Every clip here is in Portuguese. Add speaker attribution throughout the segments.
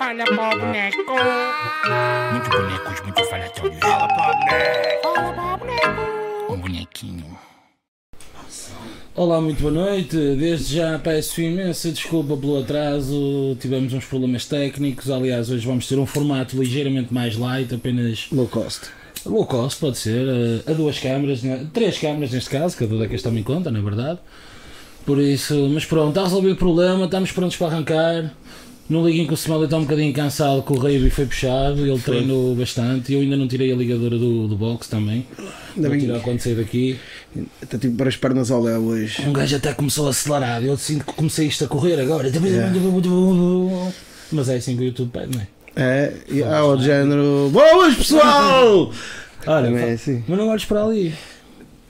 Speaker 1: olha pro boneco.
Speaker 2: Muito bonecos, muito falatórios.
Speaker 1: Olha pro boneco.
Speaker 2: Um bonequinho.
Speaker 3: Olá, muito boa noite. Desde já peço imensa desculpa pelo atraso. Tivemos uns problemas técnicos. Aliás, hoje vamos ter um formato ligeiramente mais light, apenas
Speaker 4: Low cost.
Speaker 3: low cost, pode ser. eh, A duas câmaras, né? três câmaras neste caso, cada uma que esta me conta, não é verdade? Por isso, mas pronto, está resolvido o problema, estamos prontos para arrancar. No liguinho que o Smalley está um bocadinho cansado, que o Raby foi puxado, ele treinou bastante. Eu ainda não tirei a ligadora do, do box também.
Speaker 4: Ainda
Speaker 3: Vou
Speaker 4: bem
Speaker 3: tirar quando sair daqui.
Speaker 4: Está tipo para as pernas ao léu hoje.
Speaker 3: Um gajo até começou acelerado. Eu sinto que comecei isto a correr agora.
Speaker 4: Yeah.
Speaker 3: Mas é assim que o YouTube pede, não é?
Speaker 4: É, e há o género. Boas pessoal!
Speaker 3: Olha,
Speaker 4: Também é
Speaker 3: fa-
Speaker 4: assim.
Speaker 3: mas não olhes para ali.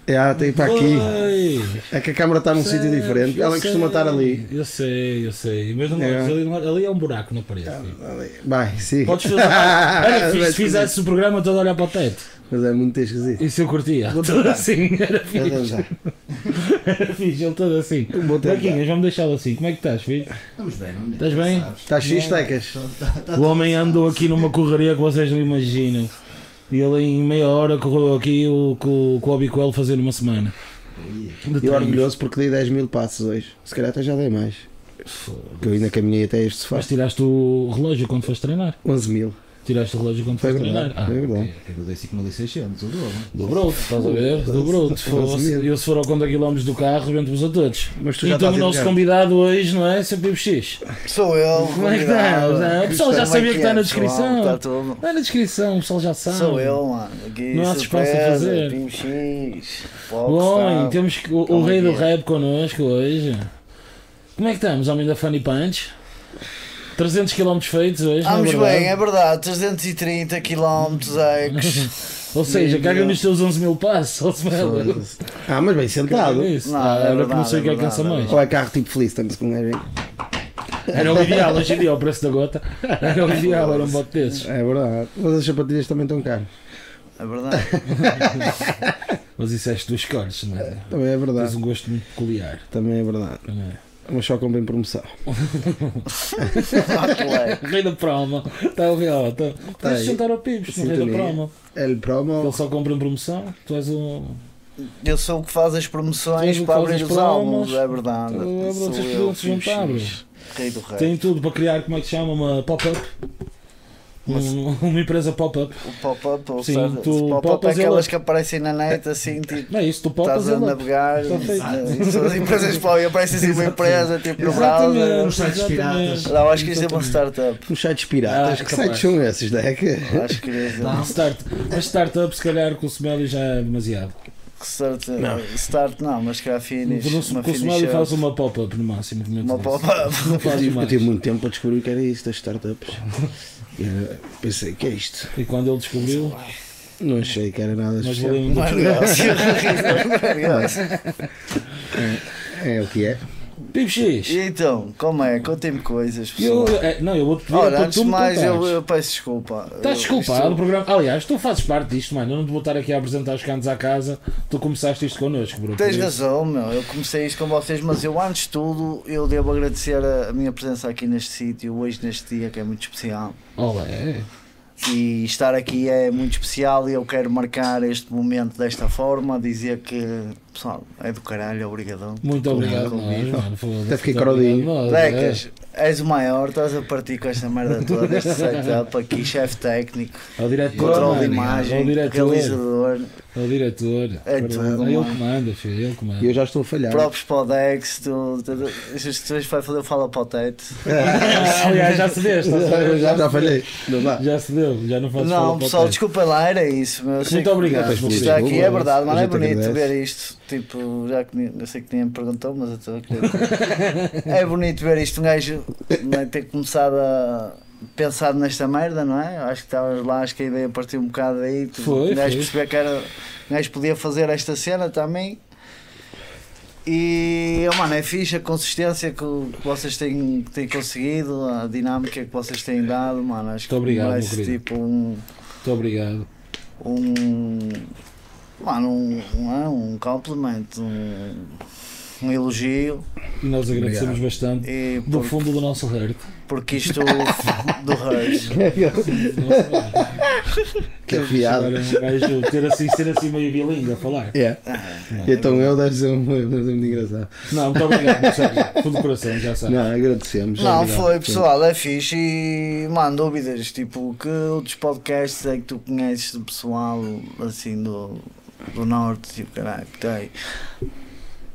Speaker 4: É, há, tem para aqui.
Speaker 3: Oi.
Speaker 4: É que a câmara está num sítio
Speaker 3: Sabes,
Speaker 4: diferente.
Speaker 3: eu
Speaker 4: Ela costuma
Speaker 3: sei.
Speaker 4: estar ali.
Speaker 3: Eu sei, eu sei. Mas não
Speaker 4: É.
Speaker 3: olhes, ali, não olhes. ali é um buraco na parede.
Speaker 4: Ah,
Speaker 3: filho.
Speaker 4: Ali. Vai, sim.
Speaker 3: Podes fazer. Era fixe, se
Speaker 4: Mas-
Speaker 3: fizesse o programa todo a olhar para o teto.
Speaker 4: Mas é muito esquisito.
Speaker 3: Isso eu curtia. Todo assim, era
Speaker 4: É
Speaker 3: fixe.
Speaker 4: dançar.
Speaker 3: Era fixe, ele todo assim.
Speaker 4: Vou tentar.
Speaker 3: Marquinhos, vamos deixá-lo assim. Como é que estás, filho?
Speaker 5: Estamos bem, não é?
Speaker 3: Estás bem?
Speaker 4: Está X tecas.
Speaker 3: O homem andou aqui numa correria que vocês não imaginam. E ele em meia hora correu aqui o que o que o Obiquel fazer numa semana. De
Speaker 4: E
Speaker 3: treino.
Speaker 4: orgulhoso porque dei 10 mil passos hoje. Se calhar até já dei mais. Porque eu ainda caminhei até este sofá.
Speaker 3: Mas tiraste o relógio quando foste treinar.
Speaker 4: 11 mil.
Speaker 3: Tiraste o relógio quando
Speaker 4: Foi
Speaker 3: foste
Speaker 4: verdade.
Speaker 3: treinar. Ah,
Speaker 4: Foi verdade.
Speaker 5: Eu dei 5.600, o dobro. é?
Speaker 3: Dobrou-te, estás a ver? Dobrou-te. Fosse-
Speaker 4: mesmo.
Speaker 3: Eu se for ao conta quilómetros do carro, vemos a todos.
Speaker 4: Mas tu já
Speaker 3: Então
Speaker 4: estás
Speaker 3: o nosso
Speaker 4: educado.
Speaker 3: convidado hoje, não é? Sempre X.
Speaker 6: Sou eu.
Speaker 3: Como é que está? O pessoal
Speaker 6: é
Speaker 3: já sabia que está na descrição.
Speaker 6: Está tudo.
Speaker 3: Está na descrição, o pessoal já sabe.
Speaker 6: tá Sou eu, mano. Aqui,
Speaker 3: Não há suspense a
Speaker 6: surpresa,
Speaker 3: fazer.
Speaker 6: Pinho X, Fox, tá.
Speaker 3: Bom,
Speaker 6: sabe?
Speaker 3: temos que- o, o
Speaker 6: Como é
Speaker 3: rei
Speaker 6: que
Speaker 3: do
Speaker 6: é?
Speaker 3: rap connosco hoje. Como é que estamos, homem da Funny Punch? 300 km feitos hoje,
Speaker 6: Vamos
Speaker 3: não é verdade?
Speaker 6: bem, é verdade. 330 km ex.
Speaker 3: Ou seja,
Speaker 6: Meu
Speaker 3: caga
Speaker 6: Deus.
Speaker 3: nos teus 11 mil passos, ou se vai
Speaker 4: Ah, mas bem sentado.
Speaker 3: isso.
Speaker 6: Não,
Speaker 3: Ah,
Speaker 6: é
Speaker 3: era que não
Speaker 6: verdade,
Speaker 3: sei o que
Speaker 6: é
Speaker 3: é que cansa
Speaker 6: verdade, é
Speaker 3: mais.
Speaker 4: Ou é carro tipo feliz, estamos com um gajo aí.
Speaker 3: Era o ideal, hoje em dia, o preço da gota. Era o ideal, era um bote desses.
Speaker 4: É verdade. Mas as sapatilhas também estão caras.
Speaker 6: É verdade.
Speaker 3: Mas isso és tu escolhes, não é?
Speaker 4: Também é
Speaker 3: Tens
Speaker 4: verdade.
Speaker 3: um gosto muito peculiar.
Speaker 4: Também é verdade.
Speaker 3: não é?
Speaker 4: Mas só compra em promoção.
Speaker 6: Ah, colega.
Speaker 3: Rei da promo, está o real. Tá... Tens
Speaker 4: aí.
Speaker 3: de sentar ao Pibes no rei da
Speaker 4: Sintonia.
Speaker 3: promo.
Speaker 4: El
Speaker 3: Ele
Speaker 4: promo.
Speaker 3: só compra em promoção, tu és um.
Speaker 6: Eu sou o que faz as promoções
Speaker 3: Tu és o que
Speaker 6: para
Speaker 3: faz
Speaker 6: abrir
Speaker 3: as
Speaker 6: os
Speaker 3: promos.
Speaker 6: álbuns.
Speaker 3: Então,
Speaker 6: É verdade.
Speaker 3: Tu abres
Speaker 6: Sou
Speaker 3: os
Speaker 6: eu,
Speaker 3: produtos
Speaker 6: Pinho
Speaker 3: juntáveis.
Speaker 6: X, Rei do rei.
Speaker 3: Tem tudo para criar, como é que se chama? Uma pop-up. Um- uma empresa pop-up.
Speaker 6: O pop-up, ou
Speaker 3: Sim,
Speaker 6: seja,
Speaker 3: tu
Speaker 6: o pop-up é
Speaker 3: popas,
Speaker 6: aquelas
Speaker 3: ela-
Speaker 6: que aparecem na net assim, tipo.
Speaker 3: Não é isso, tu popas
Speaker 6: Estás a
Speaker 3: ela.
Speaker 6: navegar,
Speaker 3: Está feito.
Speaker 6: e são as empresas para e aparece assim uma empresa tipo no browser.
Speaker 3: Exatamente,
Speaker 5: sites
Speaker 3: exatamente.
Speaker 5: piratas.
Speaker 6: Não, acho que isto é uma startup.
Speaker 4: Os sites piratas.
Speaker 3: Ah,
Speaker 4: É que
Speaker 3: capaz.
Speaker 4: sites são esses, Deck?
Speaker 6: Acho que é
Speaker 3: Ah, Start, mas startup, se calhar, com o Smelly já é demasiado.
Speaker 6: Start não. start não, mas cá finish.
Speaker 3: Com o
Speaker 6: uma
Speaker 3: com o Smelly
Speaker 6: finish
Speaker 3: faz
Speaker 6: up,
Speaker 3: uma pop-up no máximo. como eu
Speaker 6: uma
Speaker 3: disse.
Speaker 6: pop-up.
Speaker 3: Não
Speaker 4: Eu
Speaker 3: faz
Speaker 4: tive, eu
Speaker 3: mais.
Speaker 4: tive muito tempo para descobrir o que era isso das startups. E eu pensei, que é isto?
Speaker 3: E quando ele descobriu,
Speaker 4: Não achei que era nada
Speaker 3: nós
Speaker 4: especial.
Speaker 3: valemos.
Speaker 6: Não é negócio. Não é negócio.
Speaker 4: É o que é.
Speaker 3: Pipo
Speaker 6: E
Speaker 3: X!
Speaker 6: então, como é? Contem-me coisas, pessoal.
Speaker 3: Eu, é, não, eu vou-te pedir
Speaker 6: Ora,
Speaker 3: para
Speaker 6: antes
Speaker 3: tu
Speaker 6: de
Speaker 3: me
Speaker 6: mais, eu,
Speaker 3: contares.
Speaker 6: eu peço desculpa.
Speaker 3: Estás
Speaker 6: Eu-
Speaker 3: desculpado o programa. Aliás, tu fazes parte disto, mano. Eu não te vou estar aqui a apresentar os cantos à casa. Tu começaste isto connosco, bro.
Speaker 6: Tens
Speaker 3: Por isso-
Speaker 6: razão, meu. Eu comecei isto com vocês, mas eu antes de tudo eu devo agradecer a, a minha presença aqui neste sítio, hoje neste dia que é muito especial.
Speaker 3: Olá, é.
Speaker 6: E estar aqui é muito especial e eu quero marcar este momento desta forma, dizer que pessoal, é do caralho, obrigadão.
Speaker 3: Muito obrigado, nós, mano. foda-se.
Speaker 4: Até fiquei
Speaker 3: Muito
Speaker 4: carodinho.
Speaker 3: obrigado, nós, é.
Speaker 6: Lecas, és o maior, estás a partir com esta merda toda, este setup aqui, chefe técnico,
Speaker 3: Ao É diretor,
Speaker 6: controle
Speaker 3: mano,
Speaker 6: de imagem,
Speaker 3: ao diretor,
Speaker 6: realizador,
Speaker 3: ao diretor.
Speaker 6: É
Speaker 3: Perdão,
Speaker 6: tudo,
Speaker 3: ele
Speaker 6: mano.
Speaker 3: que manda, filho, ele que
Speaker 4: E
Speaker 3: manda.
Speaker 4: eu já estou a falhar.
Speaker 6: próprios podex, tu, tu, tu, tu vai fazer fala para o teto.
Speaker 3: Ah, Aliás, já se deu, está a
Speaker 4: Eu
Speaker 3: saber,
Speaker 4: já, já falhei. Não dá.
Speaker 3: Já se deu, já não faço
Speaker 6: Não,
Speaker 3: falar para o
Speaker 6: pessoal,
Speaker 3: teste.
Speaker 6: desculpa lá, era isso. Meu. Eu sei
Speaker 3: Muito
Speaker 6: que-
Speaker 3: obrigado,
Speaker 6: Isto
Speaker 3: Felipe.
Speaker 6: está aqui, é verdade, mano,
Speaker 4: A
Speaker 6: é
Speaker 4: gente
Speaker 6: bonito
Speaker 4: agradece.
Speaker 6: ver isto. Tipo, já que nem- eu sei que ninguém me perguntou, mas eu estou a querer. É bonito ver isto, um gajo né, ter começado a pensar nesta merda, não é? Acho que estavas lá, acho que a ideia partiu um bocado daí. tu-
Speaker 3: Foi,
Speaker 6: um gajo
Speaker 3: foi.
Speaker 6: perceber que era. Um gajo podia fazer esta cena também. E, oh, mano, é fixe a consistência que, o- que vocês têm, que têm conseguido, a dinâmica que vocês têm dado, mano. Acho que
Speaker 3: Muito obrigado, meu
Speaker 6: merece,
Speaker 3: querido.
Speaker 6: tipo, um
Speaker 3: Muito obrigado.
Speaker 6: um. Mano, um, um, é um complemento. Um, um elogio
Speaker 3: E nós agradecemos bastante.
Speaker 6: e
Speaker 3: Do
Speaker 6: por-
Speaker 3: fundo do nosso heart.
Speaker 6: porque isto do Rush.
Speaker 4: Que afiado.
Speaker 3: Agora um gajo ter assim, ser assim meio bilingue a falar.
Speaker 4: É. Então eu deve ser um- deve ser muito engraçado.
Speaker 3: Não, muito obrigado, meu Sérgio. Fundo do coração, já sabe.
Speaker 4: Não, agradecemos.
Speaker 6: Não,
Speaker 4: obrigado.
Speaker 6: foi pessoal, é fixe e mano, dúvidas, tipo, que outros podcasts é que tu conheces de pessoal assim do, do norte, tipo, caralho, que tem.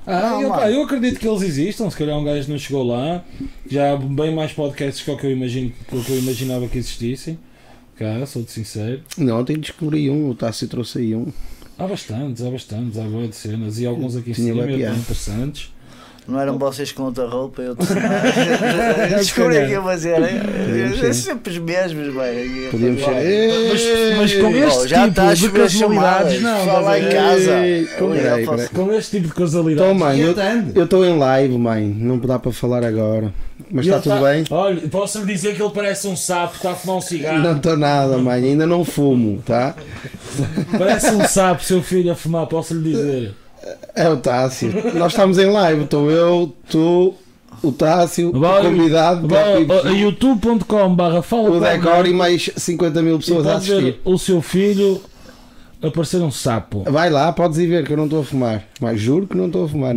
Speaker 3: Ah,
Speaker 6: Não,
Speaker 3: eu,
Speaker 6: mano.
Speaker 3: pá, eu acredito que eles existam, se calhar um gajo não chegou lá. Já há bem mais podcasts que o que eu, imagino, que o que eu imaginava que existissem. Cá, sou-te sincero.
Speaker 4: Não, ontem descobri um, o Tassi trouxe aí um.
Speaker 3: Há bastantes, há bastantes, há boas de cenas e alguns aqui em
Speaker 4: Tinha
Speaker 3: cima
Speaker 4: bué piada.
Speaker 3: bem interessantes.
Speaker 6: Não eram vocês com outra roupa, eu descobri que ia fazer.
Speaker 4: Podíamos
Speaker 6: É,
Speaker 4: ser.
Speaker 6: é sempre os mesmos, bem.
Speaker 4: Podíamos ser.
Speaker 3: Mas, mas com este
Speaker 6: já
Speaker 3: tipo
Speaker 6: tá a
Speaker 3: de
Speaker 6: chover
Speaker 3: casualidades,
Speaker 6: chamadas,
Speaker 3: não, estás a
Speaker 6: fala em
Speaker 3: ver?
Speaker 6: casa.
Speaker 4: Ei,
Speaker 6: Eu
Speaker 4: peraí,
Speaker 6: já faço-
Speaker 3: com este tipo de casualidades.
Speaker 4: Então, mãe, eu
Speaker 5: Tande.
Speaker 4: eu estou em live, mãe. Não dá para falar agora. Mas
Speaker 3: Ele
Speaker 4: está tudo
Speaker 3: tá-
Speaker 4: bem?
Speaker 3: Olha, posso-lhe dizer que ele parece um sapo, está a fumar um cigarro.
Speaker 4: Não estou nada, mãe. Ainda não fumo, tá?
Speaker 3: Parece um sapo, seu filho, a fumar, posso-lhe dizer.
Speaker 4: É o Tássio. Nós estamos em live. Estou eu, tu, o Tássio,
Speaker 3: Vai,
Speaker 4: o convidado,
Speaker 3: Vai
Speaker 4: Papi,
Speaker 3: a youtube.com/barra fala
Speaker 4: o
Speaker 3: com a
Speaker 4: Decor e mais 50 mil pessoas a
Speaker 3: Pode ver
Speaker 4: assistir.
Speaker 3: o seu filho aparecer um sapo.
Speaker 4: Vai lá, podes ir ver que eu não estou a fumar. Mas juro que não estou a fumar.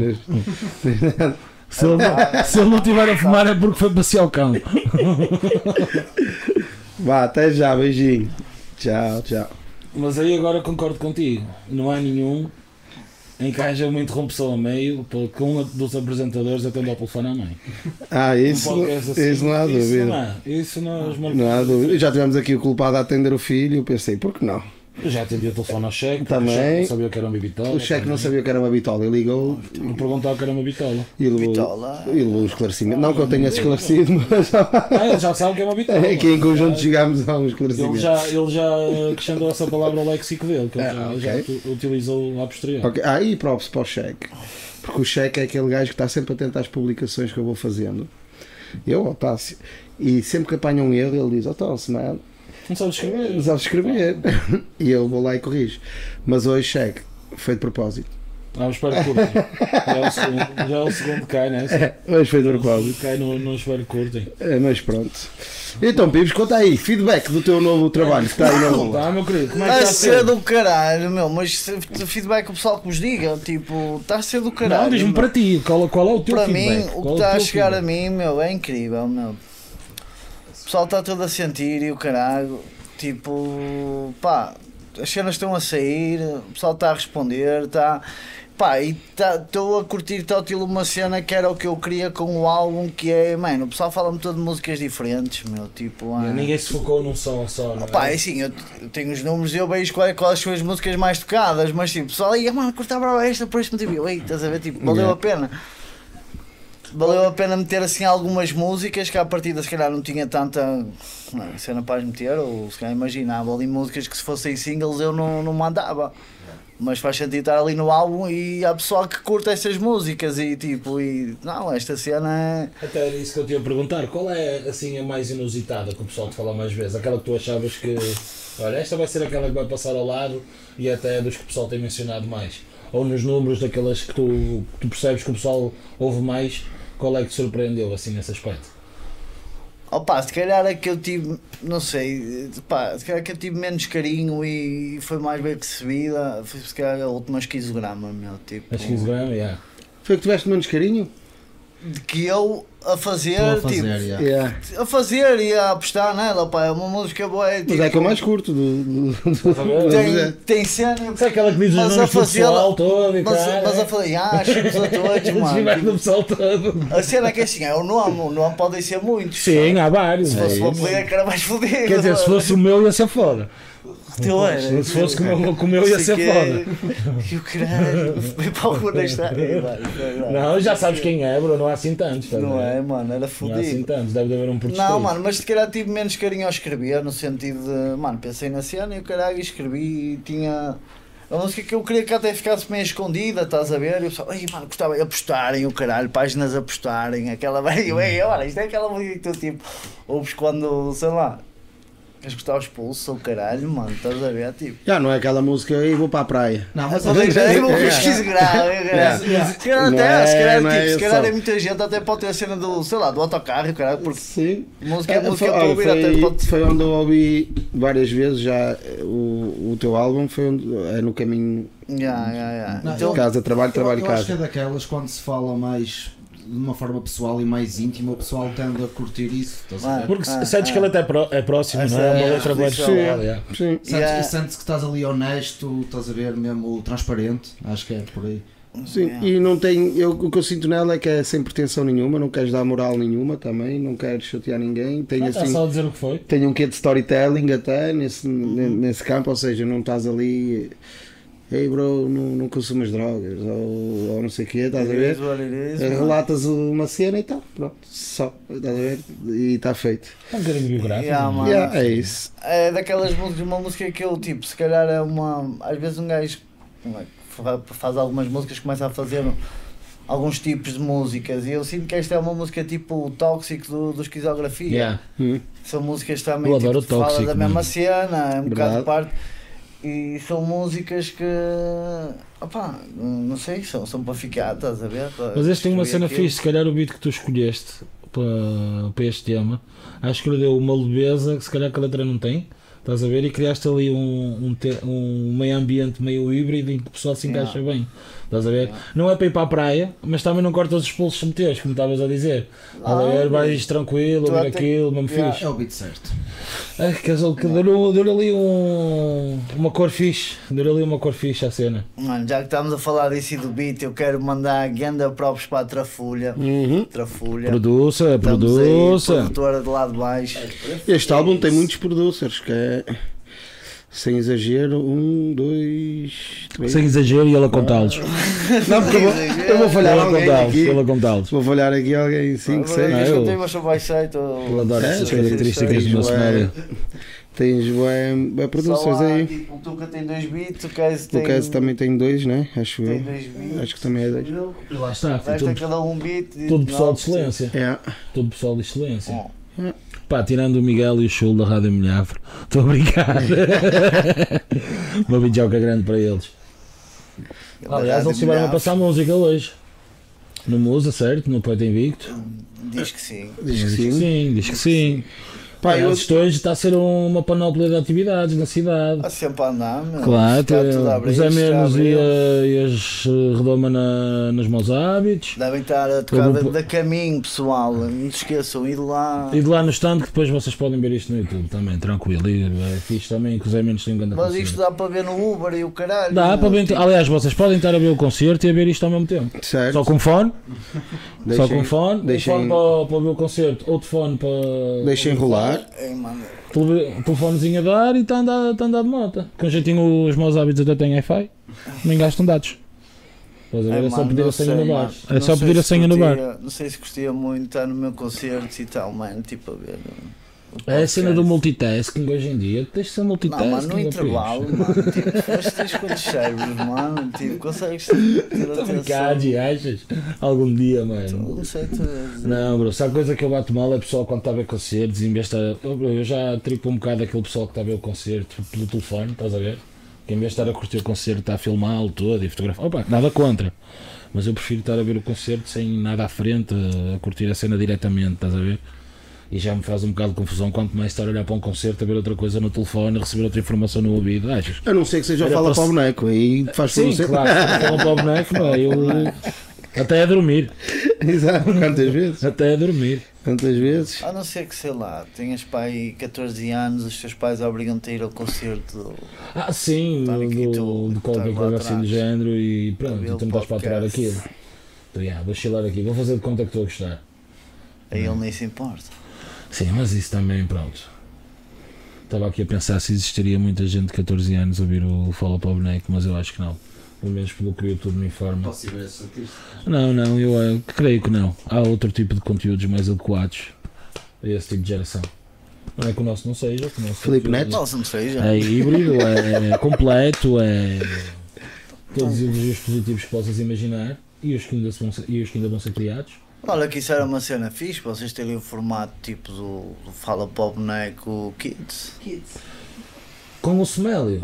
Speaker 3: Se ele, se ele não estiver a fumar é porque foi passear o cão.
Speaker 4: Vá, até já. Beijinho. Tchau, tchau.
Speaker 3: Mas aí agora concordo contigo. Não há nenhum em que haja uma interrupção a meio pelo que um dos apresentadores atende ao telefone à mãe.
Speaker 4: Ah, isso,
Speaker 3: Um podcast assim,
Speaker 4: isso não há dúvida.
Speaker 3: Isso não há. Isso não, é os mar-
Speaker 4: Não há dúvida. Já tivemos aqui o culpado a atender o filho. Eu pensei, por que não?
Speaker 3: Eu já atendi o telefone ao cheque. porque
Speaker 4: Também.
Speaker 3: O cheque não sabia que era uma bitola.
Speaker 4: O cheque não sabia que era uma bitola. Ele ligou
Speaker 3: Me perguntou que era uma bitola.
Speaker 4: e levou,
Speaker 6: Bitola.
Speaker 4: e levou o esclarecimento. Não que eu tenha esclarecido, mas
Speaker 3: Ah, ele já sabe que é uma bitola.
Speaker 4: é que em conjunto
Speaker 3: Já-
Speaker 4: chegámos a um
Speaker 3: Ele
Speaker 4: esclarecimento.
Speaker 3: já, ele já acrescentou essa palavra ao léxico dele, que ele
Speaker 4: Ah,
Speaker 3: já,
Speaker 4: ok.
Speaker 3: já ut- utilizou a posteriori.
Speaker 4: Ok, Ah, e props para o cheque. Porque o cheque é aquele gajo que está sempre atento às publicações que eu vou fazendo. Eu, o Tássio. E sempre que apanha um erro, ele diz: Ó, Tássio, mano,
Speaker 3: Não sabe escrever.
Speaker 4: sabes escrever. E eu vou lá e corrijo. Mas hoje, cheque, foi de propósito.
Speaker 3: Vamos para Ah, o curto. Já é o segundo, já é o segundo que cai, né?
Speaker 4: Hoje foi de propósito.
Speaker 3: Cai no, no espelho curto. hein?
Speaker 4: É, mas pronto. Então, Pibes, conta aí, feedback do teu novo trabalho que está aí na rua.
Speaker 3: Tá, meu querido, como é que
Speaker 6: Está
Speaker 3: está
Speaker 6: a
Speaker 3: a
Speaker 6: ser
Speaker 3: ser?
Speaker 6: Ah, do caralho, meu, mas se- se feedback o pessoal que vos diga, tipo, está a ser do caralho.
Speaker 3: Não, diz-me
Speaker 6: meu.
Speaker 3: para ti, qual, qual é o teu
Speaker 6: Para
Speaker 3: feedback?
Speaker 6: mim, o que
Speaker 3: Qual é
Speaker 6: está a
Speaker 3: teu
Speaker 6: chegar a
Speaker 3: feedback?
Speaker 6: mim, meu, é incrível, meu. O pessoal está todo a sentir e o caralho, tipo, pá, as cenas estão a sair, o pessoal está a responder, está. Pá, e estou a curtir tal estilo uma cena que era o que eu queria com o álbum, que é, mano, o pessoal fala-me todo de músicas diferentes, meu, tipo. ah,
Speaker 3: Ninguém se focou num som só, não é?
Speaker 6: Pá, é assim, eu t- eu tenho os números e eu vejo quais, quais são é as músicas mais tocadas, mas tipo, só aí, mano, cortar brava esta por este motivo. Ei, estás a ver? Tipo, valeu
Speaker 4: Yeah.
Speaker 6: a pena. Valeu a pena meter assim algumas músicas que à partida se calhar não tinha tanta não, cena para as meter, ou se calhar imaginava ali músicas que se fossem singles eu não, não mandava. Mas faz sentido estar ali no álbum e há pessoal que curta essas músicas e tipo, e não, esta cena é.
Speaker 3: Até era isso que eu te ia perguntar. Qual é assim a mais inusitada que o pessoal te fala mais vezes? Aquela que tu achavas que. Olha, esta vai ser aquela que vai passar ao lado e até é dos que o pessoal tem mencionado mais. Ou nos números daquelas que tu, que tu percebes que o pessoal ouve mais, qual é que te surpreendeu assim nesse aspecto?
Speaker 6: Opa, se calhar é que eu tive, não sei, pá, se calhar é que eu tive menos carinho e foi mais bem recebida, foi se calhar a última esquizograma, meu, tipo,
Speaker 3: Acho que Instagram, yeah.
Speaker 4: Foi que tiveste menos carinho?
Speaker 6: de que eu a fazer,
Speaker 5: Estou a
Speaker 3: É,
Speaker 5: fazer,
Speaker 6: tipo,
Speaker 5: já.
Speaker 4: Yeah.
Speaker 6: a fazer e a apostar nela, pá, é uma música boa, é,
Speaker 4: Mas
Speaker 6: tipo,
Speaker 4: é que é o mais curto do. do, do-
Speaker 6: tem, tem cena,
Speaker 3: Sabe é- aquela que diz os
Speaker 6: Mas a
Speaker 3: números do
Speaker 6: fazê-la-
Speaker 3: pessoal todo e é.
Speaker 6: mas,
Speaker 3: tal?
Speaker 6: mas a fazer, ah, achamos a todos, mano, tipo,
Speaker 3: do pessoal todo.
Speaker 6: a cena é que assim, é o nome, o nome podem ser muitos,
Speaker 3: Sim, há vários.
Speaker 6: se fosse
Speaker 3: É
Speaker 6: o
Speaker 3: isso.
Speaker 6: apelido é que era mais fodido,
Speaker 3: Quer dizer, se fosse o meu ia ser foda.
Speaker 6: o teu era,
Speaker 3: Se fosse
Speaker 6: é.
Speaker 3: com o meu, com o meu ia ser foda.
Speaker 6: E o caralho, foi para o rua da estrada.
Speaker 3: Não, já sabes quem é, bro, não há assim tantos. estás a
Speaker 6: Não
Speaker 3: ver?
Speaker 6: é, mano, era
Speaker 3: Não há assim
Speaker 6: fodido.
Speaker 3: tantos, deve de haver um por
Speaker 6: Não,
Speaker 3: distrito.
Speaker 6: mano, mas se calhar tive menos carinho ao escrever, no sentido de, mano, pensei na cena e o caralho escrevi e tinha. A música que eu queria que até ficasse meio escondida, estás a ver? E o pessoal, ai mano, gostava de apostarem o caralho, páginas apostarem, aquela. Ei, olha, isto é aquela música que tu tipo, ouves quando, sei lá, Queres que os pulsos ou caralho, mano? Estás a ver? Tipo.
Speaker 4: Já não é aquela música aí vou para a praia.
Speaker 5: Não,
Speaker 6: Ah,
Speaker 5: mas
Speaker 6: só tem que ter um
Speaker 4: É.
Speaker 6: pesquisa grave, é, caralho.
Speaker 5: Yeah.
Speaker 6: Se calhar
Speaker 4: Não
Speaker 6: até,
Speaker 4: é,
Speaker 6: se calhar,
Speaker 4: não é
Speaker 6: tipo, se
Speaker 4: isso.
Speaker 6: calhar é muita gente, até pode ter a cena do, sei lá, do autocarro, caralho, porque
Speaker 4: Sim.
Speaker 6: música é
Speaker 4: Ah,
Speaker 6: música,
Speaker 4: foi,
Speaker 6: estou a ouvir até
Speaker 4: olha,
Speaker 6: pode
Speaker 4: foi, foi onde eu ouvi várias vezes já eh, o, o teu álbum, foi onde, é no caminho
Speaker 6: Ya, ya, ya.
Speaker 5: Não,
Speaker 6: Então,
Speaker 4: casa, trabalho, trabalho,
Speaker 5: eu, eu acho que
Speaker 4: casa.
Speaker 5: é daquelas quando se fala mais de uma forma pessoal e mais íntima, o pessoal tende a curtir isso. Estás a ver?
Speaker 3: Porque
Speaker 6: Ah,
Speaker 3: sentes
Speaker 6: ah.
Speaker 3: que a letra é, pró- é próxima, não é? É
Speaker 6: Essa é
Speaker 3: uma
Speaker 6: a
Speaker 3: letra boa de
Speaker 6: definição.
Speaker 3: falar, yeah.
Speaker 4: Sim.
Speaker 5: Sentes,
Speaker 6: Yeah.
Speaker 5: sentes que estás ali honesto, estás a ver mesmo transparente. Acho que é por aí.
Speaker 4: Sim, e não tem. Eu, o que eu sinto nela é que é sem pretensão nenhuma, não queres dar moral nenhuma também, não queres chatear ninguém. Tem,
Speaker 3: Ah, Está
Speaker 4: assim,
Speaker 3: só a dizer o que foi.
Speaker 4: tem um quê de storytelling até nesse, ne- nesse campo, ou seja, não estás ali. Ei bro, não, não consumas drogas, ou, ou não sei o quê, estás a ver? Relatas uma cena e tal, pronto, só, estás a ver? E está feito.
Speaker 3: É um bocadinho biográfico.
Speaker 6: Ya, mano.
Speaker 4: Yeah, é isso.
Speaker 6: É daquelas músicas, uma música que eu, tipo, se calhar é uma. Às vezes um gajo não é, fa- faz algumas músicas, começa a fazer alguns tipos de músicas. E eu sinto que esta é uma música tipo o tóxico do, do esquizografia.
Speaker 3: Yeah.
Speaker 6: São músicas também
Speaker 3: Eu
Speaker 6: tipo,
Speaker 3: adoro
Speaker 6: que
Speaker 3: o
Speaker 6: falam
Speaker 3: Tóxico, né?
Speaker 6: da mesma
Speaker 3: mano.
Speaker 6: cena, é um bocado
Speaker 4: Verdade.
Speaker 6: de parte. E são músicas que. opá, não sei, são, são para ficar, estás a ver?
Speaker 3: Mas este tem uma
Speaker 6: Escrevi
Speaker 3: cena
Speaker 6: aquilo.
Speaker 3: fixe, se calhar o beat que tu escolheste para, para este tema, acho que lhe deu uma leveza que se calhar que a letra não tem, estás a ver? E criaste ali um, um, te- um meio ambiente meio híbrido em que o pessoal se encaixa bem, estás a ver? Não é para ir para a praia, mas também não cortas os pulsos meteus, como estavas a dizer. Estás a ver? Vais tranquilo,
Speaker 6: tu
Speaker 3: ouvir
Speaker 6: até-
Speaker 3: aquilo, mesmo
Speaker 6: Yeah.
Speaker 3: fixe.
Speaker 5: É o beat certo.
Speaker 3: Ah, que azul, que deu, deu ali um, uma cor fixe, deu ali uma cor fixe à cena.
Speaker 6: Mano, já que estamos a falar disso e do beat, eu quero mandar ganda props para a Trafulha.
Speaker 3: Uhum.
Speaker 6: Trafulha.
Speaker 3: Produça,
Speaker 6: Estamos
Speaker 3: produça.
Speaker 6: Aí, produtora de lá de baixo.
Speaker 4: Este álbum tem muitos producers, que é. Sem exagero, um, dois, três.
Speaker 3: Sem exagero e ela contá-los.
Speaker 4: Não, porque eu vou, eu vou falhar
Speaker 3: Ela
Speaker 4: alguém
Speaker 3: contá-los,
Speaker 4: aqui.
Speaker 3: ela contá-los.
Speaker 4: Vou falhar aqui alguém, cinco,
Speaker 6: Agora,
Speaker 4: seis.
Speaker 3: não, é
Speaker 6: diz que
Speaker 3: eu-
Speaker 6: eu tenho, mas só vai ser, tô-
Speaker 3: Eu adoro essas
Speaker 4: É,
Speaker 3: características
Speaker 4: sim,
Speaker 3: do meu
Speaker 4: sim.
Speaker 3: cenário.
Speaker 4: Tens bem, bem
Speaker 6: Só
Speaker 4: producers
Speaker 6: há,
Speaker 4: aí.
Speaker 6: Tipo, o Tuca tem dois beats, o Case
Speaker 4: O
Speaker 6: tem,
Speaker 4: Lucas também tem dois, né? Acho
Speaker 6: tem
Speaker 4: eu.
Speaker 6: dois beats.
Speaker 4: Acho que também é dois.
Speaker 3: Lá está, foi
Speaker 6: Desta
Speaker 3: todo,
Speaker 6: cada um beat. e-
Speaker 3: todo pessoal de
Speaker 6: não,
Speaker 3: excelência.
Speaker 4: É.
Speaker 3: Todo pessoal de excelência.
Speaker 6: Bom.
Speaker 3: Pá, tirando o Miguel e o Chulo da Rádio Milhafre, estou a brincar. Uma videoca grande para eles. Aliás, eles estiveram a passar música hoje. No Musa, certo? No Poeta Invicto?
Speaker 6: Diz que sim.
Speaker 4: Diz
Speaker 3: Diz
Speaker 4: que
Speaker 3: que
Speaker 4: sim.
Speaker 3: sim, diz que sim.
Speaker 4: Pá, eu-
Speaker 3: Aliás, isto hoje está a ser uma panóplia de atividades na cidade.
Speaker 6: Há sempre a andar, meu.
Speaker 3: Claro,
Speaker 6: Ah,
Speaker 3: é, eh,
Speaker 6: Está tudo a abrir,
Speaker 3: os
Speaker 6: isto já
Speaker 3: menos e,
Speaker 6: abriu.
Speaker 3: a- e as eh, redoma na, nos maus hábitos.
Speaker 6: Devem estar a tocar
Speaker 3: Eu
Speaker 6: da,
Speaker 3: vou-
Speaker 6: da caminho, pessoal. Não se esqueçam, ir lá.
Speaker 3: E de lá no stand que depois vocês podem ver isto no YouTube também, tranquilo. E é fixe também que os menos têm um grande
Speaker 6: Mas
Speaker 3: concerto.
Speaker 6: isto dá para ver no Uber e o caralho. é?
Speaker 3: Dá
Speaker 6: meu.
Speaker 3: para ver. Aliás, vocês podem estar a ver o concerto e a ver isto ao mesmo tempo.
Speaker 4: Certo.
Speaker 3: Só com fone,
Speaker 4: É Deixem-
Speaker 3: só com fone,
Speaker 4: deixem-
Speaker 3: um fone para, para ver o concerto, outro fone para.
Speaker 4: Deixem rolar.
Speaker 6: Ei, mano.
Speaker 3: tele- Telefonezinho a dar e está a andar, está a andar de moto. Com jeitinho, os maus hábitos até têm Wi-Fi, nem gastam dados. Estás a ver?
Speaker 6: Ei,
Speaker 3: É só
Speaker 6: mano,
Speaker 3: pedir
Speaker 6: não
Speaker 3: a senha
Speaker 6: sei,
Speaker 3: no bar.
Speaker 6: mano.
Speaker 3: É
Speaker 6: Não
Speaker 3: só
Speaker 6: sei
Speaker 3: pedir a
Speaker 6: se
Speaker 3: senha no bar.
Speaker 6: curtia- Não sei se curtia muito estar no meu concerto e tal, mano. Tipo, a ver. o- o
Speaker 3: É a cena do
Speaker 6: podcast.
Speaker 3: multitasking hoje em dia. Tens de ser multitasking.
Speaker 6: Não, mano, no
Speaker 3: meu
Speaker 6: intervalo,
Speaker 3: filho.
Speaker 6: mano. Tipo, mas tens quantos cheiros, mano? Tipo, consegues ter
Speaker 3: Estou a
Speaker 6: atenção.
Speaker 3: brincar, Gi, achas? Algum dia, mano.
Speaker 6: Não sei, tu.
Speaker 3: Não, bro, se há coisa que eu bato mal é o pessoal quando está a ver concertos e em vez de estar. Oh, bro, eu já tripo um bocado aquele pessoal que está a ver o concerto pelo telefone, estás a ver? Que em vez de estar a curtir o concerto está a filmá-lo todo e fotografar. Opa, nada contra. Mas eu prefiro estar a ver o concerto sem nada à frente, a curtir a cena diretamente, estás a ver? E já me faz um bocado de confusão quanto mais estar a olhar para um concerto, a ver outra coisa no telefone, a receber outra informação no ouvido, achas?
Speaker 4: A não ser que seja
Speaker 3: Era
Speaker 4: fala
Speaker 3: para-
Speaker 4: para o boneco. Aí faz
Speaker 3: Sim,
Speaker 4: tudo certo.
Speaker 3: claro, falam para o boneco, pá, eu- eh, Até a dormir,
Speaker 4: Exato. Quantas vezes?
Speaker 3: até a dormir.
Speaker 4: Quantas vezes?
Speaker 6: A não ser que, sei lá, tenhas pai 14 anos, os teus pais obrigam-te a ir ao concerto do.
Speaker 3: Ah, sim,
Speaker 6: Tá aqui
Speaker 3: do-
Speaker 6: tu-
Speaker 3: de qualquer
Speaker 6: tá lá
Speaker 3: coisa
Speaker 6: atrás.
Speaker 3: assim do género e
Speaker 6: Tá
Speaker 3: pronto,
Speaker 6: vendo
Speaker 3: tu me estás para aturar
Speaker 6: podcast.
Speaker 3: aquilo. Então, yeah, vou chilar aqui, vou fazer de conta que estou a gostar.
Speaker 6: Aí ele nem se importa.
Speaker 3: Sim, mas isso também, pronto. Estava aqui a pensar se existiria muita gente de 14 anos a ouvir o Fala para o Boneco, mas eu acho que não. Pelo menos pelo que o YouTube me informa.
Speaker 5: Posso ir ver esse artista?
Speaker 3: Não, não, eu eh, creio que não. Há outro tipo de conteúdos mais adequados a esse tipo de geração. Não é que o nosso não seja, que o nosso
Speaker 4: Filipe
Speaker 3: conteúdo
Speaker 4: Neto?
Speaker 6: Não, se não seja.
Speaker 3: É híbrido, é completo, é todos os elogios positivos que possas imaginar e os que ainda, se vão ser, e os que ainda vão ser criados.
Speaker 6: Olha que isso era uma cena fixe, para vocês terem o formato tipo do, do Fala para o Boneco Kids.
Speaker 3: Com o Smélio.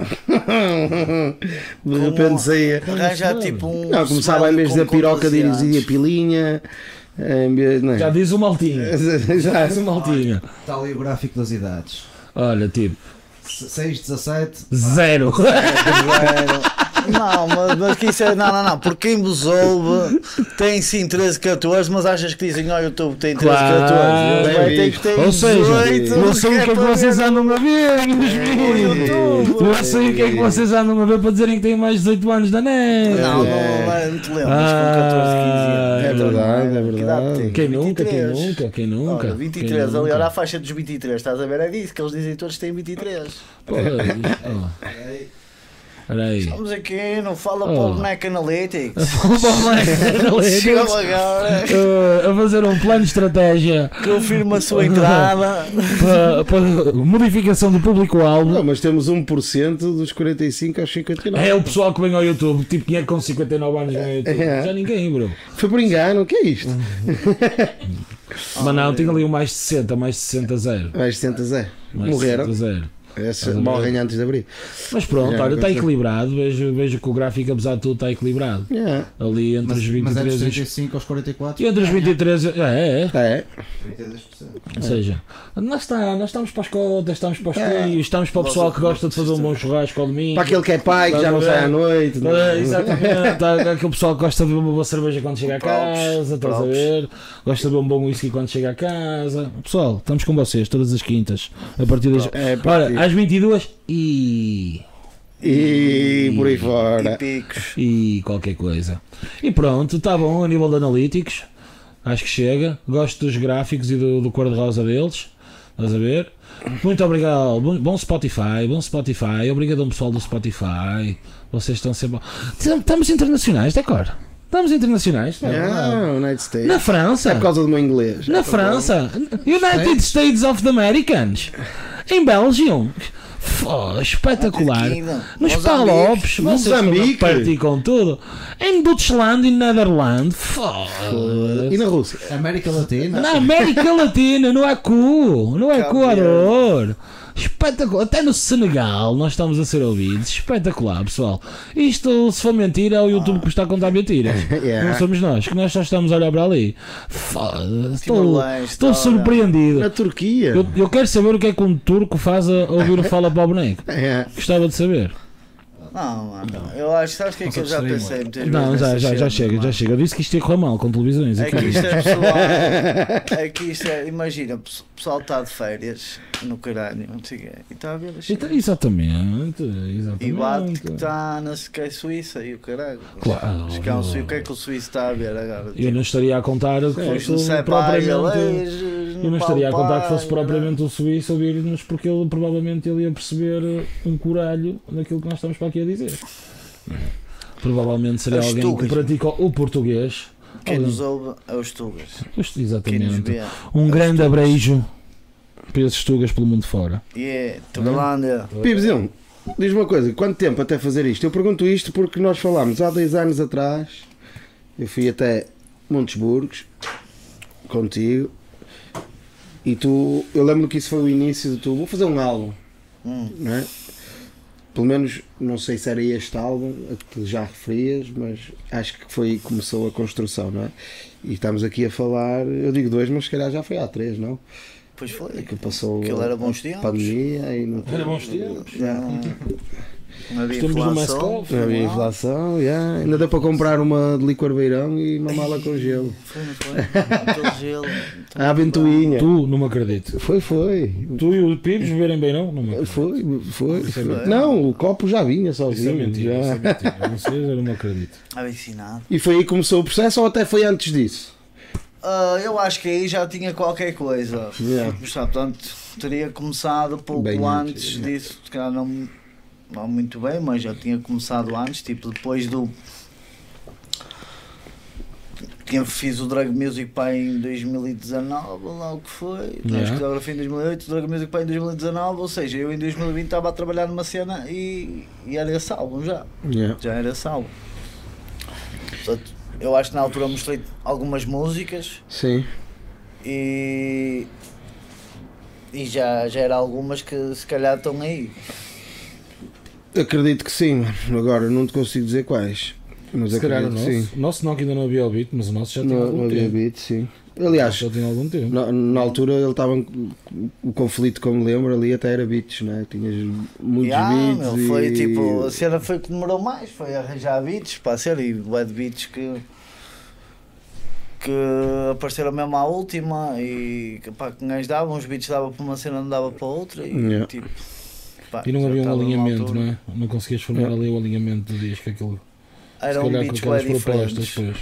Speaker 4: De repente saía.
Speaker 6: Arranjar
Speaker 3: Como se
Speaker 6: tipo
Speaker 3: chama?
Speaker 6: um.
Speaker 4: Não, começava em
Speaker 6: smile
Speaker 4: vez da
Speaker 6: com- com
Speaker 4: piroca dizia
Speaker 6: baseados.
Speaker 4: pilinha. eh, Em vez, não. é?
Speaker 3: Já diz o Maltinho. Já diz o Maltinho.
Speaker 5: Está ali o gráfico das idades.
Speaker 3: Olha, tipo,
Speaker 5: 6, 17.
Speaker 3: zero.
Speaker 6: Não, mas, mas que isso é. Não, não, não. Porque quem vos ouve tem sim 13, 14, mas achas que dizem, ó, o YouTube tem 13, 14. Eles
Speaker 3: Claro. é
Speaker 6: vai ter que ter
Speaker 3: Ou seja,
Speaker 6: 18,
Speaker 3: não sei o que é que
Speaker 6: para
Speaker 3: vocês
Speaker 6: ver.
Speaker 3: andam a ver, meus filhos. Não sei É, o que é que vocês andam a ver para dizerem que têm mais de 18 anos da net.
Speaker 6: Não, não, não, não te lembro, mas
Speaker 3: É. Ah,
Speaker 6: com 14, 15 anos.
Speaker 3: é
Speaker 4: verdade, é
Speaker 6: Que idade
Speaker 4: verdade.
Speaker 6: tens?
Speaker 3: Quem nunca, quem
Speaker 6: 23.
Speaker 3: nunca, quem
Speaker 6: Olha,
Speaker 3: nunca. quem
Speaker 6: 23, ali,
Speaker 3: nunca.
Speaker 6: olha a faixa dos 23, estás a ver? É disso que eles dizem todos que têm 23.
Speaker 3: Olha aí, olha. Olha aí.
Speaker 6: Estamos aqui, não fala para
Speaker 3: É. Oh.
Speaker 6: o Boneco Analytics.
Speaker 3: Vamos
Speaker 6: Chega
Speaker 3: lá,
Speaker 6: agora,
Speaker 3: eh, a fazer um plano de estratégia
Speaker 6: confirma a sua entrada.
Speaker 3: para, para modificação do
Speaker 4: Não,
Speaker 3: público-alvo.
Speaker 4: mas temos 1% dos 45 aos 59.
Speaker 3: É o pessoal que vem ao YouTube, tipo quem é que com 59 anos vem ao YouTube.
Speaker 4: É.
Speaker 3: Já ninguém, bro.
Speaker 4: Foi por engano, o que é isto?
Speaker 3: Mas
Speaker 4: é.
Speaker 3: não, tinha ali o mais de 60, mais de 60 zero.
Speaker 4: Mais 60 Zé.
Speaker 3: Mais de
Speaker 4: Morreram.
Speaker 3: 60 zero.
Speaker 4: Essa- É, Morrem antes de abrir.
Speaker 3: Mas pronto,
Speaker 4: Já,
Speaker 3: olha, está
Speaker 4: agora-
Speaker 3: equilibrado. Vejo, vejo que o gráfico, apesar de tudo, está equilibrado.
Speaker 4: Yeah.
Speaker 3: Ali entre os
Speaker 5: Mas, mas é dos
Speaker 3: 23 e os.
Speaker 5: 35 aos 44.
Speaker 3: E entre os 23 e- é, é,
Speaker 4: É.
Speaker 5: 32%.
Speaker 3: Ou seja, nós, está, nós estamos para as cotas, estamos para os
Speaker 4: É.
Speaker 3: trios, estamos para o pessoal que gosta de fazer um bom churrasco ao domingo.
Speaker 4: Para aquele que é pai, que já não sai à noite. não é?
Speaker 3: É, exatamente, há aquele pessoal que gosta de beber uma boa cerveja quando chega a
Speaker 6: Props,
Speaker 3: casa, estás a
Speaker 6: props.
Speaker 3: ver? Gosta de beber um bom whisky quando chega a casa. Pessoal, estamos com vocês todas as quintas, a partir das.
Speaker 4: É, a partir-
Speaker 3: Ora, às 22 e.
Speaker 4: E por aí fora.
Speaker 6: E
Speaker 3: tipo,
Speaker 6: picos.
Speaker 3: e qualquer coisa. E pronto, está bom a nível de analíticos. Acho que chega. Gosto dos gráficos e do, do cor-de-rosa deles. Estás a ver? Muito obrigado. Bom, bom Spotify, bom Spotify. Obrigado ao pessoal do Spotify. Vocês estão sempre. Tam- Estamos internacionais, de acordo? Estamos internacionais. não é?
Speaker 4: Não, United
Speaker 3: Na
Speaker 4: States.
Speaker 3: França.
Speaker 4: É por causa do meu inglês.
Speaker 3: Na França, United States of the Americans, em Belgium, Fó, espetacular.
Speaker 6: Argentina,
Speaker 3: Nos
Speaker 6: Moçambique,
Speaker 3: Palopes, vocês
Speaker 4: Moçambique.
Speaker 3: estão a partir com tudo. Em Deutschland e Netherland, Fó.
Speaker 4: E na Rússia?
Speaker 5: América Latina.
Speaker 3: na América Latina, no Acu, no Equador.
Speaker 6: Campeão.
Speaker 3: Espetacular, até no Senegal nós estamos a ser ouvidos. Espetacular, pessoal. Isto, se for mentira, é o YouTube que está a contar mentiras.
Speaker 4: Yeah.
Speaker 3: Não somos nós, que nós só estamos a olhar para ali. Foda-se, Estou,
Speaker 6: Timor-Leste,
Speaker 3: estou
Speaker 6: olha.
Speaker 3: surpreendido.
Speaker 4: Na Turquia?
Speaker 3: Eu, eu quero saber o que é que um turco faz a ouvir o Fala para o Boneco.
Speaker 4: É.
Speaker 3: Gostava de saber.
Speaker 6: Não, mano, eu acho, sabes o que é que eu já pensei muitas
Speaker 3: Não,
Speaker 6: vezes?
Speaker 3: já,
Speaker 6: nessas
Speaker 3: já, já
Speaker 6: cenas,
Speaker 3: chega, já
Speaker 6: mano?
Speaker 3: chega. Eu disse que isto ia correr mal com televisões.
Speaker 6: É
Speaker 3: aqui.
Speaker 6: que isto é pessoal. É que isto é. Imagina, o pessoal- o pessoal está de férias no caralho, não sei o quê, e está a ver as
Speaker 3: Então,
Speaker 6: cenas.
Speaker 3: exatamente,
Speaker 6: E bate que
Speaker 3: exatamente.
Speaker 6: está na que é Suíça e o caralho.
Speaker 3: Claro.
Speaker 6: Acho que é um suí- O que é que o Suíço está a ver agora? Tipo,
Speaker 3: Eu não estaria a contar que
Speaker 6: Foste
Speaker 3: fosse
Speaker 6: no Sepai,
Speaker 3: propriamente.
Speaker 6: Galeias, no
Speaker 3: Eu não estaria a contar que fosse
Speaker 6: Palpai,
Speaker 3: propriamente o suíço ouvir-nos, porque ele provavelmente ele ia perceber um coralho daquilo que nós estamos para aqui a dizer. Provavelmente seria
Speaker 6: As
Speaker 3: alguém que
Speaker 6: tugas.
Speaker 3: pratica o português.
Speaker 6: Quem
Speaker 3: Alguém-
Speaker 6: nos ouve é os Tugas.
Speaker 3: Pois,
Speaker 6: Quem nos
Speaker 3: Exatamente.
Speaker 6: vê.
Speaker 3: Um grande abraço para esses tugas pelo mundo fora. Hum?
Speaker 6: Yeah, é Tugalândia.
Speaker 4: Pibzão, diz uma coisa, quanto tempo até fazer isto? Eu pergunto isto porque nós falámos há dois anos atrás, eu fui até Montes Burgos contigo e tu, eu lembro que isso foi o início de tu, vou fazer um álbum,
Speaker 6: Hum.
Speaker 4: não é? Pelo menos, não sei se era este álbum a que tu já referias, mas acho que foi aí que começou a construção, não é? E estamos aqui a falar, eu digo dois, mas se calhar já foi há três, não?
Speaker 6: Pois
Speaker 4: É
Speaker 6: foi.
Speaker 4: que passou
Speaker 6: Aquilo
Speaker 4: a-
Speaker 6: era bons tempos.
Speaker 4: a pandemia e não
Speaker 3: Era bons tempos.
Speaker 4: Já.
Speaker 6: Não havia
Speaker 3: Temos no
Speaker 6: inflação.
Speaker 3: Mascov.
Speaker 4: Já havia inflação, yeah. ainda deu para comprar uma de licor beirão e uma mala com gelo.
Speaker 6: Foi, não foi? Aquele gelo.
Speaker 3: Tá
Speaker 4: A aventuinha.
Speaker 3: Tu não me acredito.
Speaker 4: Foi, foi.
Speaker 3: Tu e o Pibes beberem bem, não? Não me acredito.
Speaker 4: Foi, foi.
Speaker 3: Isso é
Speaker 4: foi.
Speaker 3: mentira.
Speaker 4: Não, o copo já vinha
Speaker 3: Isso é
Speaker 4: sozinho.
Speaker 3: mentira,
Speaker 4: já.
Speaker 3: isso é mentira. Vocês eu não me acredito.
Speaker 6: Estava ensinado.
Speaker 4: E foi aí que começou o processo ou até foi antes disso?
Speaker 6: Ah, eu acho que aí já tinha qualquer coisa.
Speaker 4: Yeah.
Speaker 6: Mas, tá, portanto, teria começado pouco
Speaker 4: Bem antes,
Speaker 6: antes disso, se calhar não, não muito bem, mas já tinha começado antes, tipo, depois do. Tinha, fiz o Drag Music Pá em 2019, lá o que foi,
Speaker 3: Yeah.
Speaker 6: na discografia em 2008, o Drag Music Pá em 2019, ou seja, eu em 2020 estava a trabalhar numa cena e, e era esse álbum já, já era esse álbum. Portanto, Eu acho que na altura mostrei algumas músicas
Speaker 4: Sim.
Speaker 6: e. E já, já era algumas que se calhar estão aí.
Speaker 4: Acredito que sim, mano. Agora não te consigo dizer quais. Mas
Speaker 3: Se calhar o
Speaker 4: acredito
Speaker 3: nosso.
Speaker 4: que sim.
Speaker 3: O nosso não, que ainda não havia o beat, mas o nosso já tinha
Speaker 4: No,
Speaker 3: algum
Speaker 4: no
Speaker 3: tempo.
Speaker 4: Diabit, sim.
Speaker 3: O
Speaker 4: Aliás,
Speaker 3: nosso Já tinha algum tempo.
Speaker 4: na, na altura ele estava. em- O conflito, como lembro, ali até era beats, né? Tinhas muitos
Speaker 6: E, ah,
Speaker 4: beats.
Speaker 6: meu,
Speaker 4: e...
Speaker 6: foi tipo, a cena foi que demorou mais, foi arranjar beats para ser e bué de beats que que apareceram mesmo à última e que pá, que um gajo dava, uns beats dava para uma cena, não dava para outra e
Speaker 4: Yeah.
Speaker 6: tipo. pá,
Speaker 3: E não
Speaker 6: já
Speaker 3: havia um
Speaker 6: estava numa
Speaker 3: alinhamento,
Speaker 6: altura.
Speaker 3: não é? Não conseguias formar ali o alinhamento do disco, aquilo. se
Speaker 6: Eram
Speaker 3: calhar
Speaker 6: beats
Speaker 3: com
Speaker 6: bem
Speaker 3: aquelas
Speaker 6: diferentes.
Speaker 3: propostas, pois.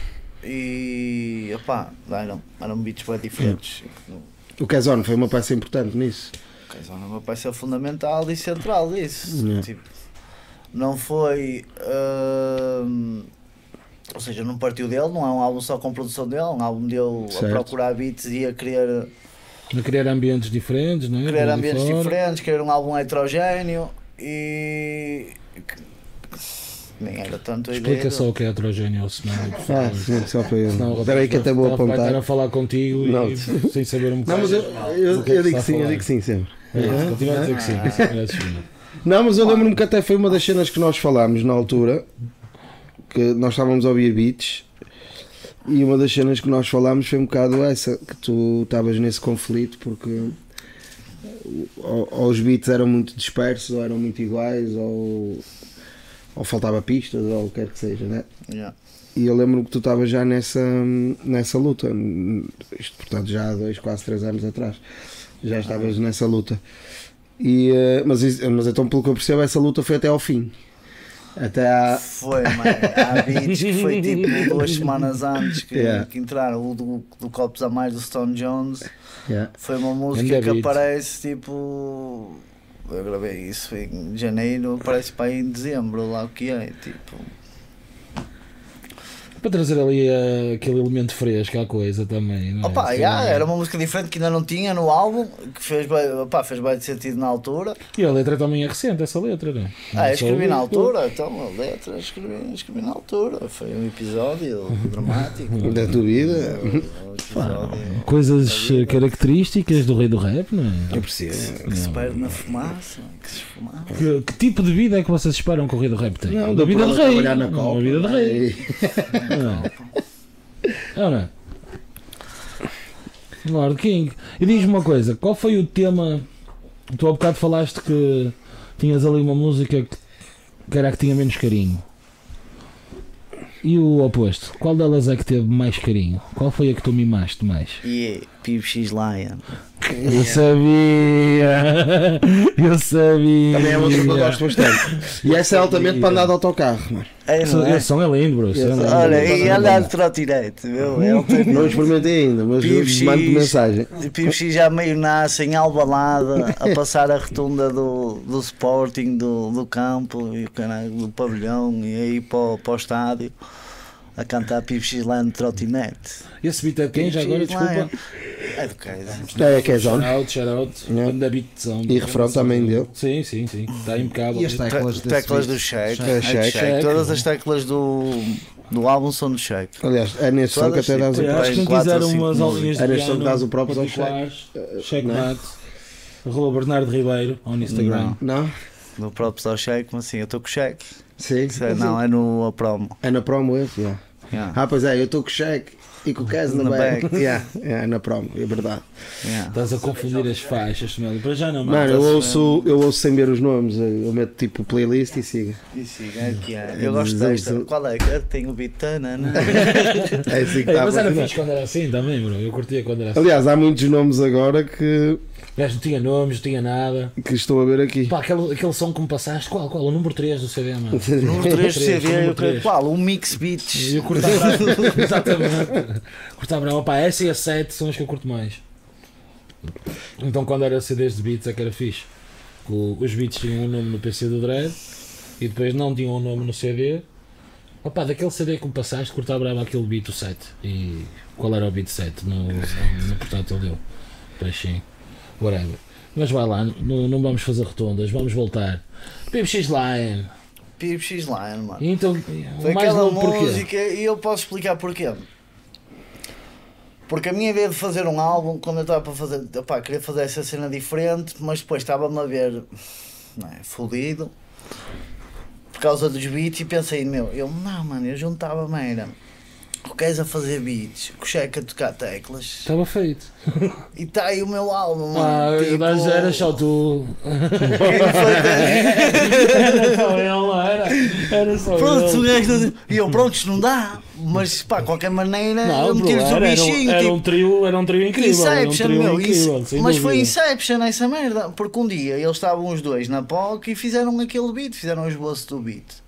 Speaker 6: E opá, eram, eram beats bem diferentes. Tipo,
Speaker 4: O Kazon foi uma peça importante nisso.
Speaker 6: Kaiser meu pai ser fundamental e central disso.
Speaker 4: Yeah.
Speaker 6: Tipo, não foi. hum, ou seja, não partiu dele, não é um álbum só com produção dele, é um álbum dele
Speaker 4: Certo.
Speaker 6: a procurar beats e a querer,
Speaker 3: A criar ambientes diferentes, não é?
Speaker 6: querer
Speaker 3: Do lado de
Speaker 6: ambientes
Speaker 3: fora.
Speaker 6: diferentes, querer um álbum heterogéneo e. que- Nem era tanto a
Speaker 3: Explica
Speaker 6: ideia.
Speaker 3: só o que é heterogéneo ao cenário, por
Speaker 4: Ah,
Speaker 3: favor.
Speaker 4: sim, só para
Speaker 3: Senão o
Speaker 4: ele.
Speaker 3: rapaz
Speaker 4: Espera aí que
Speaker 3: vai-
Speaker 4: até vou
Speaker 3: vai- Vai estar
Speaker 4: apontar.
Speaker 3: a falar contigo
Speaker 4: Não.
Speaker 3: e sem saber um
Speaker 4: Não,
Speaker 3: bocado.
Speaker 4: mas eu, eu,
Speaker 3: do que é que
Speaker 4: eu
Speaker 3: está
Speaker 4: digo
Speaker 3: a
Speaker 4: sim, eu
Speaker 3: falar.
Speaker 4: digo sim Ah. sempre.
Speaker 3: É, Continua a dizer que sim. mas parece que não.
Speaker 4: Não, mas eu lembro-me que até foi uma das cenas que nós falámos na altura, que nós estávamos a ouvir beats, e uma das cenas que nós falámos foi um bocado essa, que tu estavas nesse conflito porque ou, ou os beats eram muito dispersos, ou eram muito iguais, ou, ou faltava pistas, ou o que quer que seja, né?
Speaker 6: Yeah.
Speaker 4: E eu lembro-me que tu estavas já nessa, nessa luta, isto portanto já há dois, quase três anos atrás, já estavas nessa luta. E, eh, mas, isso- mas então, pelo que eu percebo, essa luta foi até ao fim. Até à,
Speaker 6: Foi, mano. Há beats que foi tipo duas semanas antes que,
Speaker 4: Yeah.
Speaker 6: que entraram. O do, do Copos a Mais do Stone Jones.
Speaker 4: yeah.
Speaker 6: Foi uma música
Speaker 3: Ainda
Speaker 6: que
Speaker 3: vi.
Speaker 6: aparece tipo. Eu gravei isso em janeiro, aparece para aí em dezembro, lá o que é. Tipo,
Speaker 3: Para trazer ali eh, aquele elemento fresco à coisa também. Não é?
Speaker 6: opa,
Speaker 3: Sei
Speaker 6: yeah,
Speaker 3: lá.
Speaker 6: era uma música diferente que ainda não tinha no álbum, que fez bem, opa, fez bem de sentido na altura.
Speaker 3: E a letra também é recente, essa letra, não é?
Speaker 6: Ah,
Speaker 3: Não,
Speaker 6: eu escrevi
Speaker 3: só-
Speaker 6: na altura, então a letra, escrevi, escrevi na altura. Foi um episódio dramático.
Speaker 4: da tua vida.
Speaker 6: Um episódio
Speaker 3: Coisas eh, características do rei do rap, não é?
Speaker 4: Eu percebo.
Speaker 6: que se perde na fumaça, que se fumava.
Speaker 3: Que, que tipo de vida é que vocês esperam que o rei do rap tem?
Speaker 4: Tá. Não,
Speaker 3: uma vida de rei.
Speaker 4: trabalhar na Copa. é?
Speaker 3: uma vida de rei.
Speaker 4: E-
Speaker 3: Não. Não, não. Lord King. E diz-me uma coisa, qual foi o tema? Tu há bocado falaste que tinhas ali uma música que, que era a que tinha menos carinho. E o oposto? Qual delas é que teve mais carinho? Qual foi a que tu mimaste mais?
Speaker 6: Yeah, Pib é X Lion.
Speaker 4: É.
Speaker 3: Eu sabia! Eu sabia!
Speaker 4: Também é outra que eu gosto bastante. E essa é altamente para andar de autocarro, mano.
Speaker 6: É,
Speaker 3: Esse,
Speaker 6: não é?
Speaker 3: esse som é lindo, bro. esse som é lindo.
Speaker 6: Olha, e anda de trotinete, meu. É o
Speaker 4: Não experimentei ainda, mas
Speaker 6: PFX.
Speaker 4: eu mando mensagem.
Speaker 6: E PFX já meio nasce em Albalada a passar a retunda do, do Sporting, do, do campo e o caralho, do pavilhão e aí para, o- para o estádio a cantar PFX lá no trotinete.
Speaker 3: Esse beat é de quem já agora,
Speaker 6: PFX lá
Speaker 3: desculpa.
Speaker 6: É, é do Kaiser.
Speaker 4: É, que é zona.
Speaker 3: Shout-out, shout-out.
Speaker 4: Yeah.
Speaker 3: Banda beat sound.
Speaker 4: E refrão também dele.
Speaker 3: Sim, sim, sim. Está impecável.
Speaker 5: E as teclas desse
Speaker 6: Teclas do
Speaker 5: beat?
Speaker 6: Shake.
Speaker 4: É,
Speaker 6: É do
Speaker 4: Shake.
Speaker 6: Shake. Todas as teclas do, do álbum são do Shake.
Speaker 4: Aliás, é nesse som que até dás o
Speaker 6: Todas,
Speaker 3: Eu acho que não
Speaker 6: Quatro
Speaker 3: quiseram
Speaker 6: ou cinco
Speaker 3: umas aulinhas de
Speaker 4: Era
Speaker 3: piano.
Speaker 4: só que dás o próprio Eh, ao
Speaker 3: particulares, Checkmate. Arroba Bernardo Ribeiro, ao Instagram.
Speaker 4: né? Não?
Speaker 6: No próprio só Shake, mas assim, eu estou com o Shake.
Speaker 4: Sim.
Speaker 6: Isso é- Não, é no a promo.
Speaker 4: É na promo esse, yeah.
Speaker 6: Yeah,
Speaker 4: Ah, pois é, eu estou com o cheque e com o caso na,
Speaker 6: Na
Speaker 4: back.
Speaker 6: back.
Speaker 4: Yeah, yeah, é na promo, é verdade.
Speaker 6: yeah.
Speaker 3: Estás a confundir as faixas, Tomelo. Para já não, tá
Speaker 4: Mano, eu
Speaker 3: Estás-
Speaker 4: ouço, eu ouço sem ver os nomes, eu meto tipo playlist e siga.
Speaker 6: Isso, é que é. Eu gosto
Speaker 4: Dezoito.
Speaker 6: desta. Qual é? Eu tenho o Bitana, né?
Speaker 4: É assim que
Speaker 3: Ei, mas era
Speaker 4: está
Speaker 3: fixe quando era assim também, bro. Eu curtia quando era assim.
Speaker 4: Aliás, há muitos nomes agora que,
Speaker 3: Aliás, não tinha nomes, não tinha nada.
Speaker 4: que estou a ver aqui.
Speaker 3: Pá, aquele, aquele som que me passaste, qual, qual? O número 3 do CD, mano.
Speaker 6: Número 3 do
Speaker 3: Três,
Speaker 6: CD,
Speaker 3: número
Speaker 6: eu creio.
Speaker 3: três.
Speaker 6: Qual? Um Mix Beats.
Speaker 3: Eu curto a Exatamente. Curtava não. Opa, essa e a 7 são as que eu curto mais. Então quando era CDs de beats é que era fixe. O- os beats tinham um nome no PC do Dread e depois não tinham um nome no CD. Opa, daquele CD que me passaste, curtava brava aquele beat o 7. E qual era o beat 7 no, no portátil dele? Pois sim. Whatever. Mas vai lá, não, não vamos fazer rotundas, vamos voltar. PMX Lion.
Speaker 6: Pip X Lion, mano.
Speaker 3: E Então,
Speaker 6: Foi
Speaker 3: mais
Speaker 6: aquela
Speaker 3: novo porquê?
Speaker 6: música e eu posso explicar porquê. Porque a minha ideia de fazer um álbum, quando eu estava para fazer, opá, queria fazer essa cena diferente, mas depois estava-me a ver não é, fodido por causa dos beats e pensei, meu, eu não, mano, eu juntava meira. O Queres a fazer beats, o Checa a tocar teclas
Speaker 3: Estava feito.
Speaker 6: e está aí o meu álbum,
Speaker 3: Tá. Ah,
Speaker 6: mano. tipo,
Speaker 3: mas era só tu. Era só ela, era. Era só
Speaker 6: Pronto, o
Speaker 3: ele.
Speaker 6: gajo- E eu, pronto, isto não dá, mas pá, de qualquer maneira,
Speaker 3: Não,
Speaker 6: eu
Speaker 3: bro,
Speaker 6: meti-lhes o
Speaker 3: era, era, um,
Speaker 6: bichinho,
Speaker 3: era
Speaker 6: tipo,
Speaker 3: um trio, era um trio incrível. Era um
Speaker 6: Inception,
Speaker 3: trio
Speaker 6: meu,
Speaker 3: incrível,
Speaker 6: isso-
Speaker 3: sem
Speaker 6: mas foi
Speaker 3: dúvida.
Speaker 6: Inception essa merda, porque um dia eles estavam os dois na POC e fizeram aquele beat, fizeram o esboço do beat.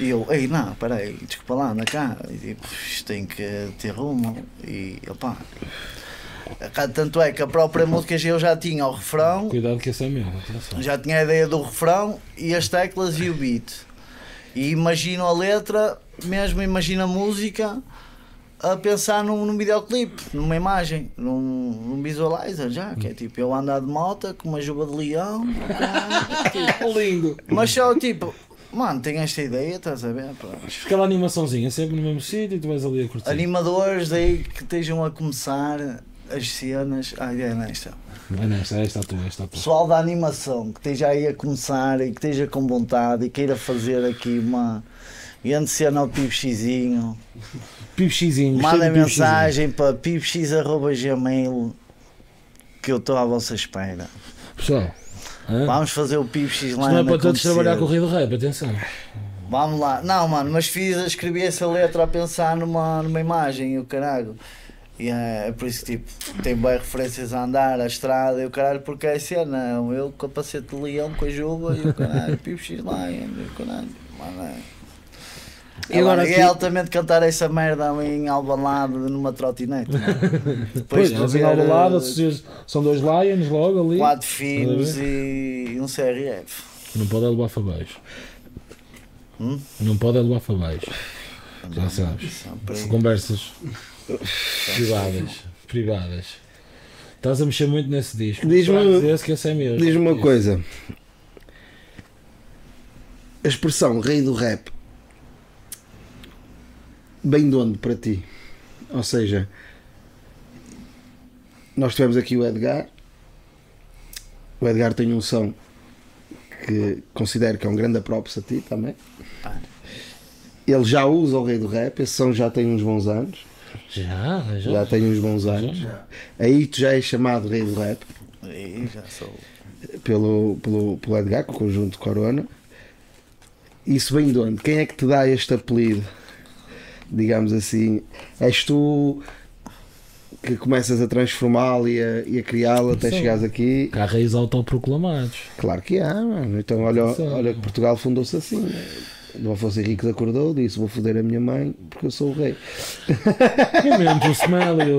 Speaker 6: E eu, ei, não, peraí, desculpa lá, anda cá. E tipo, isto tem que ter rumo. E opá. Tanto é que a própria música eu já tinha o refrão,
Speaker 3: Cuidado que essa é mesmo, atenção.
Speaker 6: já tinha a ideia do refrão e as teclas e o beat. E imagino a letra, mesmo imagino a música, a pensar num, num videoclipe, numa imagem, num, num visualizer já, que é tipo eu andar de moto com uma juba de leão.
Speaker 3: Lindo.
Speaker 6: Mas só tipo, mano, tenho esta ideia, estás a ver? Pá.
Speaker 3: Tipo, Aquela animaçãozinha, sempre no mesmo sítio e tu vais ali a curtir.
Speaker 6: Animadores aí que estejam a começar as cenas. Ah, é nesta.
Speaker 3: É nesta, é esta a tua, é esta a tua.
Speaker 6: Pessoal da animação que esteja aí a começar e que esteja com vontade e queira fazer aqui uma grande cena ao PibXzinho,
Speaker 3: Pipxizinho.
Speaker 6: manda
Speaker 3: cheio de pipxizinho.
Speaker 6: mensagem para pibx.gmail que eu estou à vossa espera.
Speaker 3: Pessoal, hã?
Speaker 6: Vamos fazer o PibX
Speaker 3: É.
Speaker 6: lá
Speaker 3: isto não é
Speaker 6: ainda
Speaker 3: para todos
Speaker 6: acontecer.
Speaker 3: trabalhar com o Rio do Rap, atenção.
Speaker 6: Vamos lá. Não, mano, mas fiz, escrevi essa letra a pensar numa, numa imagem e o caralho. E é, é por isso que tipo, tem bem referências a andar, a estrada e o caralho, porque é cena. Eu com capacete de leão, com a juba e o caralho, Pipo X Lion e o caralho. Mano, é.
Speaker 3: E
Speaker 6: E
Speaker 3: agora
Speaker 6: agora
Speaker 3: aqui-
Speaker 6: é altamente cantar essa merda ali em Albalade numa trotinete. mano. Depois
Speaker 3: Pois,
Speaker 6: de
Speaker 3: eles em
Speaker 6: ver,
Speaker 3: algum lado,
Speaker 6: eh,
Speaker 3: associam- são dois Lions logo ali.
Speaker 6: quatro filhos e um CRF.
Speaker 3: Não pode é levar para baixo.
Speaker 6: Hum?
Speaker 3: Não pode é levar para baixo. Já sabes.
Speaker 6: São por aí.
Speaker 3: Conversas privadas. Privadas. Estás a mexer muito nesse disco.
Speaker 4: Diz-me-
Speaker 3: Esse que esse é mesmo.
Speaker 4: Diz-me uma
Speaker 3: Esse.
Speaker 4: coisa. A expressão rei do rap bem de onde para ti? Ou seja, nós tivemos aqui o Edgar. O Edgar tem um som que considero que é um grande apropos a ti também. Ele já usa o rei do rap, esse som já tem uns bons anos.
Speaker 3: Já, já.
Speaker 4: Já tem uns bons anos. Aí tu já és chamado rei do rap
Speaker 6: Aí já sou.
Speaker 4: pelo, pelo, pelo Edgar, com o conjunto Corona. Isso vem de onde? Quem é que te dá este apelido? Digamos assim, és tu que começas a transformá-la e a, e a criá-la até
Speaker 3: Sou.
Speaker 4: chegares aqui?
Speaker 3: Cá há reis autoproclamados.
Speaker 4: Claro que há, mano. Então olha,
Speaker 3: Sou.
Speaker 4: olha que Portugal fundou-se assim. Dom Afonso Henriques acordou, disse: Vou foder a minha mãe porque eu sou o rei.
Speaker 3: É mesmo, o Smelly. Eu...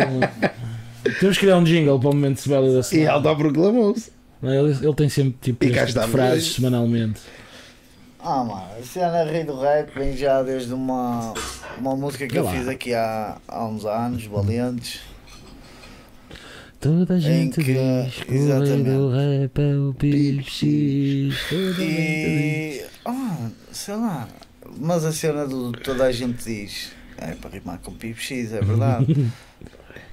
Speaker 3: Temos que criar um jingle para o momento Smelly da
Speaker 4: E
Speaker 3: semana.
Speaker 4: autoproclamou-se.
Speaker 3: Não, Ele, ele tem sempre tipo
Speaker 4: E cá
Speaker 3: este tipo de
Speaker 4: estamos.
Speaker 3: frases semanalmente.
Speaker 6: Ah, mano, a cena Rei do Rap vem já desde uma, uma música que
Speaker 3: Vê
Speaker 6: eu
Speaker 3: lá.
Speaker 6: fiz aqui há, há uns anos, Valentes.
Speaker 3: Toda a
Speaker 6: Em
Speaker 3: gente
Speaker 6: que-
Speaker 3: diz que o rei
Speaker 6: exatamente.
Speaker 3: do rap é o Pipsis.
Speaker 6: E. Ah, sei lá. Mas a cena do toda a gente diz. É para rimar com Pipo X, é verdade.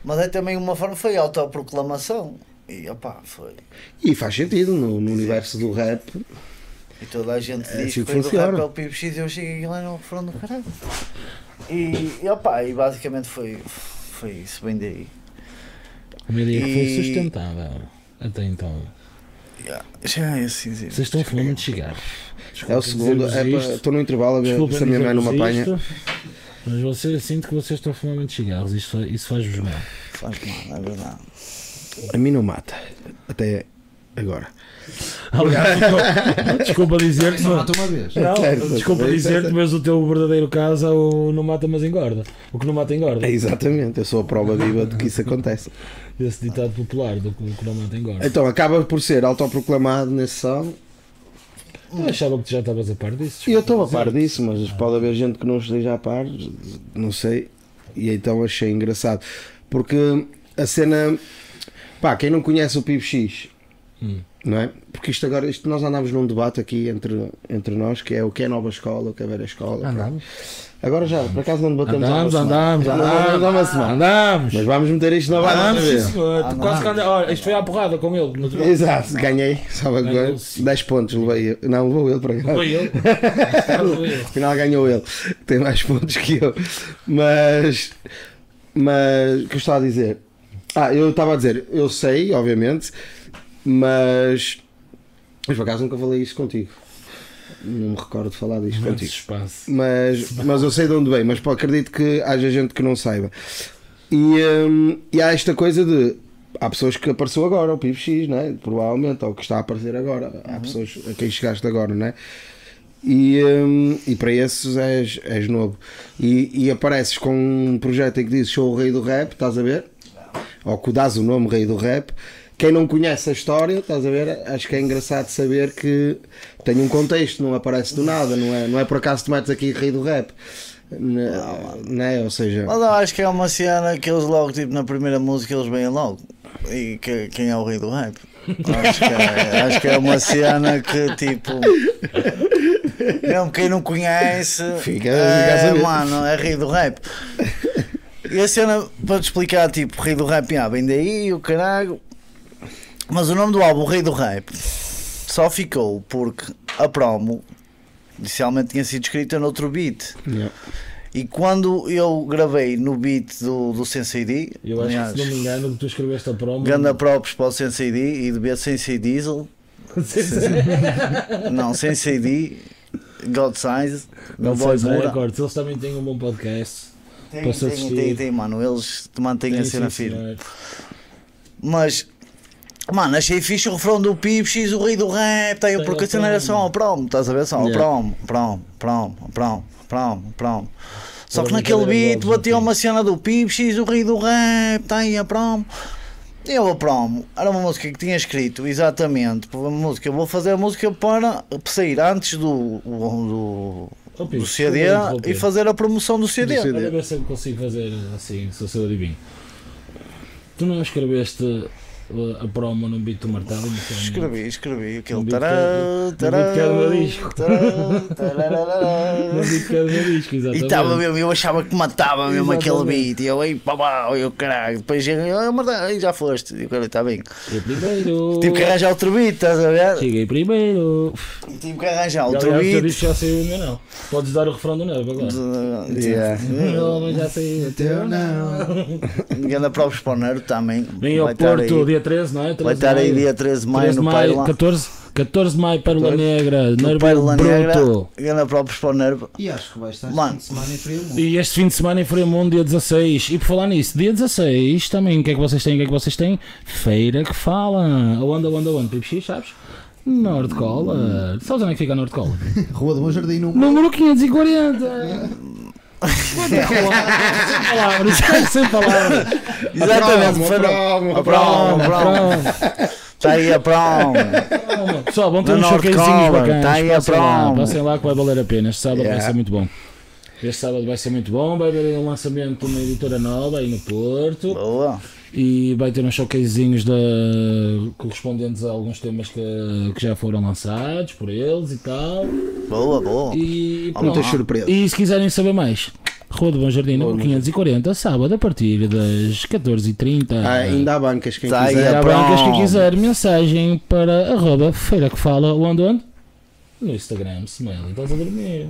Speaker 6: mas é também uma forma, foi autoproclamação. E opá, foi.
Speaker 4: E faz sentido no, no universo do rap.
Speaker 6: E toda a gente
Speaker 4: É
Speaker 6: diz
Speaker 4: assim
Speaker 6: que
Speaker 4: que
Speaker 6: foi do
Speaker 4: funciona.
Speaker 6: rap ao PIBX e eu chego aqui lá no refrão do caralho. E, e opá, e basicamente foi, foi isso, bem daí.
Speaker 3: Uma ideia que foi
Speaker 6: E-
Speaker 3: sustentável. Até então.
Speaker 6: Yeah, Já é assim dizer.
Speaker 3: Vocês estão fumando de cigarro.
Speaker 4: É o segundo. é
Speaker 3: dizermos
Speaker 4: pa-
Speaker 3: isto.
Speaker 4: Estou no intervalo a ver
Speaker 3: Desculpem
Speaker 4: se a minha mãe não me
Speaker 3: dizer-vos
Speaker 4: apanha.
Speaker 3: isto, Mas vocês, sinto que vocês estão fumando de cigarros. Isso, isso faz-vos mal.
Speaker 6: Faz mal, é verdade.
Speaker 4: A mim não mata. Até agora.
Speaker 3: Aliás, desculpa- desculpa dizer-te.
Speaker 5: Só
Speaker 3: mas-
Speaker 5: mata uma vez.
Speaker 3: um. Não,
Speaker 4: Certo,
Speaker 3: desculpa
Speaker 4: certo.
Speaker 3: dizer-te, mas o teu verdadeiro caso é o não mata, mas engorda. O que não mata, engorda.
Speaker 4: É, exatamente, eu sou a prova viva de que isso acontece.
Speaker 3: Esse ditado popular do que o que não mata, engorda.
Speaker 4: Então acaba por ser autoproclamado nesse som.
Speaker 3: Eu achava que tu já estavas a par disso.
Speaker 4: Hum. E eu estou a par disso, mas pode haver gente que não esteja a par, não sei. E então achei engraçado. Porque a cena. Pá, quem não conhece o PIB X, Não é? Porque isto agora, isto, nós andámos num debate aqui entre, entre nós, que é o que é nova escola, o que é velha escola.
Speaker 3: Andámos.
Speaker 4: Agora já, por acaso não debatemos há uma
Speaker 3: Andámos,
Speaker 4: semana.
Speaker 3: andámos,
Speaker 4: Já não debatemos há uma
Speaker 3: andámos,
Speaker 4: semana.
Speaker 3: andámos.
Speaker 4: Mas vamos meter isto na barra outra
Speaker 3: Andámos, Ah, sim
Speaker 4: vez.
Speaker 3: senhor. Quase que anda- Olha, isto foi à porrada com ele. no outro-
Speaker 4: Ah, Exato, ganhei, sabe agora?
Speaker 3: Ganhou, sim.
Speaker 4: 10 pontos, levei eu. Não, levou ele para cá.
Speaker 3: Foi ele. Foi ele.
Speaker 4: Afinal ganhou ele, tem mais pontos que eu. Mas, mas o que eu estava a dizer? Ah, eu estava a dizer, eu sei, obviamente, mas, mas por acaso nunca falei isso contigo. Não me recordo de falar disto
Speaker 3: Muito
Speaker 4: contigo.
Speaker 3: espaço.
Speaker 4: Mas, mas eu sei de onde vem, mas pô, acredito que haja gente que não saiba. E, hum, e há esta coisa de. Há pessoas que apareceu agora, o PIB X, né? provavelmente, ou que está a aparecer agora. Há pessoas a quem chegaste agora, né? E, hum, e para esses és, és novo. E, e apareces com um projeto em que dizes sou o rei do rap, estás a ver? Ou que dás o nome rei do rap. Quem não conhece a história, estás a ver? Acho que é engraçado saber que tem um contexto, não aparece do nada, não é, não é por acaso que tu metes aqui rei do rap. Né? né? Ou seja.
Speaker 6: Mas eu acho que é uma cena que eles logo, tipo, na primeira música eles vêm logo. E que- quem é o rei do hype? Acho que, é, acho que é uma cena que, tipo, mesmo quem não conhece,
Speaker 4: Fica- fica a
Speaker 6: é,
Speaker 4: saber.
Speaker 6: mano, é rei do rap. E a cena, para te explicar, tipo, rei do rap, ah, vem daí, o caralho. Mas o nome do álbum, Rei do Rap, só ficou porque a promo inicialmente tinha sido escrita noutro beat.
Speaker 4: Yeah.
Speaker 6: E quando eu gravei no beat do, do Sensei D,
Speaker 3: Eu acho que se não me engano, tu escreveste a promo.
Speaker 6: ganda props para o Sensei D e do beat Sensei Diesel, não, Sensei D, God Size, meu
Speaker 3: Não sei
Speaker 6: boy
Speaker 3: se é,
Speaker 6: Bura.
Speaker 3: Records. Eles também têm um bom podcast.
Speaker 6: Tem,
Speaker 3: Posso
Speaker 6: tem,
Speaker 3: assistir.
Speaker 6: tem, tem, mano, eles te mantêm
Speaker 3: Tem,
Speaker 6: a cena
Speaker 3: sim,
Speaker 6: firme.
Speaker 3: senhor.
Speaker 6: Mas, mano, achei fixe o refrão do Pips, X, o rei do rap, tá? eu,
Speaker 3: Tem
Speaker 6: porque
Speaker 3: a
Speaker 6: a cena era só
Speaker 3: promo.
Speaker 6: ao promo, estás a ver? Só ao
Speaker 4: Yeah.
Speaker 6: promo, promo, promo, promo, promo, promo. Só que
Speaker 3: Agora
Speaker 6: naquele
Speaker 3: não quero
Speaker 6: beat
Speaker 3: igual,
Speaker 6: batia
Speaker 3: não
Speaker 6: uma cena do Pips, X, o rei do rap, tá aí a promo. E Eu a promo, era uma música que tinha escrito exatamente, uma música, eu vou fazer a música para sair antes do, do,
Speaker 3: Oh, Pips,
Speaker 6: do CD
Speaker 3: desculpa interromper.
Speaker 6: e fazer a promoção do CD.
Speaker 4: CD.
Speaker 3: Olha ver se eu consigo fazer assim, se eu sou adivinho. Tu não escreveste uh, a promo num beat do martelo? é um não sei.
Speaker 6: Escrevi, escrevi aquele
Speaker 3: Não vi
Speaker 6: tará,
Speaker 3: que- não
Speaker 6: tará,
Speaker 3: vi que era do disco.
Speaker 6: tará, tarararará.
Speaker 3: Num beat que era do disco,
Speaker 6: E
Speaker 3: exatamente.
Speaker 6: estava mesmo, eu achava que matava mesmo aquele
Speaker 3: Exatamente.
Speaker 6: beat. E eu, ei, babau, eu caralho. Depois eu, ah, merda, aí já foste. E o cara, está bem.
Speaker 3: Cheguei primeiro.
Speaker 6: Tive que arranjar outro beat, estás a ver?
Speaker 3: Cheguei primeiro.
Speaker 6: Tive que arranjar
Speaker 3: Já,
Speaker 6: outro
Speaker 3: aliás, o teu
Speaker 6: beat.
Speaker 3: disco já saiu o meu não. Podes dar o refrão do Nervo agora.
Speaker 4: Yeah.
Speaker 3: Meu homem já saiu o teu não.
Speaker 6: Ganda Provos para o Nero também.
Speaker 3: Vem ao
Speaker 6: Vai estar
Speaker 3: Porto
Speaker 6: aí-
Speaker 3: dia 13, não é? 13
Speaker 6: Vai
Speaker 3: de
Speaker 6: estar aí
Speaker 3: maio.
Speaker 6: dia 13 de maio
Speaker 3: 13 de
Speaker 6: no
Speaker 3: maio,
Speaker 6: Pai lá.
Speaker 3: 14, 14 de maio, Pérola
Speaker 4: 14.
Speaker 3: Negra,
Speaker 6: No
Speaker 3: Nervo
Speaker 6: Pérola Negra.
Speaker 3: Bruto.
Speaker 6: Ganda Provos para o Nero.
Speaker 5: E acho que vai estar
Speaker 6: Mano.
Speaker 5: este fim de semana em Friamundo.
Speaker 3: E este fim de semana em Fremont, dia 16. E por falar nisso, dia 16 também, o que é que vocês têm? O que é que vocês têm? Feira que fala. Aonde, aonde, aonde? PPX, Tipo sabes? North Cola. Sabes onde é que fica a North Cola?
Speaker 5: Rua do Bom Jardim, não.
Speaker 3: Número 540. Sem palavras, sem palavras.
Speaker 6: Exatamente,
Speaker 4: promo,
Speaker 6: foi no-
Speaker 4: promo,
Speaker 6: a promo, a promo.
Speaker 3: Pronto.
Speaker 6: Está Tá aí a prom.
Speaker 3: Calma. Pessoal, vão ter
Speaker 6: Da
Speaker 3: uns
Speaker 6: North
Speaker 3: choquezinhos
Speaker 6: Cover,
Speaker 3: bacanas.
Speaker 6: tá aí a
Speaker 3: passem, lá,
Speaker 6: promo.
Speaker 3: passem lá que vai valer a pena. Este sábado
Speaker 6: Yeah.
Speaker 3: vai ser muito bom. Este sábado vai ser muito bom. Vai haver aí um lançamento de uma editora nova aí no Porto.
Speaker 6: Boa.
Speaker 3: E vai ter uns choquezinhos da... correspondentes a alguns temas que, que já foram lançados por eles e tal.
Speaker 6: Boa, boa.
Speaker 3: E
Speaker 4: Muitas
Speaker 3: pronto.
Speaker 4: surpresas.
Speaker 3: E se quiserem saber mais, Rua do Bom Jardim, número 540, sábado, a partir das 14h30.
Speaker 4: Ah, ainda há bancas, quem
Speaker 6: Tá aí,
Speaker 4: quiser.
Speaker 3: Para
Speaker 6: é
Speaker 3: brancas que
Speaker 6: pronto.
Speaker 3: quiser, mensagem para arroba feira que fala onde onde? No Instagram, se mail, estás a dormir.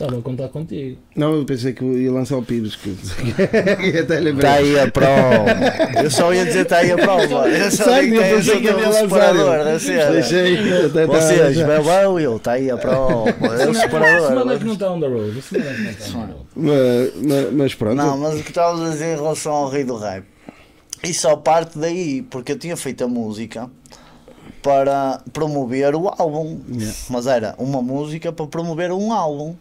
Speaker 3: Estava a contar contigo.
Speaker 4: Não, eu pensei que ia lançar o PIBs. Que... que até lembrei.
Speaker 6: Está Tá aí a prova. Eu só ia dizer está aí a prova. Eu só
Speaker 4: Sei,
Speaker 6: digo
Speaker 4: eu
Speaker 6: que tem
Speaker 4: pensei que
Speaker 6: que
Speaker 4: ia
Speaker 6: haver um
Speaker 4: lançar,
Speaker 6: separador
Speaker 4: eu.
Speaker 6: da cena.
Speaker 4: Deixei. até tá- tava-
Speaker 6: é. Vocês, vai lá Will, está tá aí a prova. É o
Speaker 3: semana é que
Speaker 6: separador.
Speaker 3: não está on the road. a semana é que não está on the road.
Speaker 4: Mas, mas- mas pronto.
Speaker 6: Não, mas o que estavas a dizer em relação ao Rei do Rap? Isso só parte daí, porque eu tinha feito a música para promover o álbum. Mas era uma música para promover um álbum.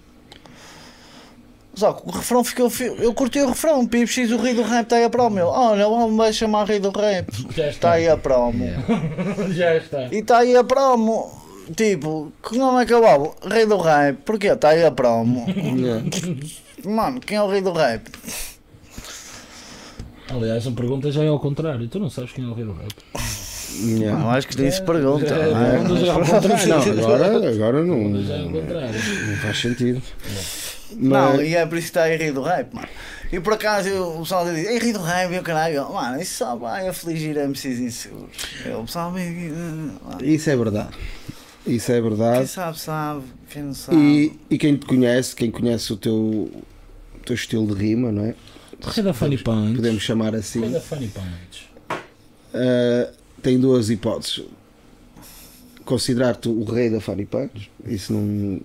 Speaker 6: Só que o refrão ficou. fi- Eu curti o refrão, Pips X, o Rei do Rap está aí a promo. Eu, Olha, o álbum vai chamar Rei do Rap.
Speaker 3: Já
Speaker 6: Está
Speaker 3: está.
Speaker 6: aí a promo.
Speaker 3: Já está.
Speaker 6: E está aí a promo. Tipo, que nome é que é o álbum? Rei do Rap. Porquê? Está aí a promo. Mano, quem é o Rei do Rap?
Speaker 3: Aliás, a pergunta já é ao contrário. Tu não sabes quem é o rei do rap.
Speaker 4: Yeah.
Speaker 6: Não acho que nem se pergunta. não é?
Speaker 3: Ondas já ao
Speaker 4: Ah,
Speaker 3: contrário.
Speaker 4: não, agora, agora não,
Speaker 3: Ondas já é ao
Speaker 4: não
Speaker 3: contrário.
Speaker 4: faz sentido.
Speaker 6: Não,
Speaker 4: Mas,
Speaker 6: e é por isso que está em Rio do Hype, mano. E por acaso eu- o pessoal diz, em Rio do Hype, e o caralho, eu, mano, isso só vai afligir MCs inseguros. Eu, o pessoal me. mano,
Speaker 4: isso é verdade. Isso é
Speaker 6: Quem
Speaker 4: verdade.
Speaker 6: sabe, sabe, quem não sabe.
Speaker 4: E, e quem te conhece, quem conhece o teu, o teu estilo de rima, não é?
Speaker 3: Rei da Funny Punch.
Speaker 4: Podemos chamar assim.
Speaker 3: Rei da Funny Punch.
Speaker 4: Uh, tem duas hipóteses. Considerar-te o rei da Funny Punch, isso não.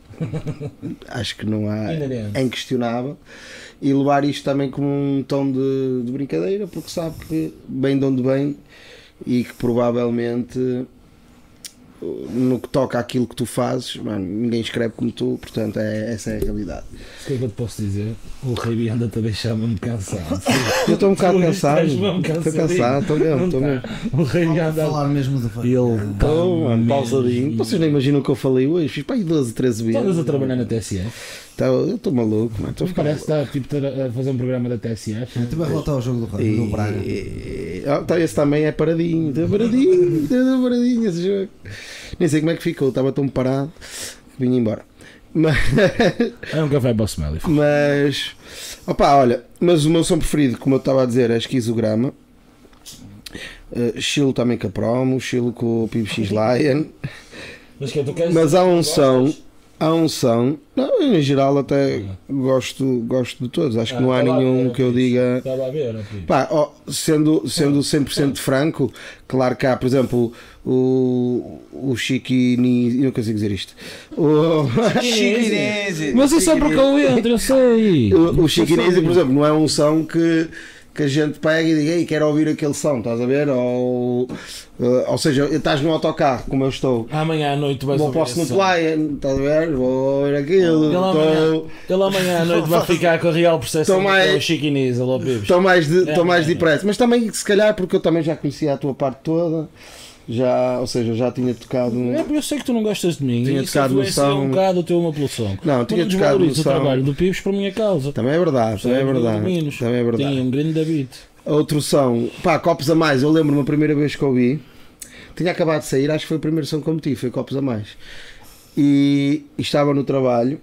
Speaker 4: acho que não há.
Speaker 3: Inerente.
Speaker 4: É inquestionável. E levar isto também como um tom de, de brincadeira, porque sabe que bem de onde bem e que provavelmente no que toca àquilo que tu fazes, mano, ninguém escreve como tu, portanto é, essa é a realidade.
Speaker 3: O que é que eu te posso dizer? O Rei anda-te a deixar-me cansado.
Speaker 4: Eu estou um bocado cansado.
Speaker 3: Estás-me
Speaker 4: Estou
Speaker 3: cansadinho.
Speaker 4: cansado, estou mesmo,
Speaker 3: Não
Speaker 4: estou
Speaker 3: tá.
Speaker 4: mesmo.
Speaker 3: O Rei anda
Speaker 5: falar mesmo do
Speaker 3: E
Speaker 5: funk.
Speaker 3: ele tá
Speaker 4: Estou, mano,
Speaker 3: mesmo-
Speaker 4: pausadinho. Vocês não imaginam o que eu falei hoje? Fiz para aí 12, 13 vezes.
Speaker 3: Estavas a trabalhar na TSF?
Speaker 4: Tá, eu estou maluco, mano. Estou a ficar
Speaker 3: Parece
Speaker 4: maluco.
Speaker 3: que está tipo, a fazer um programa da TSF.
Speaker 5: Tu vai relatar o jogo do, do Braga.
Speaker 4: E- Ah, tá, esse também é paradinho. Deu paradinho, deu paradinho esse jogo. Nem sei como é que ficou, estava tão parado que vim embora. Mas,
Speaker 3: É um café Boss Melly.
Speaker 4: mas opa, olha, mas o meu som preferido, como eu estava a dizer, é esquizograma. Eh, Chilo também com a promo, Chilo com o PBX Lion.
Speaker 3: Mas que é, tu queres?
Speaker 4: Mas há um som, há um som. Não, eu, em geral até gosto, gosto de todos. Acho que não
Speaker 3: Ah, tá
Speaker 4: há nenhum
Speaker 3: é
Speaker 4: que eu diga.
Speaker 3: Estava Tá a ver, é ó, filho.
Speaker 4: Pá, ó, sendo, sendo 100% franco, claro que há, por exemplo, o, o Chiquini. Eu não consigo dizer isto. O,
Speaker 6: Chiquinese.
Speaker 3: Mas isso é porque eu entro, eu sei.
Speaker 4: o, o Chiquinese, por exemplo, não é um som que, que a gente pega e diga, ei, quero ouvir aquele som, estás a ver? Ou, eh, ou seja, estás no autocarro, como eu estou.
Speaker 3: Amanhã à noite vais
Speaker 4: Vou
Speaker 3: ouvir
Speaker 4: para o
Speaker 3: esse
Speaker 4: Snoop
Speaker 3: som.
Speaker 4: Lion, estás a ver? Vou ouvir aquilo.
Speaker 3: Ele amanhã,
Speaker 4: estou-
Speaker 3: ele amanhã à noite vai ficar com a real processo
Speaker 4: Toma aí.
Speaker 3: com o chiquinês, alô bebes.
Speaker 4: Estou mais, de, estou
Speaker 3: É,
Speaker 4: mais
Speaker 3: é, é.
Speaker 4: depressa. Mas também, se calhar, porque eu também já conhecia a tua parte toda, já, ou seja, já tinha tocado. um-
Speaker 3: É, eu sei que tu não gostas de mim.
Speaker 4: Tinha
Speaker 3: e isso
Speaker 4: tocado no
Speaker 3: influencia
Speaker 4: som.
Speaker 3: um bocado o teu amor pelo som.
Speaker 4: Não,
Speaker 3: Mas
Speaker 4: tinha tocado no
Speaker 3: desvalorizo o
Speaker 4: som.
Speaker 3: trabalho do Pibes por minha causa.
Speaker 4: Também é verdade, também é verdade.
Speaker 3: Menos.
Speaker 4: Também é verdade.
Speaker 3: Tinha um grande David.
Speaker 4: Outro som, pá, copos a mais. Eu lembro-me a primeira vez que ouvi, tinha acabado de sair, acho que foi o primeiro som que eu meti, foi copos a mais. E, e estava no trabalho,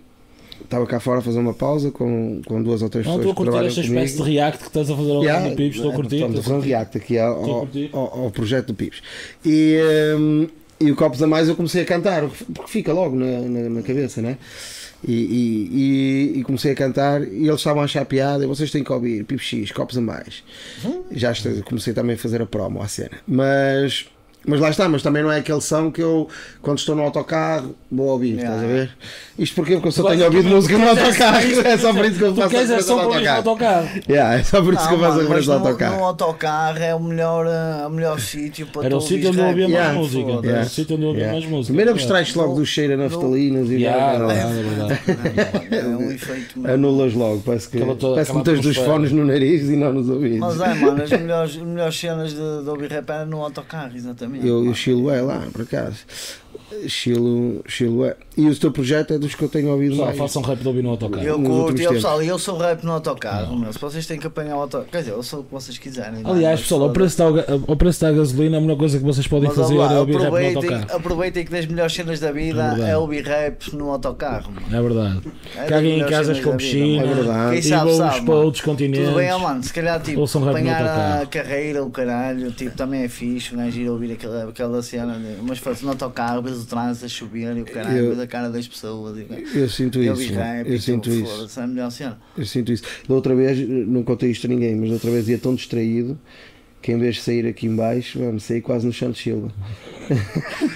Speaker 4: estava cá fora a fazer uma pausa com, com duas ou três
Speaker 3: Não, estou
Speaker 4: pessoas
Speaker 3: a
Speaker 4: que
Speaker 3: curtir
Speaker 4: trabalham
Speaker 3: esta
Speaker 4: comigo.
Speaker 3: espécie de react que estás a fazer ao
Speaker 4: Yeah,
Speaker 3: longo do Pibes. Estou a
Speaker 4: é,
Speaker 3: curtir.
Speaker 4: Estamos a
Speaker 3: estou
Speaker 4: fazer um react aqui ao,
Speaker 3: Estou a
Speaker 4: ao,
Speaker 3: curtir.
Speaker 4: ao- ao projeto do Pips. E, hum, e o Copos a Mais eu comecei a cantar, porque fica logo na, na, na cabeça, né? E, e, e- e comecei a cantar e eles estavam a achar piada. e Vocês têm que ouvir Pips X, Copos a Mais. Já estou- comecei também a fazer a promo à cena. Mas, mas lá está, mas também não é aquele som que eu, quando estou no autocarro, vou ouvir,
Speaker 6: Yeah.
Speaker 4: estás a ver? Isto porquê? Porque eu só
Speaker 3: Tu
Speaker 4: tenho
Speaker 3: vais-
Speaker 4: ouvido
Speaker 3: tu-
Speaker 4: música
Speaker 3: tu
Speaker 4: no
Speaker 3: queres-
Speaker 4: autocarro. É só por isso que eu
Speaker 3: Tu
Speaker 4: faço
Speaker 3: queres é
Speaker 4: a
Speaker 3: só para ouvir no autocarro.
Speaker 4: Yeah, é só por isso que eu
Speaker 6: Não,
Speaker 4: faço a
Speaker 6: mano, mas
Speaker 4: coisa do
Speaker 6: no- No
Speaker 4: autocarro.
Speaker 6: autocarro é o melhor, eh, o melhor sítio para
Speaker 3: Era
Speaker 6: tu
Speaker 3: o sítio
Speaker 6: ouvires
Speaker 3: onde eu ouvia
Speaker 6: rap.
Speaker 3: mais
Speaker 4: Yeah,
Speaker 3: música.
Speaker 4: foda-se.
Speaker 3: Era o sítio onde eu ouvia mais música.
Speaker 4: Primeiro é abstrais logo do cheiro a naftalinas e
Speaker 3: Yeah,
Speaker 4: blá, blá, blá.
Speaker 3: verdade, verdade.
Speaker 6: É um efeito mesmo.
Speaker 4: anulas logo. Parece que,
Speaker 3: Aquela toda-
Speaker 4: parece que
Speaker 3: aquela
Speaker 4: metes dos
Speaker 3: atmosfera.
Speaker 4: fones no nariz e não nos ouvidos.
Speaker 6: Mas é, mano, as melhores, as melhores cenas de, de ouvir rap era no autocarro, exatamente.
Speaker 4: Eu, eu
Speaker 6: mano.
Speaker 4: chilo é lá, por acaso. Chilo, chilo é. E o teu projeto é dos que eu tenho ouvido
Speaker 3: Pessoal,
Speaker 4: mais.
Speaker 3: façam rap de ouvir no autocarro.
Speaker 6: Eu
Speaker 4: nos
Speaker 6: curto,
Speaker 4: últimos
Speaker 6: e eu,
Speaker 4: tempos.
Speaker 6: pessoal, eu sou rap no autocarro, meu. Se vocês têm que apanhar o autocarro, quer dizer, eu sou o que vocês quiserem. não é?
Speaker 3: Aliás,
Speaker 6: Mas,
Speaker 3: pessoal, ao preço, da, ao preço da gasolina, é a melhor coisa que vocês podem
Speaker 6: Mas
Speaker 3: fazer
Speaker 6: olha lá,
Speaker 3: é ouvir rap no
Speaker 6: aproveitem,
Speaker 3: autocarro.
Speaker 6: aproveitem que das melhores cenas da
Speaker 3: É
Speaker 6: vida
Speaker 3: verdade.
Speaker 6: é ouvir rap no autocarro. mano.
Speaker 3: É verdade.
Speaker 6: É das
Speaker 3: Caguem em
Speaker 6: melhores
Speaker 3: casas
Speaker 6: cenas
Speaker 3: com
Speaker 6: da vida,
Speaker 3: piscina.
Speaker 6: mano.
Speaker 4: É verdade.
Speaker 6: Quem
Speaker 3: E
Speaker 6: sabe,
Speaker 3: voos
Speaker 6: sabe.
Speaker 3: para
Speaker 6: mano.
Speaker 3: outros continentes.
Speaker 6: Tudo bem, ó, mano. Se calhar, tipo,
Speaker 3: Ouçam rap no
Speaker 6: apanhar a
Speaker 3: autocarro.
Speaker 6: carreira, o caralho, tipo, também é fixe. O gajo ir ouvir aquela, aquela cena. de- Mas fosse no autocarro, vês o trânsito a chover e o caralho,
Speaker 4: Eu-
Speaker 6: vês a cara das pessoas. E,
Speaker 4: Eu sinto
Speaker 6: eu
Speaker 4: isso.
Speaker 6: vi
Speaker 4: mano.
Speaker 6: rap,
Speaker 4: Eu
Speaker 6: e
Speaker 4: sinto
Speaker 6: tipo,
Speaker 4: isso.
Speaker 6: foda-se, é a melhor cena.
Speaker 4: Eu sinto isso. Da outra vez, não contei isto a ninguém, mas da outra vez ia tão distraído que em vez de sair aqui em baixo, vamos, saí quase no chão de Silva.
Speaker 3: E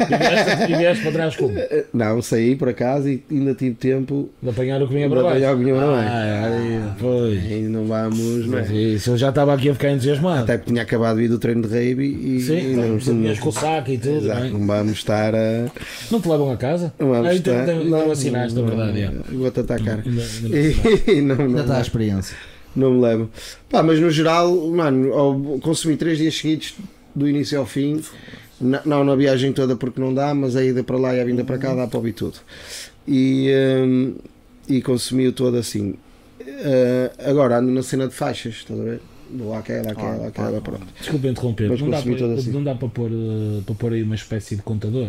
Speaker 3: vieste- E vieste para trás como?
Speaker 4: Não, saí para casa e ainda tive tempo
Speaker 3: De apanhar o que vinha
Speaker 4: De
Speaker 3: para baixo.
Speaker 4: apanhar o que vinha para baixo.
Speaker 3: Ah, aí, pois.
Speaker 4: Ainda não vamos, não
Speaker 3: Mas
Speaker 4: é?
Speaker 3: Isso, eu já estava aqui a ficar entusiasmado.
Speaker 4: Até porque tinha acabado de ir do treino de rave e,
Speaker 3: Sim,
Speaker 4: e não,
Speaker 3: tu vinhas com o
Speaker 4: não,
Speaker 3: saco e tudo.
Speaker 4: Exato,
Speaker 3: bem.
Speaker 4: não vamos estar a.
Speaker 3: Não te levam a casa?
Speaker 4: Não vamos
Speaker 3: Ah, então,
Speaker 4: estar.
Speaker 3: então, então assinaste, na verdade. é.
Speaker 4: Vou-te atacar.
Speaker 3: Ainda- ainda não
Speaker 4: E, não, não,
Speaker 5: Ainda está a
Speaker 4: não,
Speaker 5: experiência.
Speaker 4: me levo. Pá, mas no geral, mano, ao- consumi três dias seguidos, do início ao fim. Na- não na viagem toda porque não dá, mas a ida para lá e a vinda para cá dá para ouvir tudo. E, Eh, hum, e consumi-o todo assim. Ah, agora ando na cena de faixas, estás a ver? do aquela, aquela, aquela, pronto.
Speaker 3: Desculpa interromper,
Speaker 4: Mas
Speaker 3: não dá,
Speaker 4: consumi
Speaker 3: para,
Speaker 4: todas assim.
Speaker 3: não dá para, pôr, eh, para pôr aí uma espécie de contador?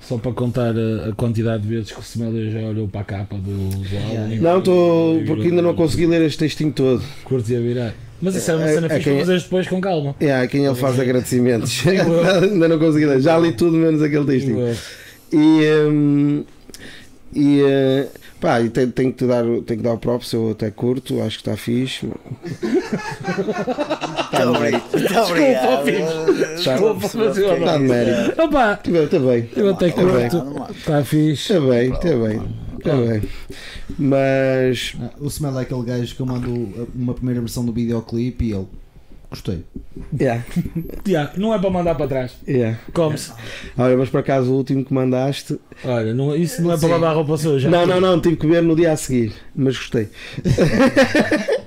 Speaker 3: Só para contar eh, a, quantidade de vezes que o Semelha já olhou para a capa do, do álbum. e-
Speaker 4: Não,
Speaker 3: e
Speaker 4: estou.
Speaker 3: virou-
Speaker 4: porque ainda não consegui ler este textinho todo.
Speaker 3: Curte a virar. Mas isso é uma
Speaker 4: É-
Speaker 3: cena
Speaker 4: é
Speaker 3: fixe
Speaker 4: quem-
Speaker 3: para fazeres depois com calma.
Speaker 4: É, a quem ele faz agradecimentos. ainda não consegui ler. Já li tudo menos aquele textinho.
Speaker 3: Digo eu.
Speaker 4: E, hum, e eh, pá, e tenho, tenho que te dar, o- tenho que dar o props, eu até curto, acho que está fixe.
Speaker 3: Tá
Speaker 6: Muito obrigado. Muito obrigado.
Speaker 3: Desculpa, mas eu
Speaker 4: Está de mérito.
Speaker 3: Opa,
Speaker 4: Está bem, está bem.
Speaker 3: eu até
Speaker 4: Tá bem.
Speaker 3: curto. Está fixe.
Speaker 4: Está bem, está bem. Está bem. Mas.
Speaker 5: Ah, o Smell é aquele gajo que eu mando ah, uma primeira versão do videoclipe e ele. Gostei.
Speaker 4: Yeah,
Speaker 3: Já, não é para mandar para trás.
Speaker 4: yeah.
Speaker 3: Come-se.
Speaker 4: Olha, mas por acaso o último que mandaste.
Speaker 3: Olha, não- isso não é para lavar a roupa suja.
Speaker 4: Não, não, não, tive que ver no dia a seguir, mas gostei.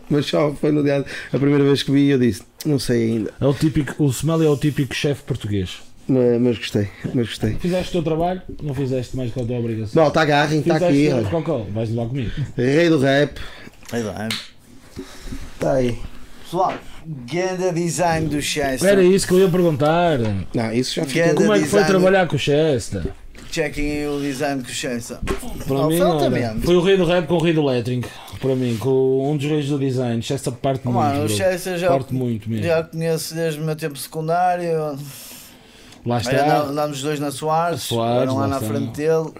Speaker 4: mas só foi no dia. A primeira vez que vi, eu disse, não sei ainda,
Speaker 3: É o, típico, o Smell é o típico chefe português.
Speaker 4: mas, mas gostei, mas gostei.
Speaker 3: Fizeste o teu trabalho, não fizeste mais que a tua obrigação.
Speaker 4: Malta, agarrem, está
Speaker 3: fizeste
Speaker 4: tá aqui,
Speaker 3: o
Speaker 4: olha.
Speaker 3: Cocó, vais levar comigo.
Speaker 4: Rei do rap,
Speaker 6: Aí vai.
Speaker 4: está aí.
Speaker 6: Pessoal, ganda design do Chester.
Speaker 3: Era isso que eu ia perguntar.
Speaker 4: Não, isso já ficou.
Speaker 6: Ganda
Speaker 3: Como é que foi
Speaker 6: design.
Speaker 3: trabalhar com o Chester?
Speaker 6: Checking aí o design do Chester.
Speaker 3: Para
Speaker 6: Oh,
Speaker 3: mim,
Speaker 6: altamente.
Speaker 3: olha, foi o rei do rap com o rei do lettering. Para mim, com um dos reis do design. Chester parte muito.
Speaker 6: Mano, o
Speaker 3: bro.
Speaker 6: Chester já,
Speaker 3: Parte muito mesmo.
Speaker 6: já o conheço desde o meu tempo secundário.
Speaker 3: Lá
Speaker 6: Era,
Speaker 3: está.
Speaker 6: andámos os dois na Soares,
Speaker 3: Soares,
Speaker 6: eram lá
Speaker 3: lá
Speaker 6: na
Speaker 3: está.
Speaker 6: frente dele.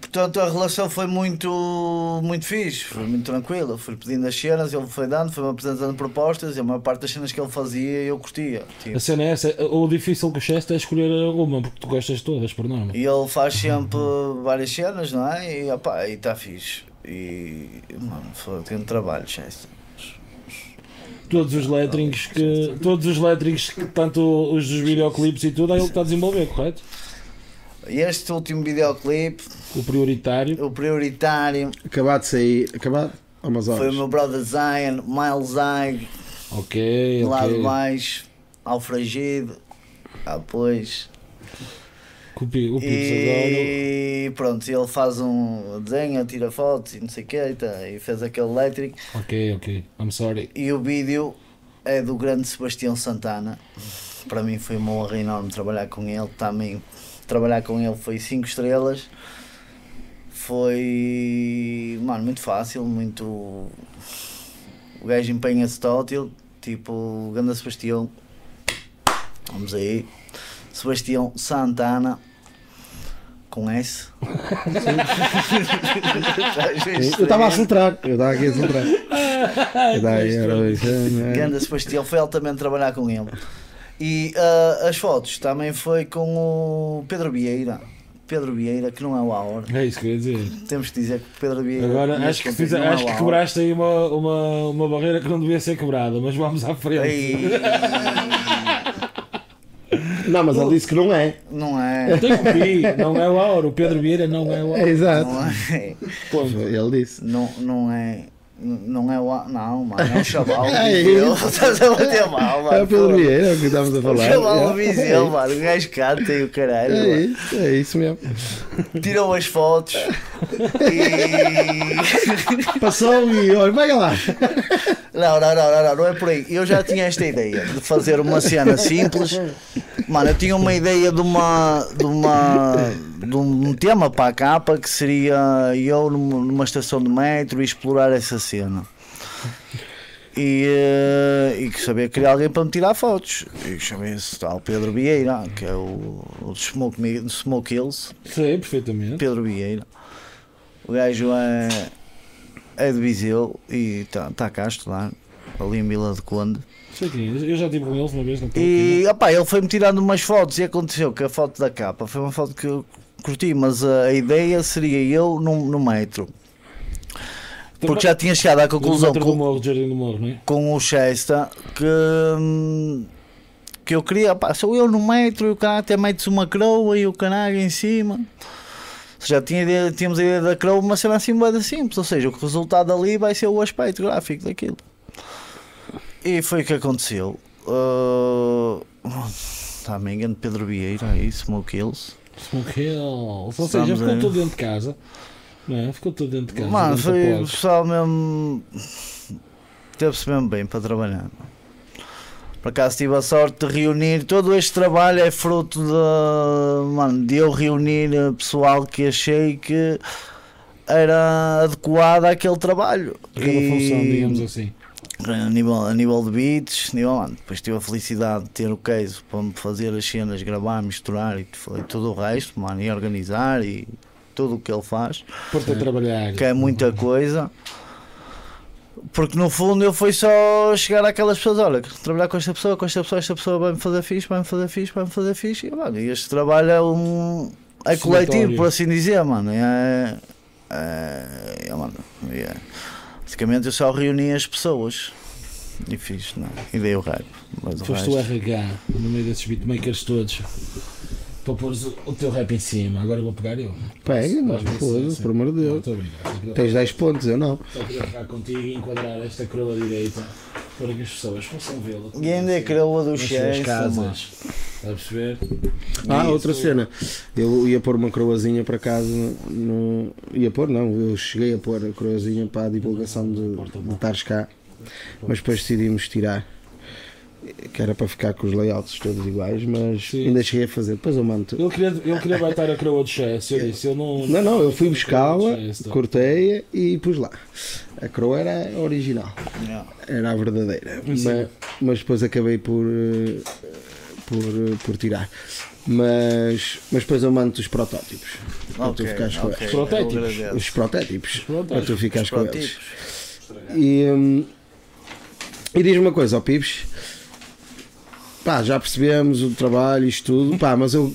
Speaker 6: Portanto, a relação foi muito, muito fixe, foi muito tranquila. Fui pedindo as cenas, ele foi dando, foi-me apresentando propostas e a maior parte das cenas que ele fazia eu curtia. tipo.
Speaker 3: A cena é essa. O difícil com o Chester é escolher uma, porque tu gostas de todas, por norma.
Speaker 6: E ele faz sempre várias cenas, não é? E opá, e está fixe. E, mano, foi um grande trabalho, Chester.
Speaker 3: Todos os letterings que. Todos os letterings que tanto os dos videoclipes e tudo, é ele que está a desenvolver, correto?
Speaker 6: E este último videoclipe,
Speaker 3: O prioritário.
Speaker 6: o prioritário,
Speaker 4: Acabado de sair, acabado? Oh, Há umas
Speaker 6: foi
Speaker 4: horas.
Speaker 6: o meu brother Zion, Miles Zag,
Speaker 3: Ok,
Speaker 6: lá de
Speaker 3: ok.
Speaker 6: baixo, Alfragido, ah, pois.
Speaker 3: Com O Pi- o Pips agora.
Speaker 6: E pronto, ele faz um desenho, tira fotos e não sei o que, e, tá, e fez aquele elétrico.
Speaker 3: Ok, ok. I'm sorry.
Speaker 6: E o vídeo é do grande Sebastião Santana. Para mim foi uma honra enorme trabalhar com ele também. Trabalhar com ele foi 5 estrelas. Foi. Mano, muito fácil, muito. O gajo empenha-se tótil. Tipo, grande Sebastião. Vamos aí. Sebastião Santana. Com S. Tá,
Speaker 4: Eu estava a filtrar, eu estava aqui a filtrar. Eu estava aí, era isso, né?
Speaker 6: Ganda Sebastião, foi altamente trabalhar com ele. E ah, as fotos também foi com o Pedro Vieira. Pedro Vieira, que não é o Aor.
Speaker 3: É isso que eu ia dizer.
Speaker 6: Temos que dizer que o Pedro Vieira.
Speaker 3: Agora
Speaker 6: neste
Speaker 3: acho que,
Speaker 6: contexto,
Speaker 3: fiz-
Speaker 6: não é
Speaker 3: acho
Speaker 6: o
Speaker 3: que
Speaker 6: Aor.
Speaker 3: quebraste aí uma, uma, uma barreira que não devia ser quebrada, mas vamos à frente.
Speaker 6: Ei,
Speaker 4: Não, mas ele disse que não é.
Speaker 6: não é.
Speaker 3: Tem que pedir, não é o Auro, o Pedro Vieira não é o
Speaker 4: É
Speaker 3: Auro.
Speaker 4: exato.
Speaker 6: Não é.
Speaker 4: Ele disse.
Speaker 6: Não, não é. Não é o Aor. Não, mano, é o Chaval.
Speaker 4: É
Speaker 6: Viseu.
Speaker 4: isso.
Speaker 6: Estás a bater mal, mano.
Speaker 4: É o Pedro
Speaker 6: porra.
Speaker 4: Vieira, é o que estávamos a
Speaker 6: O
Speaker 4: falar.
Speaker 6: Chaval do
Speaker 4: É.
Speaker 6: Viseu, mano. O gajo canta e o caralho.
Speaker 4: É
Speaker 6: mano.
Speaker 4: isso, é isso mesmo.
Speaker 6: Tirou as fotos e.
Speaker 4: Passou e olha, vai lá.
Speaker 6: Não, não, não, não, não, não é por aí. Eu já tinha esta ideia de fazer uma cena simples. Mano, eu tinha uma ideia de uma. de uma. de um tema para a capa que seria eu num- numa estação de metro e explorar essa cena. E, eh, e que sabia que queria alguém para me tirar fotos. E chamei-se tal Pedro Vieira, que é o, o de Smoke, Mi- Smoke Hills.
Speaker 3: Sei perfeitamente.
Speaker 6: Pedro Vieira. O gajo é, é de Viseu e está tá cá a estudar, ali em Vila de Conde.
Speaker 3: Sei quem é. Eu já estive com eles uma vez na
Speaker 6: E opá, ele foi-me tirando umas fotos e aconteceu que a foto da capa foi uma foto que eu curti, mas a, a ideia seria eu no, no metro. Porque já tinha chegado à
Speaker 3: conclusão.
Speaker 6: conclusão
Speaker 3: Do
Speaker 6: com,
Speaker 3: Morro, do Jardim do Morro, não é?
Speaker 6: com o Chester que, hum, que eu queria. Pá, sou eu no metro e o caralho até metes uma croa e o caralho em cima. Ou seja, Já tinha ideia, tínhamos a ideia da croa, uma cena assim bem simples. Ou seja, o resultado ali vai ser o aspecto gráfico daquilo. E foi o que aconteceu. Uh, tá, me engano, Pedro Vieira aí, Smoke Hills.
Speaker 3: Smoke Hill. um Ou seja,
Speaker 6: Estamos
Speaker 3: ficou
Speaker 6: aí.
Speaker 3: tudo dentro de casa. Não é? Ficou tudo dentro de casa.
Speaker 6: Mano,
Speaker 3: dentro da
Speaker 6: foi o
Speaker 3: porta.
Speaker 6: pessoal mesmo. Teve-se mesmo bem para trabalhar. Por acaso tive a sorte de reunir. Todo este trabalho é fruto de, mano, de eu reunir eh, pessoal que achei que era adequado àquele trabalho.
Speaker 3: Aquela
Speaker 6: E-
Speaker 3: função, digamos assim.
Speaker 6: a nível, a nível de beats, nível, mano, depois tive a felicidade de ter o case para me fazer as cenas, gravar, misturar e, tu- e tudo o resto, mano, e organizar e tudo o que ele faz,
Speaker 3: Pôr-te a trabalhar.
Speaker 6: que é muita coisa. Porque no fundo eu fui só chegar àquelas pessoas, olha, trabalhar com esta pessoa, com esta pessoa, esta pessoa vai-me fazer fixe, vai-me fazer fixe, vai-me fazer fixe, e, mano, e este trabalho é um. é coletivo,
Speaker 3: Somatório.
Speaker 6: por assim dizer, mano. É, é, é, mano, é. Basicamente eu só reuni as pessoas e fiz, não. é? E dei o rap. Mas o
Speaker 3: Foste
Speaker 6: resto,
Speaker 3: o RH no meio desses beatmakers todos para pôr o teu rap em cima. Agora vou pegar eu.
Speaker 4: Pega, mas
Speaker 3: Sim,
Speaker 4: foda-se,
Speaker 3: sim.
Speaker 4: por amor de
Speaker 3: Não,
Speaker 4: Deus.
Speaker 3: estou a brincar.
Speaker 4: Tens 10 pontos, eu não.
Speaker 3: Só queria ficar contigo e enquadrar esta coroa direita para que as pessoas possam vê-la.
Speaker 6: e ainda é É creua do
Speaker 3: nas suas
Speaker 6: chefe. mano.
Speaker 3: casas. Está a perceber?
Speaker 4: Ah,
Speaker 3: Isso.
Speaker 4: outra cena. Eu ia pôr uma coroazinha para casa. No... Ia pôr, não. Eu cheguei a pôr a coroazinha para a divulgação de, de estares cá. Mas depois decidimos tirar. Que era para ficar com os layouts todos iguais. Mas
Speaker 3: Sim.
Speaker 4: ainda cheguei a fazer. Depois eu mando.
Speaker 3: Ele queria, ele queria baitar a coroa do chefe. Eu disse, eu não.
Speaker 4: Não, não. Eu fui buscá-la,
Speaker 3: Sim, sim.
Speaker 4: cortei e pus lá. A coroa era a original.
Speaker 6: Yeah.
Speaker 4: Era a verdadeira.
Speaker 3: Sim.
Speaker 4: Mas, mas depois acabei por, eh, por, eh, por tirar. Mas, mas depois eu mando os protótipos. Para tu
Speaker 6: Ok,
Speaker 4: ficares com
Speaker 6: ok, é
Speaker 4: eles.
Speaker 6: eu
Speaker 3: Protótipos.
Speaker 6: agradeço.
Speaker 4: Os protótipos.
Speaker 3: protótipos.
Speaker 4: Para tu ficares com eles.
Speaker 6: Protótipos.
Speaker 4: E, hum, e diz-me uma coisa, ó Pibes. Pá, já percebemos o trabalho, isto tudo, pá, mas eu,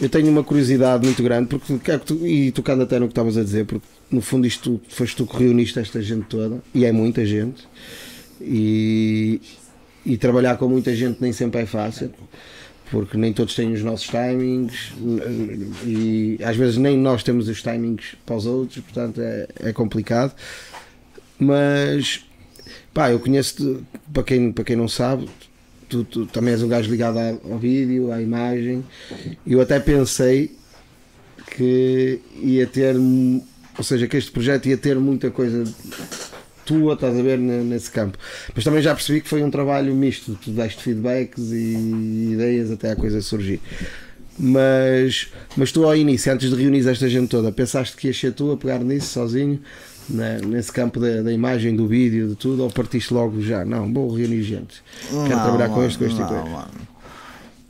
Speaker 4: eu tenho uma curiosidade muito grande, porque, é que tu- e tocando até no que estavas a dizer, porque no fundo isto tu- foste tu que reuniste esta gente toda, e é muita gente, e, e trabalhar com muita gente nem sempre é fácil, porque nem todos têm os nossos timings, n- e às vezes nem nós temos os timings para os outros, portanto é, é complicado, mas pá, eu conheço-te, para quem, para quem não sabe, tu, tu também és um gajo ligado à- ao vídeo, à imagem. Eu até pensei que ia ter, mu- ou seja, que este projeto ia ter muita coisa tua, estás a ver, ne- nesse campo. Mas também já percebi que foi um trabalho misto, tu deste feedbacks e ideias até a coisa surgir. Mas, mas tu ao início, antes de reunir esta gente toda, pensaste que ia ser tu a pegar nisso sozinho, na- nesse campo da, da imagem, do vídeo, de tudo, ou partiste logo já? Não, vou reunir gente. Quero
Speaker 6: Não,
Speaker 4: trabalhar com
Speaker 6: mano,
Speaker 4: este, tipo, é. com este e
Speaker 6: não,
Speaker 4: com este.
Speaker 6: mano.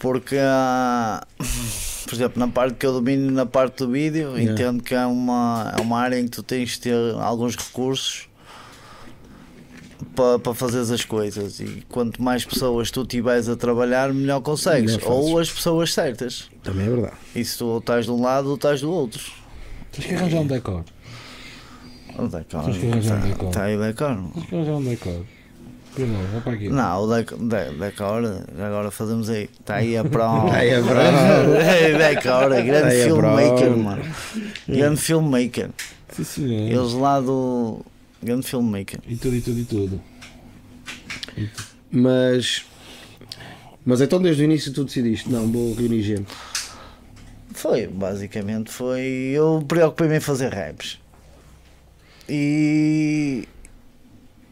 Speaker 6: Porque há, por exemplo, na parte que eu domino na parte do vídeo, entendo que é uma, é uma área em que tu tens de ter alguns recursos para, para fazeres as coisas. E quanto mais pessoas tu tiveres a trabalhar, melhor consegues.
Speaker 4: Melhor fazes.
Speaker 6: Ou as pessoas certas.
Speaker 4: Também é verdade.
Speaker 6: E se tu ou estás de um lado ou estás do outro.
Speaker 3: Tens que arranjar um decor.
Speaker 6: O decor.
Speaker 3: Tens que arranjar um
Speaker 6: Está
Speaker 3: decor.
Speaker 6: tá aí o decor. mano.
Speaker 3: Tens que arranjar um decor. Perdão, vai para aqui.
Speaker 6: Não, o decor, de- decor, agora fazemos aí. Está aí a prova.
Speaker 4: Aí é verdade.
Speaker 6: Decora, grande
Speaker 4: Aí é
Speaker 6: filmmaker,
Speaker 4: bravo.
Speaker 6: mano. Grande filmmaker.
Speaker 3: Sim, senhor.
Speaker 6: Eles lá do. Grande filmmaker.
Speaker 3: E tudo, e tudo, e tudo.
Speaker 4: Mas. Mas então desde o início tu decidiste, não, vou reunir gente.
Speaker 6: Foi, basicamente foi. Eu preocupei-me em fazer raps. E.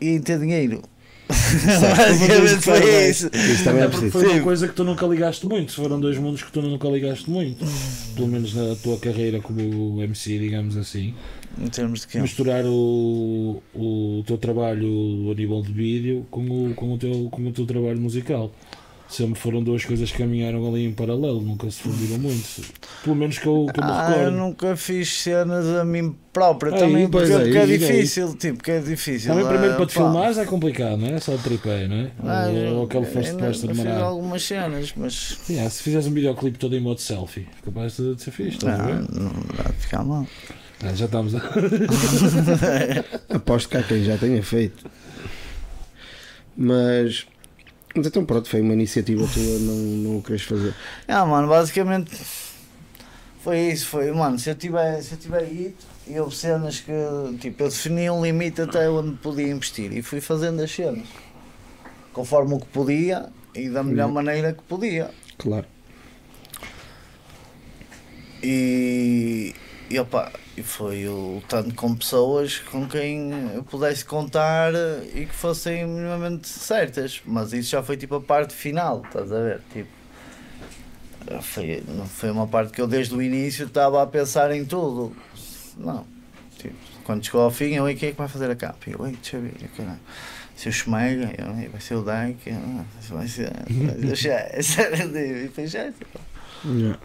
Speaker 6: E em ter dinheiro. basicamente foi isso.
Speaker 4: Isso também é
Speaker 3: É porque
Speaker 4: preciso.
Speaker 3: foi uma
Speaker 6: Sim.
Speaker 3: coisa que tu nunca ligaste muito. Foram dois mundos que tu nunca ligaste muito. Pelo menos na tua carreira como MC, digamos assim.
Speaker 6: Em termos de quê?
Speaker 3: Misturar o, o teu trabalho a nível de vídeo com o, com, o teu, com o teu trabalho musical. Sempre foram duas coisas que caminharam ali em paralelo, nunca se fundiram muito. Pelo menos que eu, que eu me
Speaker 6: Ah, eu
Speaker 3: recordo.
Speaker 6: nunca fiz cenas a mim própria
Speaker 3: Aí,
Speaker 6: também,
Speaker 4: pois
Speaker 6: porque,
Speaker 4: aí,
Speaker 6: porque é
Speaker 4: aí.
Speaker 6: difícil, tipo, que é difícil.
Speaker 3: Também primeiro
Speaker 6: Ah,
Speaker 3: para te
Speaker 6: pá.
Speaker 3: filmares é complicado, não é? Só o tripé, não é?
Speaker 6: Ah,
Speaker 3: ou, ou aquele
Speaker 6: eu
Speaker 3: first
Speaker 6: ainda
Speaker 3: post
Speaker 6: Fiz
Speaker 3: demorado.
Speaker 6: algumas cenas, mas
Speaker 3: Yeah, se fizeres um videoclipe todo em modo selfie, capaz de ser fixe, estás a
Speaker 6: Ah,
Speaker 3: ver?
Speaker 6: não vai ficar mal.
Speaker 3: Ah, já estamos a.
Speaker 4: Aposto que há quem já tenha feito. Mas. Mas então pronto, foi uma iniciativa tua, não, não o queres fazer.
Speaker 6: Ah, mano, basicamente foi isso, foi, mano, se eu tiver, se eu tiver guito e houve cenas que, tipo, eu defini um limite até onde podia investir e fui fazendo as cenas, conforme o que podia e da melhor maneira que podia.
Speaker 4: Claro.
Speaker 6: E, E opa, e foi eu lutando com pessoas com quem eu pudesse contar e que fossem minimamente certas, mas isso já foi tipo a parte final, estás a ver? Tipo, Ah, foi, não foi uma parte que eu desde o início estava a pensar em tudo. Não. Tipo, quando chegou ao fim, eu, e quem é que vai fazer a capa? E Eu, ei, deixa eu ver, e caralho. Vai ser o Schmeiger, eu, "Ei, vai ser o Dyke, ah, vai ser. vai ser- E foi já.
Speaker 4: Yeah.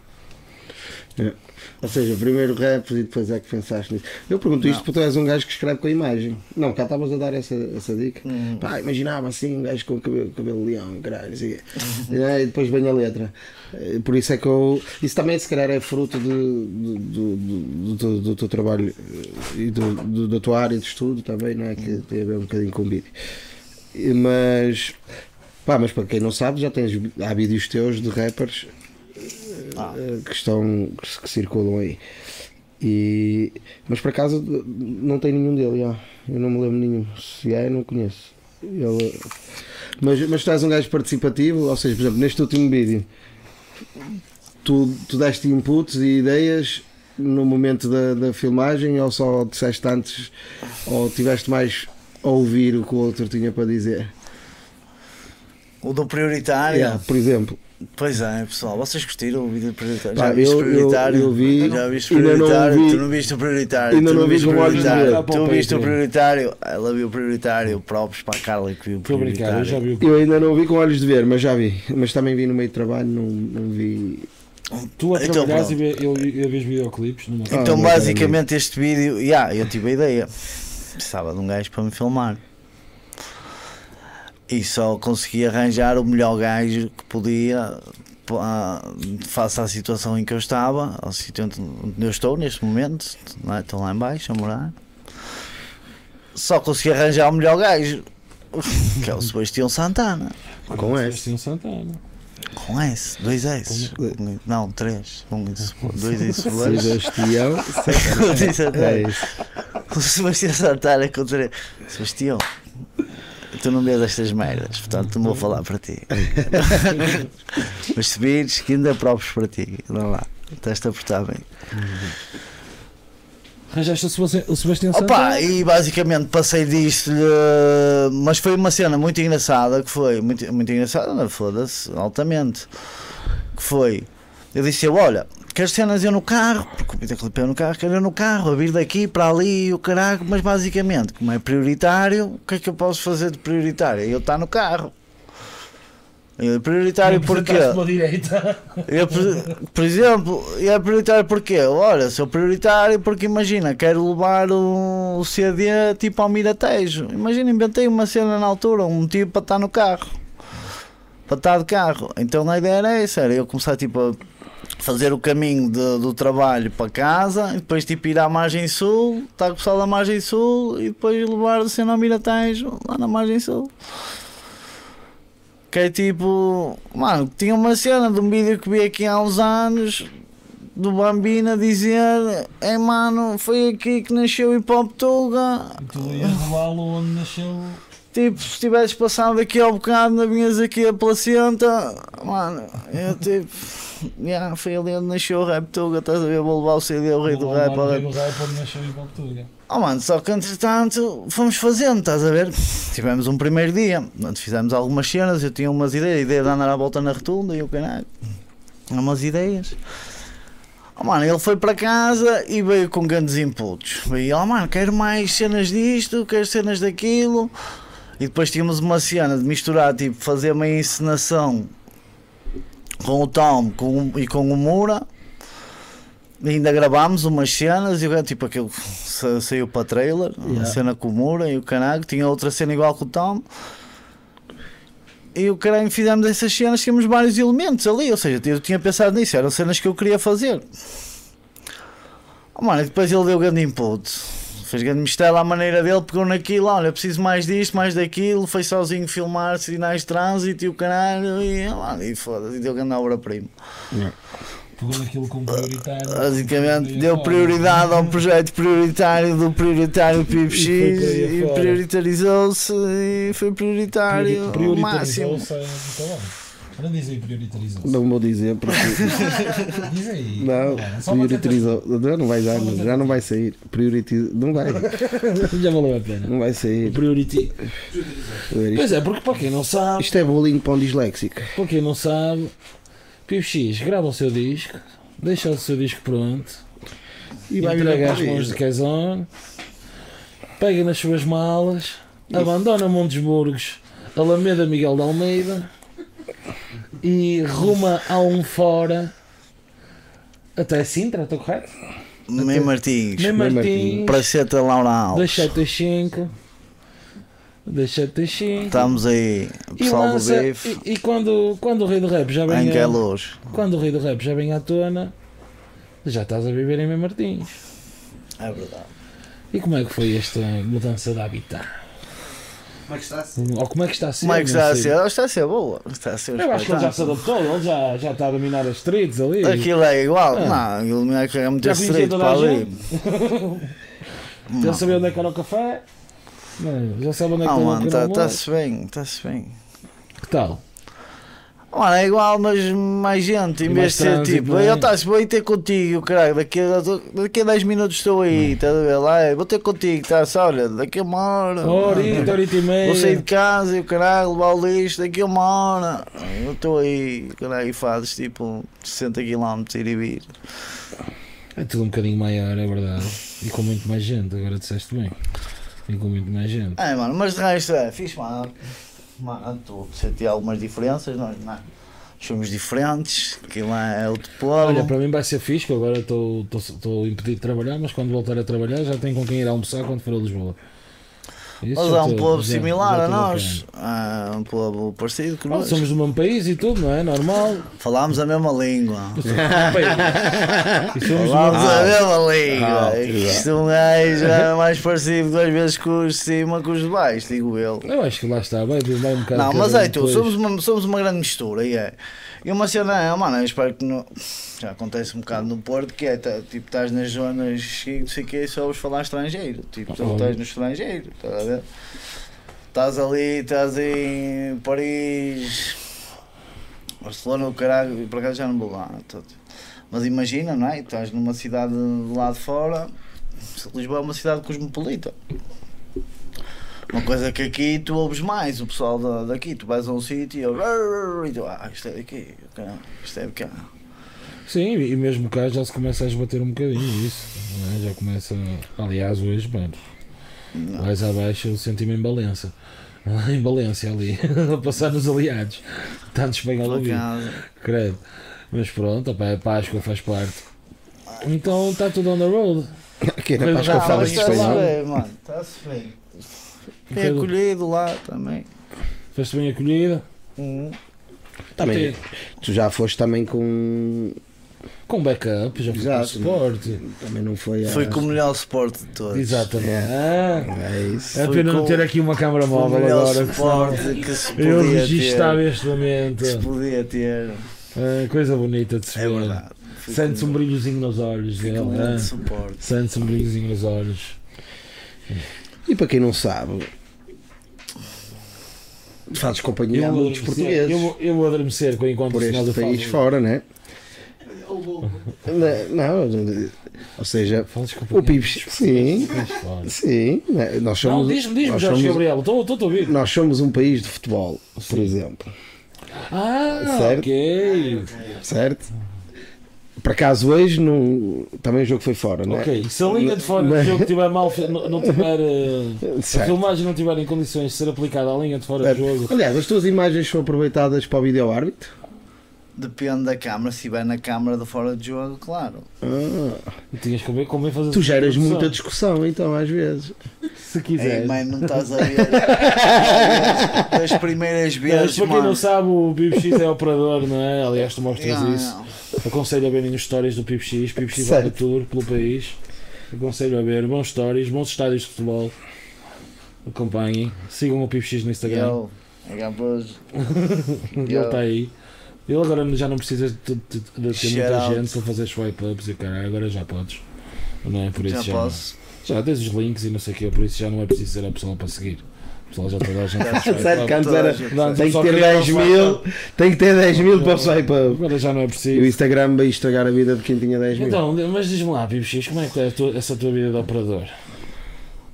Speaker 4: Yeah. Ou seja, primeiro rap e depois é que pensaste nisso. Eu pergunto isto
Speaker 6: Não.
Speaker 4: porque tu és um gajo que escreve com a imagem. Não, cá estavas a dar essa, essa dica.
Speaker 6: Hum.
Speaker 4: Pá, imaginava assim um gajo com cabelo, cabelo de leão, caralho, assim. e depois vem a letra. Eh, Por isso é que eu. Isso também se calhar é fruto de- de- do, do, do, teu- do teu trabalho eh, e do, do- da tua área de estudo também, não é?
Speaker 6: Hum.
Speaker 4: Que tem a ver um bocadinho com vídeo. Eh, Mas. Pá, mas para quem não sabe, já tens. Há vídeos teus de rappers
Speaker 6: Ah.
Speaker 4: eh, que estão que se- que circulam aí. E, mas por acaso não tem nenhum dele, já. eu não me lembro nenhum. Se há, eu não conheço. Ele- mas, mas tu és um gajo participativo, ou seja, por exemplo, neste último vídeo, tu, tu deste inputs e ideias no momento da, da filmagem ou só disseste antes ou tiveste mais a ouvir o que o outro tinha para dizer?
Speaker 6: O do prioritário.
Speaker 4: Yeah, por exemplo.
Speaker 6: Pois é, pessoal, vocês curtiram o vídeo do prioritário?
Speaker 4: Pá,
Speaker 6: já viste
Speaker 4: eu-
Speaker 6: o prioritário?
Speaker 4: eu- eu vi,
Speaker 6: já viste o
Speaker 4: ainda não
Speaker 6: prioritário?
Speaker 4: vi.
Speaker 6: tu não viste o prioritário?
Speaker 4: Ainda
Speaker 6: tu
Speaker 4: não vi
Speaker 6: viste o
Speaker 4: com olhos de
Speaker 6: prioritário?
Speaker 3: ver.
Speaker 6: Tu viste o
Speaker 3: Sim.
Speaker 6: prioritário? Ela viu o prioritário, próprios para a Carla que viu o
Speaker 3: Estou a brincar, eu já
Speaker 6: prioritário.
Speaker 3: vi o.
Speaker 4: Eu ainda não vi com olhos de ver, mas já vi. Mas também vi no meio de trabalho, não, não vi.
Speaker 3: Tu a
Speaker 6: Então,
Speaker 3: trabalhares
Speaker 6: pronto.
Speaker 3: e vê- eu, vi- eu vi os videoclipes numa.
Speaker 4: Ah,
Speaker 6: Então,
Speaker 4: meu
Speaker 6: basicamente, este vídeo, yeah, eu tive a ideia. Precisava de um gajo para me filmar. E só consegui arranjar o melhor gajo que podia pá, face à situação em que eu estava, ao sítio onde onde eu estou neste momento, não é? estou lá em baixo a morar. Só consegui arranjar o melhor gajo, que é o Sebastião Santana,
Speaker 4: Com S.
Speaker 3: Sebastião Santana.
Speaker 6: com S, dois S,
Speaker 4: um
Speaker 6: não, três, um, S, dois S, dois S,
Speaker 4: Sebastião.
Speaker 6: dois
Speaker 4: É
Speaker 6: S,
Speaker 4: isso.
Speaker 6: O Sebastião Santana contra. Sebastião, tu não vês estas merdas, portanto não vou falar para ti. Mas se vires, que ainda próprios para ti. Dá lá, estás-te a portar bem.
Speaker 3: Arranjaste o Sebastião, o Sebastião Santana.
Speaker 6: Opa, e basicamente passei disto-lhe. Mas foi uma cena muito engraçada que foi. Muito, muito engraçada, não, foda-se, altamente. Que foi. Eu disse-lhe: Olha, queres cenas eu no carro? Porque o Peter é no carro, quero eu no carro, a vir daqui para ali e o caralho. Mas basicamente, como é prioritário, o que é que eu posso fazer de prioritário? Eu estar no carro. Eu, prioritário porquê?
Speaker 3: Apresentaste-me à direita.
Speaker 6: Eu, por, por exemplo, e é prioritário porquê? Ora, sou prioritário porque imagina, quero levar o, o CD tipo ao Miratejo. Imagina, inventei uma cena na altura, um motivo para estar no carro. Para estar de carro. Então a ideia era essa, era eu começar tipo a fazer o caminho de- do trabalho para casa e depois tipo ir à margem sul, estar com o pessoal da margem sul e depois levar o cena ao Miratejo lá na margem sul. Que é tipo. Mano, tinha uma cena de um vídeo que vi aqui há uns anos do Bambina dizer: Ei mano, foi aqui que nasceu o hip hop Tuga.
Speaker 3: Tu ias levá-lo onde nasceu.
Speaker 6: Tipo, se tivesses passado daqui ao bocado, não vinhas aqui a placenta. Mano, eu tipo. Yeah, foi ali onde nasceu o rap Tuga, estás a ver? Vou levar o CD ao Rei do Rap. ao rap.
Speaker 3: O rap onde nasceu em Portugal.
Speaker 6: Oh mano, só que entretanto fomos fazendo, estás a ver? Tivemos um primeiro dia, onde fizemos algumas cenas, eu tinha umas ideias, a ideia de andar à volta na rotunda e o caralho. Tinha umas ideias. Oh mano, ele foi para casa e veio com grandes inputs. Veio, oh mano, quero mais cenas disto, quero cenas daquilo. E depois tínhamos uma cena de misturar, tipo, fazer uma encenação com o Tom com, o- e com o Mura. E ainda gravámos umas cenas e o gajo, tipo aquilo sa- saiu para trailer, a cena com o Mura e o Canago, tinha outra cena igual com o Tom. E o caralho fizemos essas cenas, tínhamos vários elementos ali, ou seja, eu tinha pensado nisso, eram cenas que eu queria fazer. Oh, mano, e depois ele deu grande input. Fez grande mistério à maneira dele, pegou naquilo, olha, preciso mais disto, mais daquilo, foi sozinho filmar sinais de trânsito e o caralho, e, oh, mano, e foda-se, e deu grande obra-prima.
Speaker 3: Pegou naquilo como prioritário.
Speaker 6: Basicamente,
Speaker 3: E
Speaker 6: deu
Speaker 3: fora.
Speaker 6: prioridade ao projeto prioritário do prioritário PIPX
Speaker 3: E foi para aí
Speaker 6: e,
Speaker 3: afora.
Speaker 6: prioritarizou-se e foi prioritário
Speaker 3: Priori-
Speaker 6: ao máximo.
Speaker 3: prioritarizou-se, é muito bom.
Speaker 7: Não dizem prioritarizam.
Speaker 4: Não vou dizer porque.
Speaker 7: Diz aí.
Speaker 4: Não,
Speaker 3: É,
Speaker 7: Cara, só uma tentativa.
Speaker 4: prioritizou. Não, não vai dar, já não vai sair. Prioritiza. Não vai,
Speaker 3: Já valeu a pena.
Speaker 4: não vai sair.
Speaker 3: Priority. Pois é, porque para quem não sabe,
Speaker 4: Isto é bullying para um disléxico.
Speaker 3: para quem não sabe, Pio X grava o seu disco, deixa o seu disco pronto,
Speaker 4: E vai
Speaker 3: entrega
Speaker 4: virar
Speaker 3: às
Speaker 4: para
Speaker 3: mãos de
Speaker 4: isso.
Speaker 3: Quezon, pega nas suas malas, abandona Montesburgos, Alameda Miguel de Almeida e ruma a um fora até Sintra, estou correto?
Speaker 6: Meio Martins.
Speaker 3: Nem
Speaker 4: Martins.
Speaker 3: Martins,
Speaker 6: Praceta Laura Alves.
Speaker 3: deixa até 5, deixa até 5.
Speaker 6: Estamos aí,
Speaker 3: E,
Speaker 6: Tá, pessoal do
Speaker 3: lança-
Speaker 6: DIF,
Speaker 3: e, e quando, quando o rei do rap já vem
Speaker 6: em é
Speaker 3: a,
Speaker 6: Queluz.
Speaker 3: quando o rei do rap já vem à tona, já estás a viver em Mem Martins.
Speaker 6: É verdade.
Speaker 3: E como é que foi esta mudança de habitat?
Speaker 5: Como é que está?
Speaker 3: Ou como é que está a ser?
Speaker 6: Como é que
Speaker 3: Não
Speaker 6: está a
Speaker 3: sei.
Speaker 6: ser? Ela Está a ser boa. Está a ser
Speaker 3: Eu acho que ele já se
Speaker 6: espetáculo.
Speaker 3: adaptou, ele já, já está a dominar as streets ali.
Speaker 6: Aquilo é igual.
Speaker 3: Ah.
Speaker 6: Não, aquilo não é que é muito
Speaker 3: Já conhecia
Speaker 6: estreito
Speaker 3: toda
Speaker 6: para
Speaker 3: a
Speaker 6: ali.
Speaker 3: Já sabia onde é que era o café. Não, Já sabe onde é que
Speaker 6: Não,
Speaker 3: estava
Speaker 6: Ah, mano, tá-
Speaker 3: o canal.
Speaker 6: está-se bem, está-se bem.
Speaker 3: Que tal?
Speaker 6: Mano, é igual, mas mais gente, em
Speaker 3: E
Speaker 6: vez
Speaker 3: mais
Speaker 6: de ser
Speaker 3: trânsito,
Speaker 6: tipo,
Speaker 3: não é?
Speaker 6: eu estás, vou ir ter contigo, caralho, daqui a, daqui a 10 minutos estou
Speaker 3: Hum.
Speaker 6: aí, estás a ver lá, eu vou ter contigo, estás, olha, daqui a uma hora,
Speaker 3: Horita, horita e meia.
Speaker 6: vou sair de casa e o caralho, levar o lixo, daqui a uma hora, eu estou aí, caralho, e fazes tipo 60 km ir e vir.
Speaker 3: É tudo um bocadinho maior, é verdade. E com muito mais gente, agora disseste bem. E com muito mais gente.
Speaker 6: É, mano, mas de resto é fixe, mano. Mano, tu senti algumas diferenças, nós não, somos diferentes, que lá é outro povo.
Speaker 3: Olha, para mim vai ser fisco, agora estou estou impedido de trabalhar, mas quando voltar a trabalhar já tenho com quem ir almoçar quando for a Lisboa. Isso
Speaker 6: Mas
Speaker 3: já
Speaker 6: há um
Speaker 3: estou-
Speaker 6: povo
Speaker 3: já-
Speaker 6: similar
Speaker 3: já
Speaker 6: a
Speaker 3: estou
Speaker 6: nós,
Speaker 3: bacana.
Speaker 6: há um povo parecido que
Speaker 3: Ah,
Speaker 6: nós.
Speaker 3: somos do mesmo país e tudo, não é? Normal.
Speaker 6: Falámos a mesma língua.
Speaker 3: E somos do
Speaker 6: Falámos
Speaker 3: mesmo-
Speaker 6: a mesma
Speaker 4: Ah,
Speaker 6: língua. Isto um gajo é mais parecido duas vezes com os de cima que os de baixo, digo eu.
Speaker 3: Eu acho que lá está, vai, vai um bocado.
Speaker 6: Não,
Speaker 3: cada
Speaker 6: mas
Speaker 3: um
Speaker 6: é tu,
Speaker 3: depois.
Speaker 6: somos uma, somos uma grande mistura, e é. E uma cena é, mano, eu espero que não. Já acontece um bocado no Porto, que é, tá- tipo, estás nas zonas e não sei o que, só ouves falar estrangeiro. Tipo, só estás no estrangeiro, estás a ver? Estás ali, estás em Paris, Barcelona, o caralho, e por acaso já não vou lá. tô- Mas imagina, não é? Estás numa cidade lá de fora, Lisboa é uma cidade cosmopolita. Uma coisa que aqui tu ouves mais, o pessoal da, daqui, tu vais a um sítio e eu- e tu, ah, isto é daqui, ok, isto é de cá.
Speaker 3: Sim, e mesmo cá já se começa a esbater um bocadinho isso. não é? Já começa. Aliás, hoje, mano, mais abaixo eu senti-me em Valença. Em Valência ali, a passar nos aliados. Tanto espanhol a
Speaker 6: Por
Speaker 3: ouvir.
Speaker 6: acaso.
Speaker 3: Credo. Mas pronto, opa, a Páscoa faz parte. Então está tudo on the road.
Speaker 4: Aqui na Páscoa
Speaker 3: Ah,
Speaker 6: Não,
Speaker 4: falas
Speaker 3: mas
Speaker 6: mas está-se
Speaker 4: espanhol.
Speaker 6: bem, mano, está-se bem. Foi
Speaker 3: Entendo.
Speaker 6: acolhido lá também.
Speaker 3: Foste bem acolhida.
Speaker 6: Uhum.
Speaker 4: Também.
Speaker 3: Até-
Speaker 4: Tu já foste também com. um-
Speaker 3: Com backup, já foi com
Speaker 4: Exato.
Speaker 3: suporte.
Speaker 4: Também não foi a.
Speaker 6: Foi com o melhor suporte de todos.
Speaker 3: Exatamente. Ah,
Speaker 4: É isso.
Speaker 3: é
Speaker 6: Foi
Speaker 3: pena não
Speaker 6: com-
Speaker 3: ter aqui uma câmara
Speaker 6: Foi o
Speaker 3: móvel
Speaker 6: melhor
Speaker 3: agora. que senão
Speaker 6: suporte que se podia
Speaker 3: Eu registava
Speaker 6: ter.
Speaker 3: este momento.
Speaker 6: Que se podia ter.
Speaker 3: Ah, coisa bonita de se ver.
Speaker 6: É verdade. Foi
Speaker 3: Sente-se
Speaker 6: com-
Speaker 3: um brilhozinho nos olhos
Speaker 6: foi com
Speaker 3: dele.
Speaker 6: um
Speaker 3: ah.
Speaker 6: grande suporte.
Speaker 3: Sente-se um brilhozinho nos olhos.
Speaker 4: E para quem não sabe, fazes companhia a muitos portugueses
Speaker 3: eu, vou- eu vou adormecer com o encontro
Speaker 4: por
Speaker 3: final
Speaker 4: este
Speaker 3: do
Speaker 4: país
Speaker 3: Fausto.
Speaker 4: fora, né? não Não, ou seja,
Speaker 3: Fales com
Speaker 4: o Pibes,
Speaker 3: é?
Speaker 4: sim,
Speaker 3: Fora.
Speaker 4: sim, né? nós
Speaker 3: Não,
Speaker 4: somos,
Speaker 3: diz-me, diz-me,
Speaker 4: nós,
Speaker 3: Jorge
Speaker 4: somos,
Speaker 3: Gabriel. Estou estou a ouvir.
Speaker 4: nós somos um país de futebol, por exemplo,
Speaker 3: Ah,
Speaker 4: Certo.
Speaker 3: ok.
Speaker 4: certo? Por acaso hoje não, também o jogo foi fora, não é?
Speaker 3: Ok, se a linha de fora do jogo estiver mal, fi- não, não tiver. eh, a
Speaker 4: Certo.
Speaker 3: filmagem não tiver em condições de ser aplicada à linha de fora do jogo.
Speaker 4: Aliás, as tuas imagens são aproveitadas para o vídeo árbitro?
Speaker 6: Depende da câmara, se vai na câmara de fora de jogo, claro.
Speaker 4: Ah,
Speaker 3: Tinhas como, como é fazer
Speaker 4: tu geras
Speaker 3: produção.
Speaker 4: muita discussão, então, às vezes.
Speaker 3: Se
Speaker 6: Ei,
Speaker 3: quiseres.
Speaker 6: mãe, não estás a ver. Das
Speaker 3: Mas
Speaker 6: primeiras vezes,
Speaker 3: para quem
Speaker 6: mano.
Speaker 3: não sabe, o PIBX é operador, não é? Aliás, tu mostras
Speaker 6: Não,
Speaker 3: isso.
Speaker 6: não.
Speaker 3: Aconselho a verem os stories do PIBX. PIBX vai no
Speaker 4: Certo.
Speaker 3: tour pelo país. Aconselho a ver. Bons stories, bons estádios de futebol. Acompanhem. Sigam o PIBX no
Speaker 6: E
Speaker 3: Instagram.
Speaker 6: Eu, é acabou-se.
Speaker 3: Ele está aí. Ele agora já não precisa de, de- de- de ter
Speaker 6: Shout
Speaker 3: muita
Speaker 6: out.
Speaker 3: gente para fazer swipe ups e o caralho, agora já podes. Não é por isso
Speaker 6: Já
Speaker 3: já.
Speaker 6: posso.
Speaker 3: Já tens os links e não sei o que, por isso já não é preciso dizer ao pessoal para seguir. Pessoal, já toda a gente.
Speaker 4: Sério que antes era.
Speaker 3: Não,
Speaker 4: Tem que
Speaker 3: só
Speaker 4: ter
Speaker 3: queria
Speaker 4: 10
Speaker 3: não
Speaker 4: mil, tem que ter 10 mil para sair para.
Speaker 3: Agora já não é
Speaker 4: E o
Speaker 3: preciso.
Speaker 4: Instagram veio estragar a vida de quem tinha 10 mil.
Speaker 3: Então, mas diz-me lá, Pipo X, como é que é a tua- essa tua vida de operador?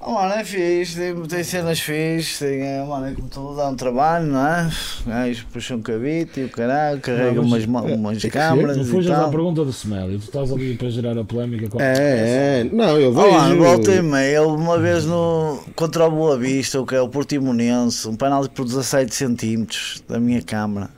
Speaker 6: Oh, mano, é fixe, tem, tem cenas fixe, tem, eh, mano, é como tudo dá um trabalho, não é? Gajos puxam um cabito e o caralho, carrega
Speaker 3: Não, mas-
Speaker 6: umas, ma- umas
Speaker 4: é que
Speaker 6: câmaras
Speaker 3: Não
Speaker 6: e
Speaker 3: fujas à
Speaker 6: tal.
Speaker 3: pergunta do Smelly, tu estás ali para gerar a polémica com
Speaker 4: É, é. Não, eu
Speaker 6: Oh, mano, volta e
Speaker 4: vejo.
Speaker 6: meia, ele uma vez no, contra o Boa Vista, o que é o Portimonense, um penalti por 17 centímetros da minha câmara.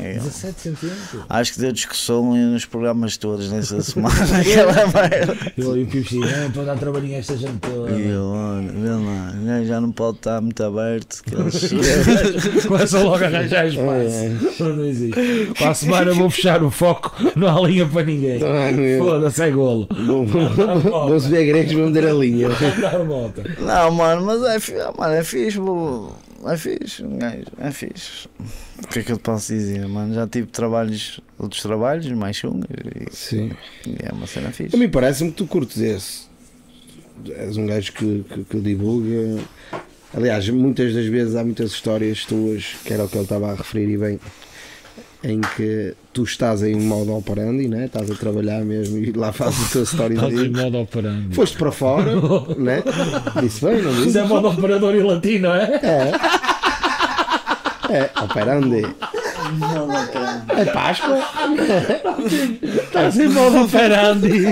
Speaker 6: Eu
Speaker 3: 17 centímetros?
Speaker 6: acho que deu discussão nos programas todos nessa semana, aquela merda.
Speaker 3: Eu e o Pipo X, é, para dar trabalhinho a esta gente toda.
Speaker 6: E eu, olha, vê lá, o gajo já não pode estar muito aberto, que eles...
Speaker 3: Começa logo a arranjar espaço. Não existe. Para a semana vou fechar o foco, não há linha para ninguém.
Speaker 4: Ah, meu.
Speaker 3: Foda-se, é golo.
Speaker 4: Vão- vão- Vão-se ver gregos, vão meter a linha.
Speaker 3: Dar a volta.
Speaker 6: Não, mano, mas é, fi- ah, mano, é fixe, bobo. É fixe, um gajo, é fixe. O que é que eu te posso dizer, mano? Já tive trabalhos, outros trabalhos, mais chungas, e,
Speaker 4: Sim.
Speaker 6: e é uma cena fixe.
Speaker 4: A mim parece-me que tu curtes esse. És um gajo que, que, que divulga. Aliás, muitas das vezes há muitas histórias tuas, que era o que ele estava a referir e bem, em que tu estás em modo operandi, né? estás a trabalhar mesmo e lá fazes o teu
Speaker 3: Estás em
Speaker 4: storyzinho.
Speaker 3: modo operando.
Speaker 4: Foste para fora, né? disse bem, não
Speaker 3: Isso
Speaker 4: disse?
Speaker 3: é modo operador e latino, é?
Speaker 4: É, operandi. É Páscoa?
Speaker 3: Estás em modo operandi.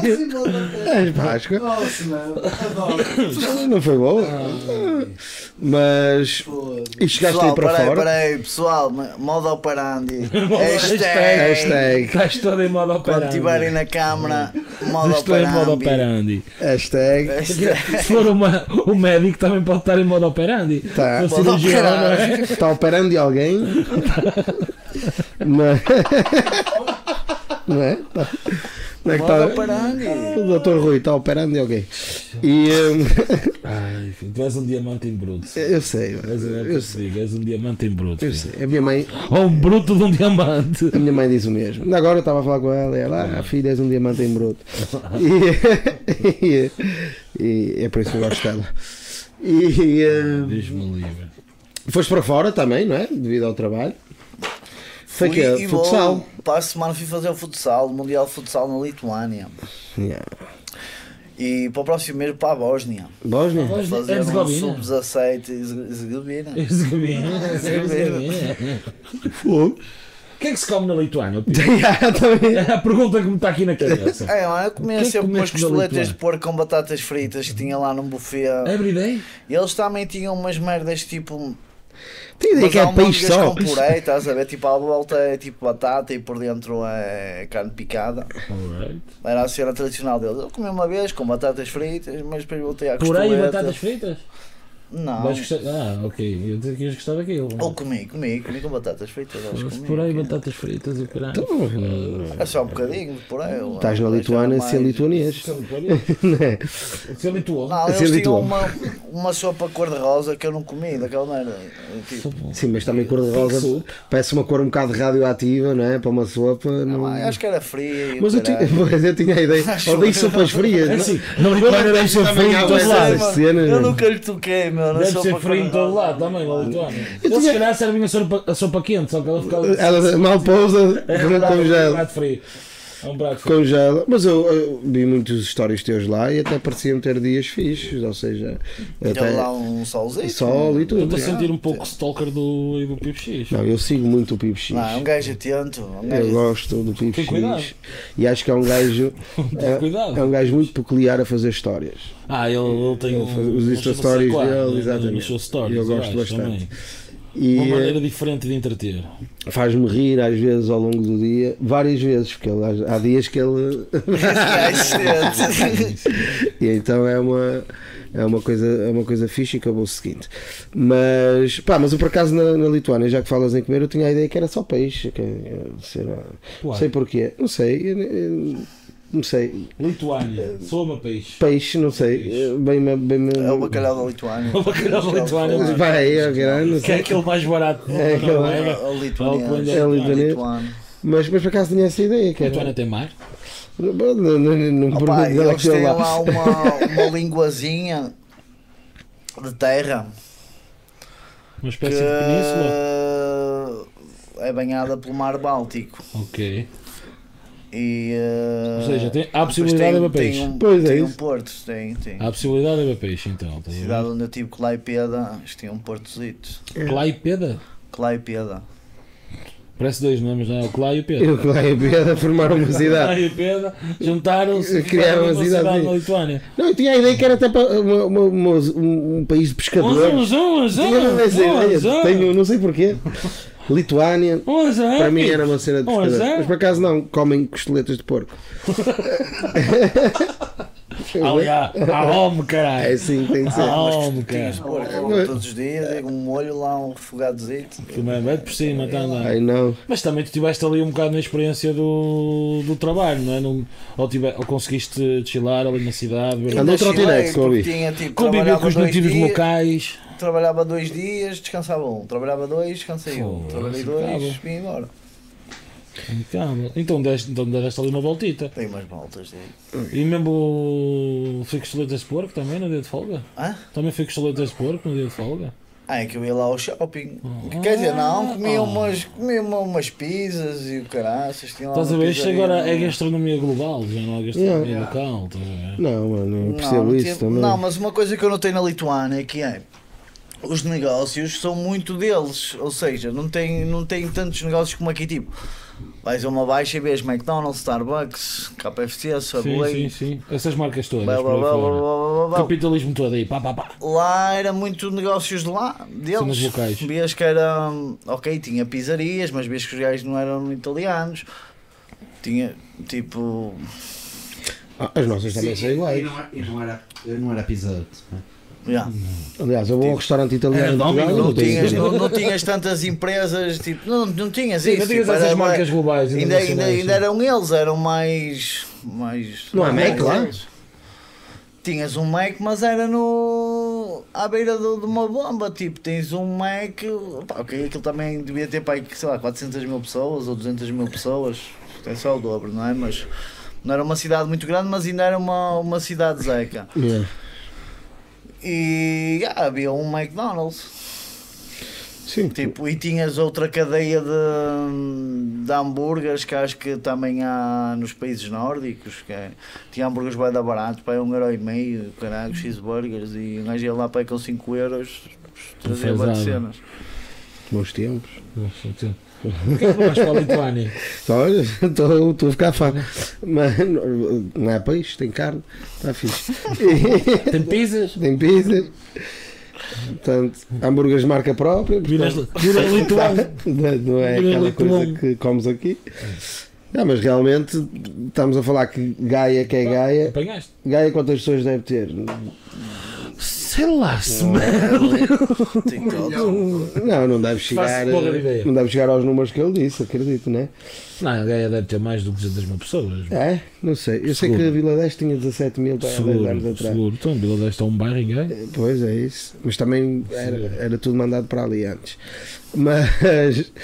Speaker 4: É Páscoa.
Speaker 5: Nossa, não, adoro.
Speaker 4: Não foi bom? Mas. E chegaste aí para
Speaker 6: peraí,
Speaker 4: fora.
Speaker 6: peraí, pessoal, ma- modo operandi. hashtag.
Speaker 4: Hashtag.
Speaker 3: Estás todo em modo
Speaker 6: Quando
Speaker 3: operandi.
Speaker 6: estiverem na câmara, modo
Speaker 3: Estou em é modo operandi.
Speaker 6: operandi.
Speaker 4: Hashtag.
Speaker 6: Hashtag.
Speaker 3: Se for uma, um médico também pode estar em modo operandi.
Speaker 4: Tá.
Speaker 3: Um cirurgião, não é?
Speaker 4: Está operando de alguém. Não é? Não é? Tá. Não é que
Speaker 6: Modo
Speaker 4: tá...
Speaker 6: operandi.
Speaker 4: O doutor Rui está operando de alguém. E hum,
Speaker 3: Ai, filho, tu és um diamante em bruto.
Speaker 4: eu sei,
Speaker 3: És,
Speaker 4: eu,
Speaker 3: eu
Speaker 4: sei,
Speaker 3: digo, és um diamante em bruto.
Speaker 4: eu
Speaker 3: filho.
Speaker 4: sei. A minha mãe,
Speaker 3: Ou um bruto de um diamante.
Speaker 4: a minha mãe diz o mesmo. Ainda Agora eu estava a falar com ela e
Speaker 6: Uhum.
Speaker 4: ela, ah, filha, és um diamante em bruto. E, e- e é por isso que eu gosto dela. E hum,
Speaker 3: Diz-me livre.
Speaker 4: foste para fora também, não é? Devido ao trabalho. Foi
Speaker 6: Fui
Speaker 4: que é
Speaker 6: e
Speaker 4: futsal.
Speaker 6: vou- Para a semana fui fazer o futsal, o Mundial de Futsal na Lituânia.
Speaker 4: Yeah.
Speaker 6: E para o próximo mês para a Bósnia.
Speaker 4: Bósnia?
Speaker 6: Fazer um
Speaker 3: Herzegovina.
Speaker 6: sub-17 e Herzegovina.
Speaker 3: Herzegovina. Herzegovina.
Speaker 4: Fogo.
Speaker 3: O que é que se come na Lituânia? Pio?
Speaker 4: Yeah, também.
Speaker 3: É a pergunta que me está aqui na cabeça.
Speaker 6: É, mano, eu
Speaker 3: O
Speaker 6: comia
Speaker 3: que é que
Speaker 6: sempre umas
Speaker 3: comeste na
Speaker 6: costeletas
Speaker 3: Lituânia?
Speaker 6: de porco com batatas fritas que tinha lá num
Speaker 3: É?
Speaker 6: buffet.
Speaker 3: Everyday?
Speaker 6: E eles também tinham umas merdas tipo.
Speaker 4: Tem ideia
Speaker 6: Mas
Speaker 4: que
Speaker 6: há
Speaker 4: é país
Speaker 6: almôndegas
Speaker 4: só.
Speaker 6: com puré, estás a ver? Tipo, à volta é tipo batata e por dentro é carne picada.
Speaker 3: Alright.
Speaker 6: Era a cena tradicional deles. Eu comi uma vez com batatas fritas, mas depois voltei à costeleta.
Speaker 3: Puré e batatas fritas?
Speaker 6: Não.
Speaker 3: Vais gostar... Ah, ok. Eu tenho que gostar daquilo.
Speaker 6: Ou comi, comi, comi com batatas fritas. Acho que
Speaker 3: Mas
Speaker 6: comi,
Speaker 3: Puré e
Speaker 6: ok.
Speaker 3: batatas fritas e o caralho.
Speaker 6: É só um bocadinho de puré. eu-
Speaker 4: Estás na
Speaker 6: eu
Speaker 4: Lituânia
Speaker 6: achava
Speaker 4: sem
Speaker 6: mais-
Speaker 4: lituanês.
Speaker 3: Seu lituano.
Speaker 6: Não,
Speaker 4: Sem
Speaker 6: eles tinham
Speaker 4: lituano.
Speaker 6: uma, uma sopa cor-de-rosa que eu não comi, daquela merda. Eu,
Speaker 3: Tá
Speaker 6: Tipo,
Speaker 4: Sim, mas também cor de rosa. Parece uma cor um bocado radioativa, não é? Para uma sopa. não-
Speaker 6: ah, acho que era fria. e o
Speaker 4: Mas eu tinha,
Speaker 6: caralho.
Speaker 4: mas eu tinha a ideia.
Speaker 6: Acho
Speaker 4: Odeio
Speaker 6: eu.
Speaker 4: sopas frias.
Speaker 3: É
Speaker 4: não?
Speaker 3: assim, na Lituânia deve ser
Speaker 4: Também
Speaker 3: frio
Speaker 4: há
Speaker 3: em todos os
Speaker 4: essas
Speaker 3: lados.
Speaker 6: Mano,
Speaker 4: cenas.
Speaker 6: Eu nunca lhe toquei, meu. na
Speaker 3: Deve
Speaker 6: sopa
Speaker 3: ser frio em todo
Speaker 6: cor-de-rosa.
Speaker 3: lado também, na Lituânia. Eles se calhar servem a sopa, a sopa quente, só que ela fica ali-
Speaker 4: Ela mal pousa,
Speaker 3: É um
Speaker 4: congela.
Speaker 3: prato frio. É um prato frio.
Speaker 4: Congela. Mas eu, eu vi muitos histórias teus lá e até pareciam ter dias fixos. Ou seja,
Speaker 6: Deu lá
Speaker 4: até
Speaker 6: um solzinho.
Speaker 4: sol e
Speaker 3: Eu
Speaker 4: tudo.
Speaker 3: estou a sentir um pouco stalker do, do Pipo X.
Speaker 4: Não, eu sigo muito o Pipo X.
Speaker 6: Não, é um gajo atento. Um
Speaker 4: Eu
Speaker 6: gajo...
Speaker 4: gosto do Pipo
Speaker 3: Tem cuidado.
Speaker 4: X. E acho que é um gajo. é-
Speaker 3: cuidado.
Speaker 4: É um gajo muito peculiar a fazer histórias.
Speaker 3: Ah, ele, ele tem
Speaker 4: É, Ele faz
Speaker 3: um-
Speaker 4: os
Speaker 3: um
Speaker 4: Insta
Speaker 3: chama-se
Speaker 4: Stories
Speaker 3: aquário,
Speaker 4: dele,
Speaker 3: né?
Speaker 4: exatamente.
Speaker 3: Os seus stories,
Speaker 4: Eu gosto
Speaker 3: eu acho,
Speaker 4: bastante.
Speaker 3: também.
Speaker 4: E
Speaker 3: Uma maneira
Speaker 4: eh,
Speaker 3: diferente de entreter.
Speaker 4: faz-me rir às vezes ao longo do dia, várias vezes, porque ele, há- há dias que ele.
Speaker 6: Esse gajo atento.
Speaker 4: e então é uma. É uma coisa, é uma coisa fixe e acabou o seguinte. Mas, pá, mas eu por acaso na, na Lituânia, já que falas em comer, eu tinha a ideia que era só peixe. Que, eh, sei lá. Não
Speaker 3: Uai.
Speaker 4: sei porquê. Não sei. eu- eu- não sei. Um
Speaker 3: Lituânia, soma peixe.
Speaker 4: Peixe, não sei. eh, Bem, bem, bem,
Speaker 6: É o bacalhau da Lituânia.
Speaker 3: O bacalhau da Lituânia.
Speaker 4: Vai, é grande. não
Speaker 3: Que é
Speaker 4: sei.
Speaker 3: aquele mais barato
Speaker 4: É
Speaker 3: da
Speaker 4: aquele-
Speaker 3: Noruega.
Speaker 6: É o
Speaker 3: Lituânia.
Speaker 6: lituaniano.
Speaker 4: É o lituaniano.
Speaker 6: lituano.
Speaker 4: Mas, mas por acaso tinha essa ideia. Que era,
Speaker 3: Lituânia tem mar?
Speaker 4: Não, não, não, não me
Speaker 6: Opa,
Speaker 4: pergunto dela
Speaker 6: eles
Speaker 4: que
Speaker 6: têm um-
Speaker 4: lá.
Speaker 6: lá uma, uma linguazinha de terra
Speaker 3: Uma
Speaker 6: que
Speaker 3: espécie de península?
Speaker 6: é banhada pelo mar Báltico.
Speaker 3: Ok.
Speaker 6: E, eh,
Speaker 3: Ou seja, tem- há a
Speaker 6: depois
Speaker 3: possibilidade
Speaker 6: tem,
Speaker 3: de haver Ah,
Speaker 6: Tem
Speaker 3: peixe.
Speaker 6: um,
Speaker 4: Pois é
Speaker 6: tem um
Speaker 4: isso.
Speaker 6: porto, tem, tem.
Speaker 3: Há a possibilidade de haver peixe, então.
Speaker 6: A cidade onde eu tive Claipeda, isto tinha um portozito.
Speaker 3: Claipeda?
Speaker 6: Claipeda.
Speaker 3: Parece dois nomes, não é? O Clá e o Pedro.
Speaker 4: Eu que lá em Pedra formar uma cidade.
Speaker 3: Clá e o Pedro juntaram-se
Speaker 4: Criaram uma cidade. assim.
Speaker 3: na Lituânia.
Speaker 4: Não, eu tinha a ideia que era até para uma- uma- uma- um, um país de pescadores.
Speaker 3: Uns, uns, uns, uns,
Speaker 4: Tinha essa ideia.
Speaker 3: uns, uns.
Speaker 4: um Tenho, não sei porquê. Lituânia.
Speaker 3: Uns,
Speaker 4: Para
Speaker 3: hein,
Speaker 4: mim
Speaker 3: filho?
Speaker 4: era uma cena de
Speaker 3: Pois
Speaker 4: pescadores.
Speaker 3: é.
Speaker 4: Mas por acaso não, comem costeletas de porco.
Speaker 3: Aliás, há homem,
Speaker 4: É
Speaker 3: caralho.
Speaker 4: assim, tem que ser.
Speaker 3: Há homem,
Speaker 6: Tinhas
Speaker 3: caralho.
Speaker 6: porco Um todos os dias, é com um molho lá, um refogadozito.
Speaker 3: Também, Vai por cima, tá andando.
Speaker 4: Ai não.
Speaker 3: Mas também tu tiveste ali um bocado na experiência do, do trabalho, não é? Não- ou, tive- ou conseguiste chilar ali na cidade, ver-
Speaker 4: Andou
Speaker 6: Ainda
Speaker 4: É trotinete,
Speaker 6: chilei,
Speaker 4: que eu ouvi.
Speaker 6: porque tinha, tipo,
Speaker 3: conviver
Speaker 6: trabalhava
Speaker 3: com os
Speaker 6: dois
Speaker 3: nativos
Speaker 6: dias-
Speaker 3: locais.
Speaker 6: Trabalhava dois dias, descansava um. Trabalhava dois, descansei um.
Speaker 3: Foda-se,
Speaker 6: Trabalhei
Speaker 3: acaba.
Speaker 6: dois, vim embora.
Speaker 3: Calma. Então deste, então deste ali uma voltita.
Speaker 6: Dei umas voltas daí.
Speaker 3: E mesmo fui com estaletas de porco também no dia de folga?
Speaker 6: Hã?
Speaker 3: Também fui com estaletas de porco no dia de folga?
Speaker 6: Ah, é que eu ia lá ao shopping.
Speaker 3: Ah.
Speaker 6: Quer dizer, não, comia, umas, comia uma- umas pizzas e o caraças. tinha lá
Speaker 3: Estás a
Speaker 6: uma
Speaker 3: ver? Isto
Speaker 6: pizzaria,
Speaker 3: agora
Speaker 6: Ah, não-
Speaker 3: é gastronomia global, já não é gastronomia
Speaker 4: Yeah.
Speaker 3: local, estás a ver?
Speaker 4: Não, mano, eu
Speaker 6: Não,
Speaker 4: percebo
Speaker 6: não
Speaker 4: isso
Speaker 6: tive-
Speaker 4: também.
Speaker 6: Não, mas uma coisa que eu notei na Lituânia é que é. Os negócios são muito deles, ou seja, não tem, não tem tantos negócios como aqui, tipo. Vais a uma baixa e vês McDonald's, Starbucks, KFC,
Speaker 3: Sim, sim,
Speaker 6: Subway.
Speaker 3: sim. Essas marcas todas.
Speaker 6: é blá,
Speaker 3: por
Speaker 6: blá,
Speaker 3: aí
Speaker 6: blá, blá,
Speaker 3: fora.
Speaker 6: blá, blá, blá.
Speaker 3: Capitalismo todo aí, pá, pá, pá.
Speaker 6: Lá era muito negócios de lá,
Speaker 3: Cenas
Speaker 6: deles.
Speaker 3: locais.
Speaker 6: Vias que era. Ok, tinha pizzarias, mas vias que os gajos não eram italianos. Tinha, tipo.
Speaker 4: Ah, As nossas também são
Speaker 5: E
Speaker 4: iguais.
Speaker 5: não era, e não era, não era Pizza Hut, não é?
Speaker 6: yeah.
Speaker 4: Aliás, eu vou a um
Speaker 6: Tipo,
Speaker 4: restaurante italiano.
Speaker 3: Era
Speaker 4: em Portugal,
Speaker 3: Domino's,
Speaker 6: não,
Speaker 4: não tem
Speaker 6: tinhas,
Speaker 4: italiano.
Speaker 6: não, não tinhas tantas empresas, tipo, não, não tinhas
Speaker 3: Sim,
Speaker 6: isso.
Speaker 3: não tinhas
Speaker 6: tipo,
Speaker 3: essas
Speaker 6: era-
Speaker 3: marcas globais.
Speaker 6: Ainda, ainda,
Speaker 3: internacionais,
Speaker 6: ainda eram eles, eram mais. mais
Speaker 4: Não há
Speaker 6: mais
Speaker 4: Mac lá?
Speaker 6: eles. Tinhas um Mac, mas era no. à beira do- de, uma bomba. Tipo, tens um Mac. Pá, ok, aquilo também devia ter para aí, sei lá, 400 mil pessoas ou 200 mil pessoas. É só o dobro, não é? Mas. Não era uma cidade muito grande, mas ainda era uma, uma cidade zeca.
Speaker 4: Yeah.
Speaker 6: E ah, havia um McDonald's.
Speaker 4: Sim,
Speaker 6: Tipo, e tinhas outra cadeia de, de hambúrgueres que acho que também há nos países nórdicos. Que é- tinha hambúrgueres bem da barato, para um euro e meio, caralho, cheeseburgers. E um gajo ia lá para com 5 euros, trazia
Speaker 3: fez
Speaker 6: bué de
Speaker 3: nada.
Speaker 6: cenas.
Speaker 4: bons tempos.
Speaker 3: assim Portanto, Porquê que vais para a Lituânia?
Speaker 4: Então, Olha, estou estou a ficar fã. Mas não- não é peixe, tem carne, está fixe.
Speaker 3: Tem pizzas?
Speaker 4: tem pizza. Portanto, hambúrgueres de marca própria.
Speaker 3: Viras
Speaker 4: portanto,
Speaker 3: viras Lituânia?
Speaker 4: não não é
Speaker 3: Viras
Speaker 4: aquela coisa
Speaker 3: Lituânia.
Speaker 4: que comes aqui. Não, mas realmente estamos a falar que Gaia que é Gaia.
Speaker 3: Apanhaste?
Speaker 4: Gaia quantas pessoas deve ter?
Speaker 3: Sei lá, se
Speaker 6: Tem todos.
Speaker 4: Não, não deve chegar. eh,
Speaker 3: Faço porra de ideia.
Speaker 4: Não deve chegar aos números que ele disse, acredito, né?
Speaker 3: Não, a Gaia deve ter mais de 200 mil pessoas.
Speaker 4: É? Não sei. Eu sei
Speaker 3: Seguro.
Speaker 4: que a Vila 10 tinha 17 mil para há 10 anos
Speaker 3: Seguro,
Speaker 4: atrás.
Speaker 3: seguro. Então, Vila Deste é um bairro em Gaia.
Speaker 4: Pois é isso. Mas também era, era tudo mandado para ali antes. Mas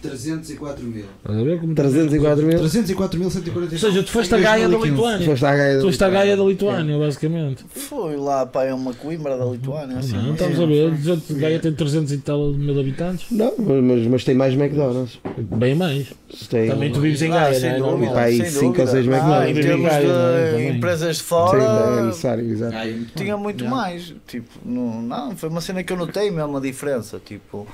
Speaker 5: 304 mil.
Speaker 3: Estás a ver como-
Speaker 4: 304 mil
Speaker 5: 304 mil
Speaker 3: Ou seja, tu foste a Gaia da Lituânia.
Speaker 4: pessoas está a Gaia.
Speaker 3: Tu foste a Gaia da Lituânia, basicamente.
Speaker 6: Fui lá para uma coimbra da Lituânia. Assim,
Speaker 3: Não, estamos a ver. gente, Gaia tem 300 e tal mil habitantes.
Speaker 4: Não, mas, mas tem mais McDonald's.
Speaker 3: Bem mais.
Speaker 4: Tem...
Speaker 3: Também tu vives em Gaia,
Speaker 6: Ah,
Speaker 3: não é?
Speaker 6: sem
Speaker 3: Normal.
Speaker 6: dúvida,
Speaker 4: Pá, aí
Speaker 6: sem
Speaker 4: cinco ou
Speaker 6: dúvida.
Speaker 4: seis
Speaker 6: Não,
Speaker 4: McDonald's.
Speaker 6: em termos
Speaker 3: Gaia, não é?
Speaker 6: de
Speaker 3: Também.
Speaker 6: empresas de
Speaker 4: Sim, é
Speaker 6: fora,
Speaker 4: necessário, exato.
Speaker 6: tinha
Speaker 3: Hum,
Speaker 6: muito mais. Tipo, não, não, foi uma cena que eu notei mesmo a diferença. Tipo,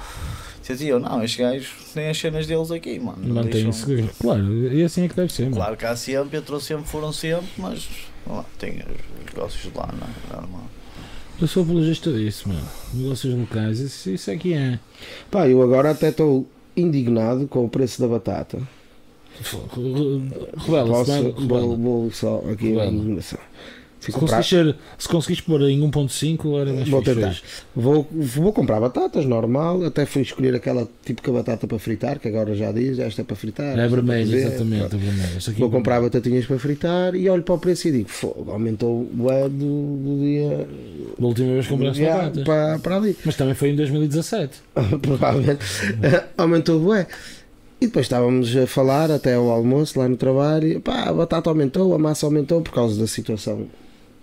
Speaker 6: dizia eu, não, estes gajos têm as cenas deles aqui, mano. não deixam-
Speaker 3: Mantém-se. Claro, e assim é que deve ser. mano.
Speaker 6: Claro que há sempre, entrou sempre, foram sempre, mas vá lá, tem os negócios de lá, não é? Normal.
Speaker 3: Eu sou apologista disso, mano. Negócios locais, isso, isso é que é.
Speaker 4: Pá, eu agora até estou indignado com o preço da batata.
Speaker 3: Rebela-se,
Speaker 4: Posso,
Speaker 3: não é?
Speaker 4: vou,
Speaker 3: Rebela.
Speaker 4: vou só aqui uma
Speaker 3: Rebelo.
Speaker 4: indignação.
Speaker 3: Se
Speaker 4: Fico pra...
Speaker 3: conseguis, ser, se conseguis pôr em 1.5 era é mais
Speaker 4: Vou
Speaker 3: fixe,
Speaker 4: tentar.
Speaker 3: hoje.
Speaker 4: Vou, vou comprar batatas, normal. Até fui escolher aquela típica batata para fritar, que agora já diz, esta é para fritar.
Speaker 3: É
Speaker 4: esta
Speaker 3: vermelho,
Speaker 4: para fazer.
Speaker 3: exatamente, é vermelho. Esta aqui-
Speaker 4: Vou comprar batatinhas para fritar e olho para o preço e digo, fogo, aumentou o é do, do dia
Speaker 3: Da última vez que compraste
Speaker 4: já
Speaker 3: batatas.
Speaker 4: para, para ali.
Speaker 3: Mas também foi em 2017.
Speaker 4: Provavelmente aumentou o é. E depois estávamos a falar até ao almoço lá no trabalho, e, pá, a batata aumentou, a massa aumentou por causa da situação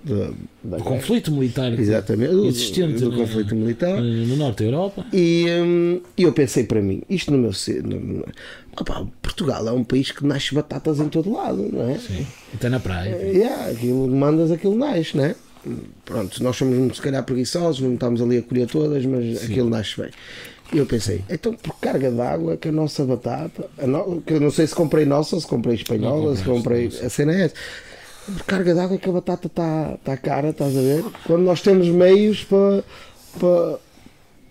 Speaker 4: da- da
Speaker 3: O
Speaker 4: guerra. né?
Speaker 3: conflito militar que-
Speaker 4: Exatamente, do,
Speaker 3: existente
Speaker 4: do
Speaker 3: na-
Speaker 4: conflito militar.
Speaker 3: eh, no norte da Europa.
Speaker 4: E hum, e eu pensei para mim, isto no meu. se- No, no- opá, Portugal é um país que nasce batatas em todo lado, não é? Sim.
Speaker 3: Até na
Speaker 4: É,
Speaker 3: praia.
Speaker 4: Yeah, aquilo que mandas, aquilo nasce, né? Pronto, nós somos muito, se calhar preguiçosos, não estamos ali a colher todas, mas aquilo nasce bem. E eu pensei, então por carga d'água que a nossa batata, a no- que eu não sei se comprei nossa, se comprei espanhola, se comprei. A cena é essa. Por carga d'água que a batata está tá cara, estás a ver? Quando nós temos meios para. para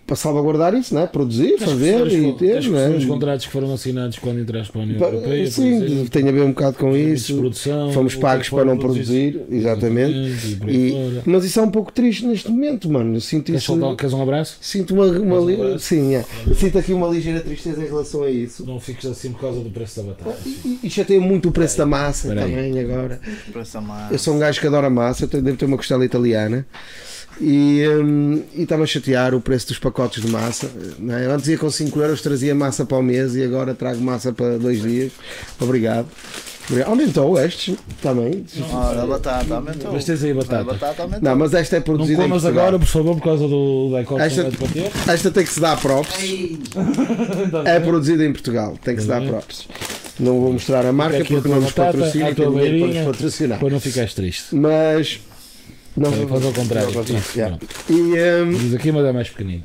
Speaker 4: para salvaguardar isso, né? produzir, fazer e ter. não
Speaker 3: Os
Speaker 4: é?
Speaker 3: contratos que foram assinados quando entraste para a União
Speaker 4: Pa-
Speaker 3: Europeia. por
Speaker 4: Sim,
Speaker 3: exemplo.
Speaker 4: tem a ver um bocado com
Speaker 3: serviços de
Speaker 4: isso.
Speaker 3: produção,
Speaker 4: Fomos
Speaker 3: o que é
Speaker 4: pagos
Speaker 3: que
Speaker 4: para não
Speaker 3: pode produzir.
Speaker 4: produzir, exatamente.
Speaker 3: Exatamente, e por aí
Speaker 4: E-
Speaker 3: fora.
Speaker 4: mas isso é um pouco triste neste momento, mano. Eu sinto
Speaker 3: Queres
Speaker 4: isso.
Speaker 3: soltar- Queres um abraço?
Speaker 4: Sinto uma, uma
Speaker 3: um
Speaker 4: li-
Speaker 3: abraço?
Speaker 4: sim, é. sinto aqui uma ligeira tristeza em relação a isso.
Speaker 3: Não fiques assim por causa do preço da batata.
Speaker 4: E, e chateia muito o preço da massa
Speaker 3: Espera aí.
Speaker 4: também agora.
Speaker 6: Para essa massa.
Speaker 4: Eu sou um gajo que adora massa, eu tenho- devo ter uma costela italiana. E hum, e estava a chatear o preço dos pacotes de massa. não é? Eu Antes ia com 5 euros, trazia massa para o mês e agora trago massa para dois dias. Obrigado. Obrigado. Aumentou estes também.
Speaker 6: Ora, a batata aumentou.
Speaker 3: Mas tens aí
Speaker 6: A
Speaker 3: batata.
Speaker 6: batata aumentou.
Speaker 4: Não, mas esta é
Speaker 3: Não
Speaker 4: produzida
Speaker 3: comas
Speaker 4: em Portugal.
Speaker 3: agora, por favor, por causa do da Econ
Speaker 4: Esta-
Speaker 3: de bater.
Speaker 4: Esta tem que se dar props.
Speaker 3: Então,
Speaker 4: É produzida em Portugal, tem que se dar props. Não vou mostrar a marca
Speaker 3: Uhum. Aqui a
Speaker 4: porque
Speaker 3: tua
Speaker 4: não nos
Speaker 3: batata,
Speaker 4: patrocina
Speaker 3: a
Speaker 4: e tem
Speaker 3: tua
Speaker 4: dinheiro para
Speaker 3: beirinha.
Speaker 4: nos patrocinar.
Speaker 3: Para não ficares triste.
Speaker 4: Mas. Não,
Speaker 3: Olha, faz ao contrário.
Speaker 4: Faz ao
Speaker 3: Isso,
Speaker 4: yeah. E, hum,
Speaker 3: Diz aqui, mas é mais pequenino.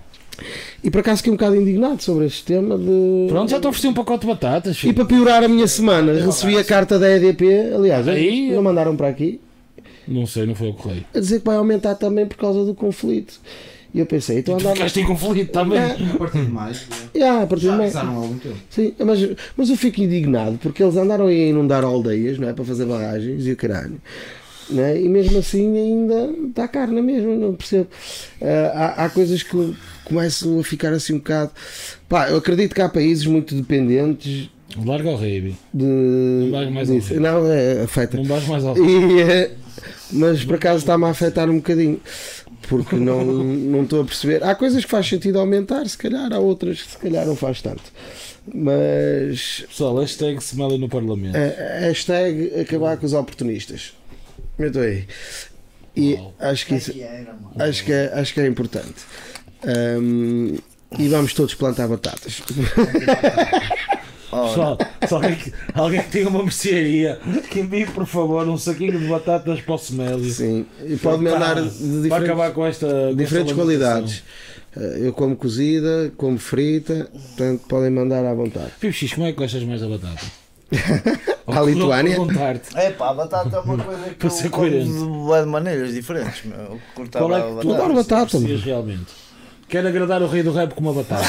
Speaker 4: e por acaso fiquei um bocado indignado sobre este tema de.
Speaker 3: Pronto, já te ofereci um pacote de batatas.
Speaker 4: E
Speaker 3: filho.
Speaker 4: para piorar a minha semana, recebi a carta da EDP, aliás,
Speaker 3: é. Aí-
Speaker 4: não mandaram para aqui,
Speaker 3: Não sei, não foi o correio.
Speaker 4: a dizer que vai aumentar também por causa do conflito. E eu pensei, então andava.
Speaker 3: Ficaste em conflito também.
Speaker 4: É,
Speaker 5: A partir de mais,
Speaker 4: yeah, a partir de
Speaker 5: já
Speaker 4: mais-
Speaker 5: passaram algum tempo.
Speaker 4: Sim, mas, mas eu fico indignado porque eles andaram aí a inundar aldeias, não é? Para fazer barragens e o caralho. não é? E mesmo assim ainda está caro, não é mesmo? Não percebo. Ah, há, há coisas que eu começo a ficar assim um bocado. Pá, eu acredito que há países muito dependentes
Speaker 3: Larga o rei,
Speaker 4: de.
Speaker 3: vais Um mais Um
Speaker 4: disso.
Speaker 3: ouvir.
Speaker 4: Não, é, afeta.
Speaker 3: não vais mais alto.
Speaker 4: E, eh, mas por acaso está-me a afetar um bocadinho. Porque não, não estou a perceber. Há coisas que faz sentido aumentar, se calhar, há outras que se calhar não faz tanto. Mas
Speaker 3: Pessoal, hashtag se mela no Parlamento.
Speaker 4: a- a hashtag acabar com os oportunistas. Eu estou aí. E
Speaker 3: Uau.
Speaker 4: acho que, isso,
Speaker 3: é-
Speaker 6: Que era, mano.
Speaker 4: acho, que é, acho que é importante. Ahm, e vamos todos plantar batatas.
Speaker 6: Ora,
Speaker 3: Pessoal, se alguém que, alguém que tenha uma mercearia, que envie por favor um saquinho de batatas para o Semélio.
Speaker 4: Sim. E pode mandar de
Speaker 3: Para
Speaker 4: diferentes,
Speaker 3: acabar com esta. com
Speaker 4: diferentes
Speaker 3: esta
Speaker 4: qualidades. Ah, Eu como cozida, como frita, portanto podem mandar à vontade.
Speaker 3: lamentação. Fio X, como é que gostas mais da batata?
Speaker 4: À Lituânia?
Speaker 3: Vou perguntar-te.
Speaker 6: é pá, a batata é uma coisa que
Speaker 3: Para
Speaker 6: eu
Speaker 3: ser
Speaker 6: como
Speaker 3: coerente.
Speaker 6: de bué de maneiras diferentes, meu. Eu Cortava
Speaker 3: Qual é
Speaker 6: a
Speaker 3: que tu
Speaker 6: batata.
Speaker 4: Adoro batata.
Speaker 3: aprecias realmente? Quero agradar o rei do rap com uma batata.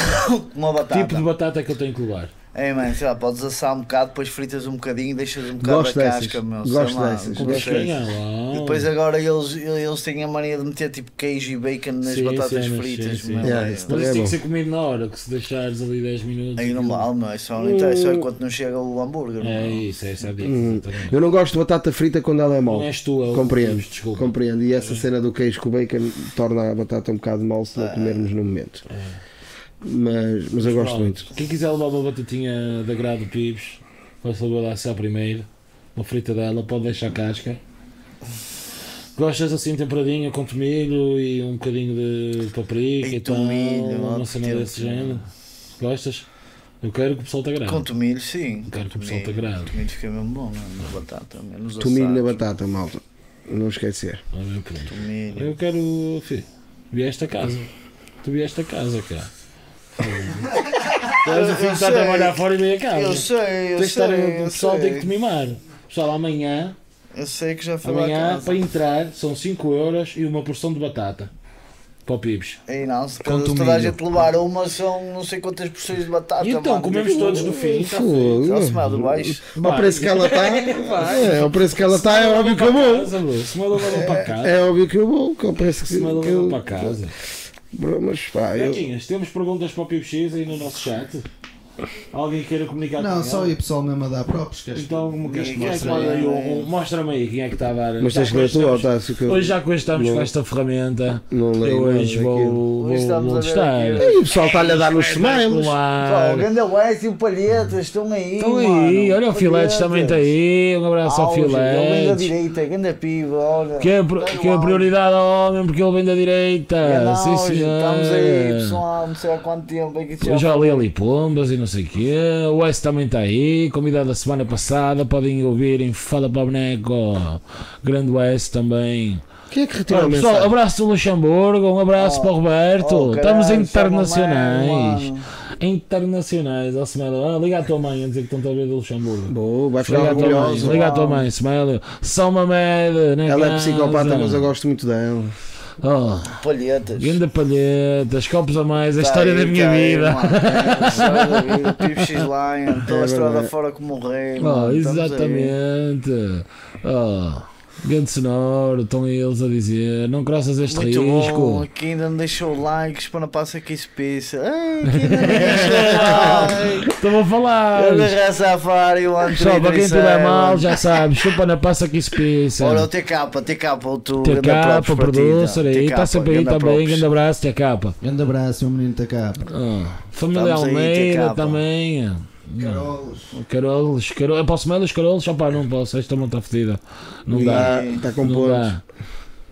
Speaker 6: Uma batata.
Speaker 3: tipo de batata que eu tenho que levar.
Speaker 6: É, mano, sei lá, podes assar um bocado, depois fritas um bocadinho e deixas um bocado
Speaker 4: Gosto
Speaker 6: da
Speaker 4: dessas.
Speaker 6: casca, meu.
Speaker 4: Gosto
Speaker 6: sei lá, um
Speaker 4: dessas.
Speaker 6: com
Speaker 4: Gosto
Speaker 6: queijo.
Speaker 3: Quem é lá?
Speaker 6: E Depois agora eles, eles têm a mania de meter tipo queijo e bacon nas
Speaker 3: Sim,
Speaker 6: batatas
Speaker 3: sim, mas
Speaker 6: fritas,
Speaker 3: sim, sim.
Speaker 6: meu.
Speaker 4: Yeah,
Speaker 6: é-
Speaker 4: isso
Speaker 3: Mas
Speaker 4: É
Speaker 3: isso tem
Speaker 4: bom.
Speaker 3: que ser comido na hora, que se deixares ali 10 minutos.
Speaker 6: Aí não vale, meu. É só, então, é só enquanto não chega o hambúrguer. meu.
Speaker 3: É isso, é essa a dica. exatamente.
Speaker 4: Eu não gosto de batata frita quando ela é
Speaker 3: Não
Speaker 4: mole.
Speaker 3: és tu, é o
Speaker 4: Compreendo,
Speaker 3: Luís, desculpa.
Speaker 4: compreendo. E essa cena do queijo com bacon torna a batata um bocado mal se
Speaker 3: Ah.
Speaker 4: não comermos no momento. Mas, mas eu gosto
Speaker 3: É. Pronto,
Speaker 4: muito.
Speaker 3: Quem quiser levar uma batatinha da grade do Pibes, vai saber lá se é a primeiro. Uma frita dela, pode deixar casca. Gostas assim temperadinha com tomilho e um bocadinho de paprika
Speaker 6: E
Speaker 3: e, tal,
Speaker 6: tomilho, ó,
Speaker 3: uma
Speaker 6: que
Speaker 3: cena
Speaker 6: teu,
Speaker 3: desse
Speaker 6: sim.
Speaker 3: género? Gostas? Eu quero que o pessoal te agrade.
Speaker 6: Com tomilho, sim.
Speaker 3: é. Quero que o pessoal te
Speaker 6: Tomilho.
Speaker 3: agrade.
Speaker 6: Tomilho fica mesmo bom, meu. Na batata, menos
Speaker 4: Tomilho na
Speaker 6: assado.
Speaker 4: batata, malta. Não esquecer.
Speaker 3: Ah, meu querido.
Speaker 6: Tomilho.
Speaker 3: Eu quero. Filho, vieste a casa. Tu vieste a casa cá. Mas o filho está a
Speaker 6: Ah, sei.
Speaker 3: trabalhar fora e veio a casa.
Speaker 6: Eu sei, eu
Speaker 3: Tens de estar-
Speaker 6: sei.
Speaker 3: o
Speaker 6: Eu
Speaker 3: pessoal tem que te
Speaker 6: sei.
Speaker 3: mimar. Pessoal, amanhã
Speaker 6: Eu sei que já foi lá a
Speaker 3: Amanhã,
Speaker 6: casa.
Speaker 3: para entrar, são 5 euros e uma porção de batata. Para o Pibes.
Speaker 6: E não, se
Speaker 7: Com
Speaker 6: cada- se toda a
Speaker 7: tomilho.
Speaker 6: gente levar uma, são não sei quantas porções de batata.
Speaker 3: E então,
Speaker 6: mano. é
Speaker 3: comemos todos no fim. Está feito.
Speaker 4: Fogo.
Speaker 6: Só se mal do baixo.
Speaker 4: Ao preço que ela está, é, ao preço que ela está, é óbvio que eu vou.
Speaker 3: Casa, bro. Se mandou levar para casa.
Speaker 4: É óbvio que eu vou, que ao preço que,
Speaker 3: Se mandou
Speaker 4: que
Speaker 3: levar
Speaker 4: eu.
Speaker 3: para casa.
Speaker 4: Bro, Mas pá, eu.
Speaker 3: Gatinhas, temos perguntas para o Pibes X aí no nosso chat. Alguém queira comunicar
Speaker 5: Não,
Speaker 3: com
Speaker 5: só
Speaker 3: ela?
Speaker 5: aí pessoal mesmo a dar props. que acho-
Speaker 3: Então, como queres que
Speaker 6: Quem é que
Speaker 3: mostre
Speaker 6: manda
Speaker 3: aí?
Speaker 6: aí?
Speaker 3: Um- um- Mostra-me aí quem é que está a dar.
Speaker 4: Mas tens que ler tu ou estás? que eu-
Speaker 3: Hoje já que hoje estamos
Speaker 4: Não.
Speaker 3: com esta ferramenta,
Speaker 4: Não
Speaker 3: eu
Speaker 4: leio
Speaker 3: hoje
Speaker 4: nada daquilo.
Speaker 3: vou,
Speaker 6: Hoje
Speaker 3: vou,
Speaker 6: estamos
Speaker 3: vou
Speaker 6: a ver
Speaker 3: estar.
Speaker 6: aqui,
Speaker 4: Ei, o pessoal está-lhe a dar um nos smiles.
Speaker 6: Pá,
Speaker 4: é
Speaker 6: o
Speaker 4: assim,
Speaker 3: Claro.
Speaker 6: Ganda West e o Palhetas estão aí.
Speaker 3: Estão
Speaker 6: mano.
Speaker 3: Então aí, olha o Filetes
Speaker 4: é
Speaker 3: também está aí. Um abraço ao
Speaker 6: Auge, é Ele vem da
Speaker 3: Filetes.
Speaker 6: direita, Ganda Piva, olha.
Speaker 3: Que é, pro-
Speaker 6: Tem o
Speaker 3: que é
Speaker 6: auge.
Speaker 3: prioridade ao homem porque ele vem da direita.
Speaker 6: Ganda
Speaker 3: Sim,
Speaker 6: auge,
Speaker 3: senhor.
Speaker 6: Estamos aí, pessoal, não sei há quanto tempo. é que isto
Speaker 3: Eu
Speaker 6: já-
Speaker 3: já li ali Pombas e não sei o quê. O S também está aí. Convidado da semana passada. Podem ouvir em Fala para o Boneco. Grande S também.
Speaker 4: Quem é que retirou
Speaker 3: Olha,
Speaker 4: a
Speaker 3: pessoal,
Speaker 4: mensagem?
Speaker 3: abraço do Luxemburgo. Um abraço
Speaker 6: Oh,
Speaker 3: para o Roberto.
Speaker 6: oh, caralho,
Speaker 3: Estamos
Speaker 6: chama
Speaker 3: internacionais.
Speaker 6: mais, mano.
Speaker 3: Internacionais. Ó, Smelo. Ah, liga à tua mãe a dizer que estão a ver do Luxemburgo.
Speaker 4: Boa, vai ficar
Speaker 3: Liga à tua mãe,
Speaker 4: orgulhosa.
Speaker 3: liga à tua mãe, Smelo. São Mamed, né?
Speaker 4: Ela é psicopata, mas eu gosto muito dela.
Speaker 3: Oh,
Speaker 6: Palhetas.
Speaker 3: grande palheta, copos a mais, a
Speaker 6: Tá
Speaker 3: história
Speaker 6: aí,
Speaker 3: da minha
Speaker 6: tá aí,
Speaker 3: vida.
Speaker 6: mano, é, a história da vida, Pipo X Lion, toda a
Speaker 4: É
Speaker 6: estrada
Speaker 4: verdade.
Speaker 6: fora como o rei.
Speaker 3: Oh,
Speaker 6: mano, estamos aí.
Speaker 3: exatamente. Oh, grande sonoro, estão eles a dizer: não crossas este
Speaker 6: Muito bom,
Speaker 3: risco.
Speaker 6: que ainda não deixou likes para não passar aqui espécie. Ai, que ainda não deixou likes.
Speaker 3: Estou a Então falar.
Speaker 6: Eu agarrei a safari, o André.
Speaker 3: Pessoal, para quem tiver mal, já sabe, chupa na passa que se pensa.
Speaker 6: Olha o TK, TK, o tu.
Speaker 3: TK,
Speaker 6: ganda props
Speaker 3: para o
Speaker 6: para é ti, então.
Speaker 3: producer aí,
Speaker 6: TK,
Speaker 3: está sempre aí
Speaker 6: ganda
Speaker 3: tá também.
Speaker 6: props.
Speaker 3: Grande abraço, TK.
Speaker 5: Grande abraço, meu menino tá da capa.
Speaker 3: Ah, família
Speaker 6: Estamos aí,
Speaker 3: Almeida
Speaker 6: TK.
Speaker 3: também. ah. Carolos, Carolos, eu posso meio dos Carolos? Opá, não posso, esta mão está fedida. Não dá.
Speaker 4: Está com
Speaker 3: Não
Speaker 4: pontos.
Speaker 3: dá.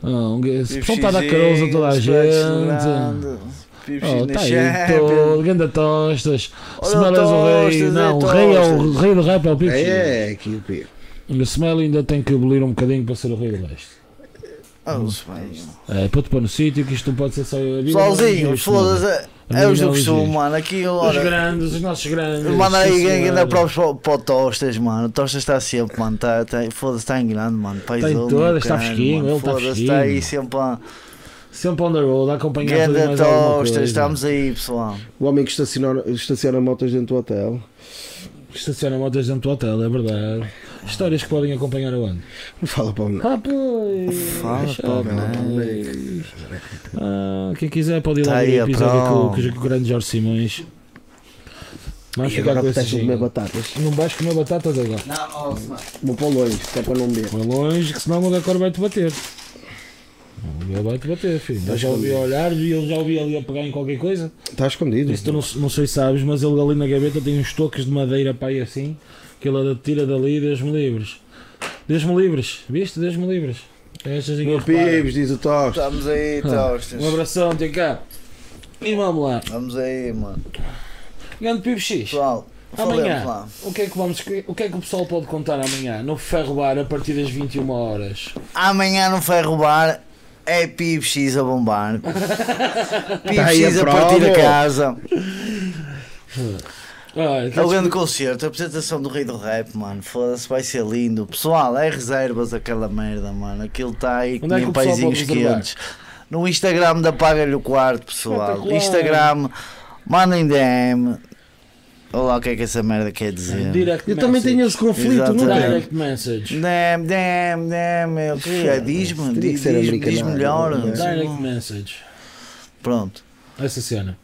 Speaker 3: Ah, um,
Speaker 6: Pipo
Speaker 3: esse pessoal está a dar Carolos a toda a
Speaker 6: X,
Speaker 3: gente.
Speaker 6: Pipo X
Speaker 3: Oh,
Speaker 6: na
Speaker 3: tá aí,
Speaker 6: Champions.
Speaker 3: todo, ganda tostas.
Speaker 6: Olha
Speaker 3: Smellas
Speaker 6: o
Speaker 3: o rei.
Speaker 6: Tostas,
Speaker 3: Não,
Speaker 6: é
Speaker 3: o rei é o
Speaker 6: Tostas.
Speaker 3: rei do rap, é o Pipo.
Speaker 4: É, é aquilo, Pipo.
Speaker 3: O Smell ainda tem que abolir um bocadinho para ser o rei do resto.
Speaker 6: Ah, os pais.
Speaker 3: É, para te pôr no sítio, que isto não pode ser só eu. a vida, não é
Speaker 6: Pessoalzinho,
Speaker 3: isto, não.
Speaker 6: foda-se. é-
Speaker 3: A
Speaker 6: É os do
Speaker 3: minha
Speaker 6: costume,
Speaker 3: existe.
Speaker 6: mano. Aqui,
Speaker 3: Os
Speaker 6: olha.
Speaker 3: grandes, os nossos grandes.
Speaker 6: Manda aí
Speaker 3: sim,
Speaker 6: quem
Speaker 3: senhora.
Speaker 6: ainda props para para o Tostas, mano. O Tostas está sempre, mano. Tá, tá, Foda-se, está em grande, mano. Paizão,
Speaker 3: Tem
Speaker 6: mano,
Speaker 3: Tá todas, está
Speaker 6: caralho,
Speaker 3: fresquinho,
Speaker 6: mano.
Speaker 3: ele está
Speaker 6: Foda-se, está aí
Speaker 3: fresquinho.
Speaker 6: sempre. a-
Speaker 3: Sempre on the road, a acompanhar tudo e
Speaker 6: Ganda
Speaker 3: mais alguma
Speaker 6: Tostas,
Speaker 3: coisa.
Speaker 6: estamos aí, pessoal.
Speaker 4: O homem que estaciona, estaciona motas dentro do hotel.
Speaker 3: Estaciona motas dentro do hotel, é verdade. Histórias que podem acompanhar aonde?
Speaker 4: Fala para o menino.
Speaker 3: Ah, pois.
Speaker 6: Fala, pá, mano.
Speaker 3: Ah, quem quiser pode ir
Speaker 6: Tá
Speaker 3: lá
Speaker 6: aí
Speaker 3: ver
Speaker 6: a
Speaker 3: o episódio
Speaker 6: prova.
Speaker 3: com, com o grande Jorge Simões. Vamos
Speaker 4: E
Speaker 3: ficar
Speaker 4: agora
Speaker 3: com
Speaker 4: apetece
Speaker 3: esse
Speaker 4: comer
Speaker 3: jingle.
Speaker 4: batatas.
Speaker 3: Não vais comer batatas agora.
Speaker 4: Vou para longe, que é para não ver.
Speaker 3: Vai longe, que senão o Gacor vai-te bater. O Gacor vai-te bater,
Speaker 4: Então
Speaker 3: filho. Eu já ouvi a olhar e ele já ouvi ali a pegar em qualquer coisa.
Speaker 4: Está escondido.
Speaker 3: Isso tu não, não sei se sabes, mas ele ali na gaveta tem uns toques de madeira para aí assim, que ele tira dali e Deus-me livres. Deus-me livres, viste? Deus-me livres. É estas aqui
Speaker 4: Meu
Speaker 3: que repara.
Speaker 4: pibes, diz o Tosto.
Speaker 6: Estamos aí,
Speaker 3: Um
Speaker 6: Tostas.
Speaker 3: abração, até cá. E vamos lá.
Speaker 6: Estamos aí, mano.
Speaker 3: Grande Pipo X.
Speaker 6: Pessoal,
Speaker 3: Amanhã,
Speaker 6: falemos lá.
Speaker 3: o que, é que vamos, o que é que o pessoal pode contar amanhã? No Ferro Bar, a partir das 21 horas.
Speaker 6: Amanhã não vai roubar. É Pipo X a bombar. Pipo
Speaker 4: Tá aí a
Speaker 6: X a partir da
Speaker 4: prova.
Speaker 6: casa.
Speaker 3: Ah,
Speaker 6: É o grande concerto, a apresentação do Rei do Rap, mano. Foda-se, vai ser lindo. Pessoal, é reservas aquela merda, mano. Aquilo está aí que
Speaker 3: Onde é que
Speaker 6: nem
Speaker 3: o pessoal
Speaker 6: paizinhos
Speaker 3: pode reservar?
Speaker 6: quentes. No Instagram da Paga-lhe o Quarto, pessoal.
Speaker 3: Espetacular.
Speaker 6: Instagram, mandem DM. Olha lá o que é que essa merda quer dizer.
Speaker 3: Direct
Speaker 4: Eu também
Speaker 3: message.
Speaker 4: tenho esse conflito, não
Speaker 6: Exatamente.
Speaker 4: tenho.
Speaker 3: Direct message.
Speaker 6: DM, DM, DM. eu queria- é? Diz-me,
Speaker 4: teria que
Speaker 6: diz,
Speaker 4: ser
Speaker 6: diz,
Speaker 4: americano,
Speaker 6: diz melhor.
Speaker 4: não é?
Speaker 3: Direct message.
Speaker 6: Pronto.
Speaker 3: Essa cena.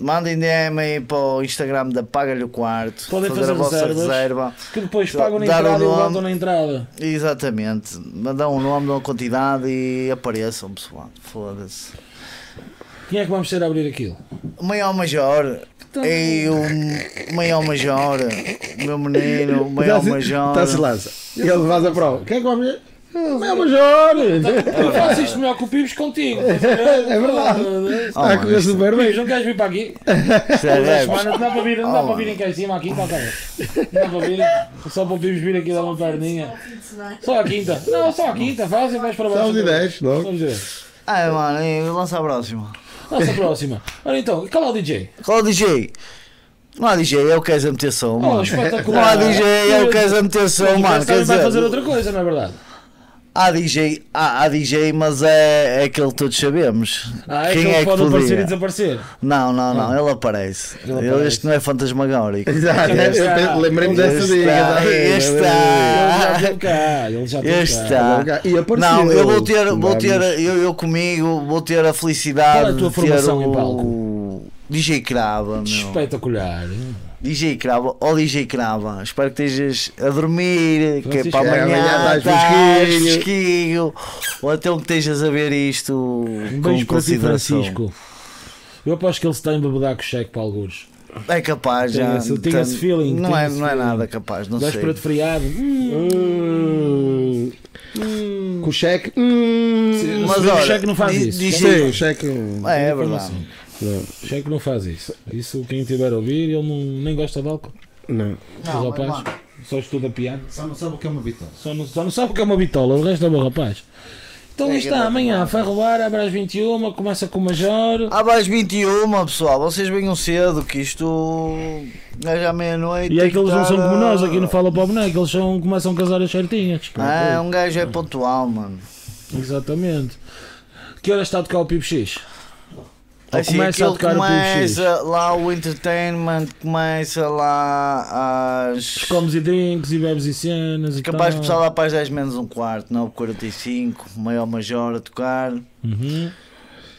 Speaker 6: Mandem DM aí para o Instagram da Paga-lhe o Quarto.
Speaker 3: Podem
Speaker 6: fazer a
Speaker 3: fazer
Speaker 6: vossa
Speaker 3: reservas.
Speaker 6: reserva.
Speaker 3: Que depois
Speaker 6: Só
Speaker 3: pagam na
Speaker 6: dar o
Speaker 3: entrada e
Speaker 6: nome.
Speaker 3: levantam na entrada.
Speaker 6: Exatamente. Mandam um nome, dão uma quantidade e apareçam, pessoal. Foda-se.
Speaker 3: Quem é que vamos ter a abrir aquilo?
Speaker 6: O maior major. E o maior major. O meu menino, o
Speaker 4: é
Speaker 3: Tá
Speaker 6: maior major.
Speaker 4: Está-se tá lança. Ele faz a prova. Quem é que vai É ver?
Speaker 3: Meu Major!
Speaker 6: É
Speaker 3: Eu faço isto melhor que o Pibes contigo. É
Speaker 4: verdade.
Speaker 6: Oh,
Speaker 4: Está a
Speaker 6: mano,
Speaker 4: correr
Speaker 6: isto-
Speaker 4: super bem.
Speaker 3: Pibes, não queres vir para aqui?
Speaker 6: sério, é,
Speaker 3: Mas não dá para vir, não dá
Speaker 6: Oh,
Speaker 3: para vir em cá em cima, aqui, qualquer. Não dá para vir. Só para o Pibes vir aqui dar uma perninha. Só a quinta. Não, só a quinta. Fazem, vais para baixo.
Speaker 4: São os 10, logo.
Speaker 3: Vamos ver.
Speaker 6: Ah, mano, e lança a próxima.
Speaker 3: Nossa próxima. Ora então, qual é o DJ?
Speaker 6: Qual o DJ? Não há DJ, é o que és a meter som,
Speaker 3: Oh,
Speaker 6: mano. Não há
Speaker 3: espetacular.
Speaker 6: DJ, é o que és a meter som, mano. Quer
Speaker 3: Também vai fazer
Speaker 6: dizer,
Speaker 3: outra coisa, não é verdade?
Speaker 6: há DJ, há, há DJ, mas é, é aquele que todos sabemos.
Speaker 3: Ah, é
Speaker 6: Quem
Speaker 3: que
Speaker 6: é
Speaker 3: ele
Speaker 6: que
Speaker 3: pode aparecer e
Speaker 6: podia?
Speaker 3: desaparecer.
Speaker 6: Não, não, não, ele aparece.
Speaker 3: Ele
Speaker 6: Ele-
Speaker 3: aparece.
Speaker 6: Este não é fantasmagórico.
Speaker 4: Exato,
Speaker 3: Ele
Speaker 4: eu
Speaker 3: está.
Speaker 4: pe- lembrei-me
Speaker 3: Ele
Speaker 4: dessa dica.
Speaker 6: Este
Speaker 3: Ele já
Speaker 6: está.
Speaker 3: esteve cá. Ele já um esteve
Speaker 6: Este
Speaker 3: cá.
Speaker 6: está.
Speaker 4: E apareceu.
Speaker 6: Não, eu vou ter, vou
Speaker 4: Vamos.
Speaker 6: ter eu, eu comigo, vou ter a felicidade
Speaker 3: Qual é a tua
Speaker 6: de ter
Speaker 3: formação em
Speaker 6: o DJ Crava, meu.
Speaker 3: Espetacular.
Speaker 6: DJ Crava, ó DJ Crava, espero que estejas a dormir, que é
Speaker 3: Francisco,
Speaker 6: para
Speaker 4: é,
Speaker 6: amanhã,
Speaker 4: amanhã estás
Speaker 6: estás
Speaker 4: fresquinho.
Speaker 6: fresquinho. ou até que estejas a ver isto
Speaker 3: Um
Speaker 6: com
Speaker 3: beijo para ti,
Speaker 6: consideração.
Speaker 3: Francisco. Eu aposto que ele se está a embebedar com o cheque para alguns.
Speaker 6: É capaz,
Speaker 3: Tenho
Speaker 6: já.
Speaker 3: esse- tenho
Speaker 6: tem-
Speaker 3: esse feeling,
Speaker 6: Não,
Speaker 3: tenho
Speaker 6: é,
Speaker 3: esse
Speaker 6: não é
Speaker 3: feeling.
Speaker 6: nada capaz, não sei.
Speaker 3: Véspera de feriado. Hum.
Speaker 4: Com o cheque. Hum,
Speaker 3: Mas
Speaker 6: Mas
Speaker 3: o
Speaker 6: olha,
Speaker 3: cheque não faz
Speaker 6: di-
Speaker 3: isso.
Speaker 6: DJ
Speaker 4: sim, o cheque. hum,
Speaker 6: É, é verdade.
Speaker 3: O cheque não faz isso. Isso quem tiver a ouvir, ele não, nem gosta de álcool.
Speaker 4: Não.
Speaker 3: Os rapazes só estuda piano.
Speaker 5: Só não sabe o que é uma bitola.
Speaker 3: Só não, só não sabe o que é uma bitola, o resto é bom rapaz.
Speaker 6: É
Speaker 3: Então aí está, amanhã, Ferroar, abre às 21, começa com o Major.
Speaker 6: Há mais 21, pessoal. Vocês venham cedo, que isto. é já meia-noite.
Speaker 3: E é
Speaker 6: tem
Speaker 3: que eles não são
Speaker 6: estar
Speaker 3: como
Speaker 6: a-
Speaker 3: nós, aqui não fala para o boneco, eles são, começam com as horas certinhas.
Speaker 6: Ah, um gajo é pontual, mano.
Speaker 3: Exatamente. Que horas está a tocar o Pipo X? Ou
Speaker 6: Assim,
Speaker 3: começa a
Speaker 6: aquilo
Speaker 3: tocar o Pipo X?
Speaker 6: começa lá o entertainment, começa lá às.
Speaker 3: Comes e drinks e bebes e cenas e
Speaker 6: É Capaz de
Speaker 3: tal.
Speaker 6: pessoal lá para as 10 menos um quarto, 9h45, maior major a tocar.
Speaker 3: Uhum.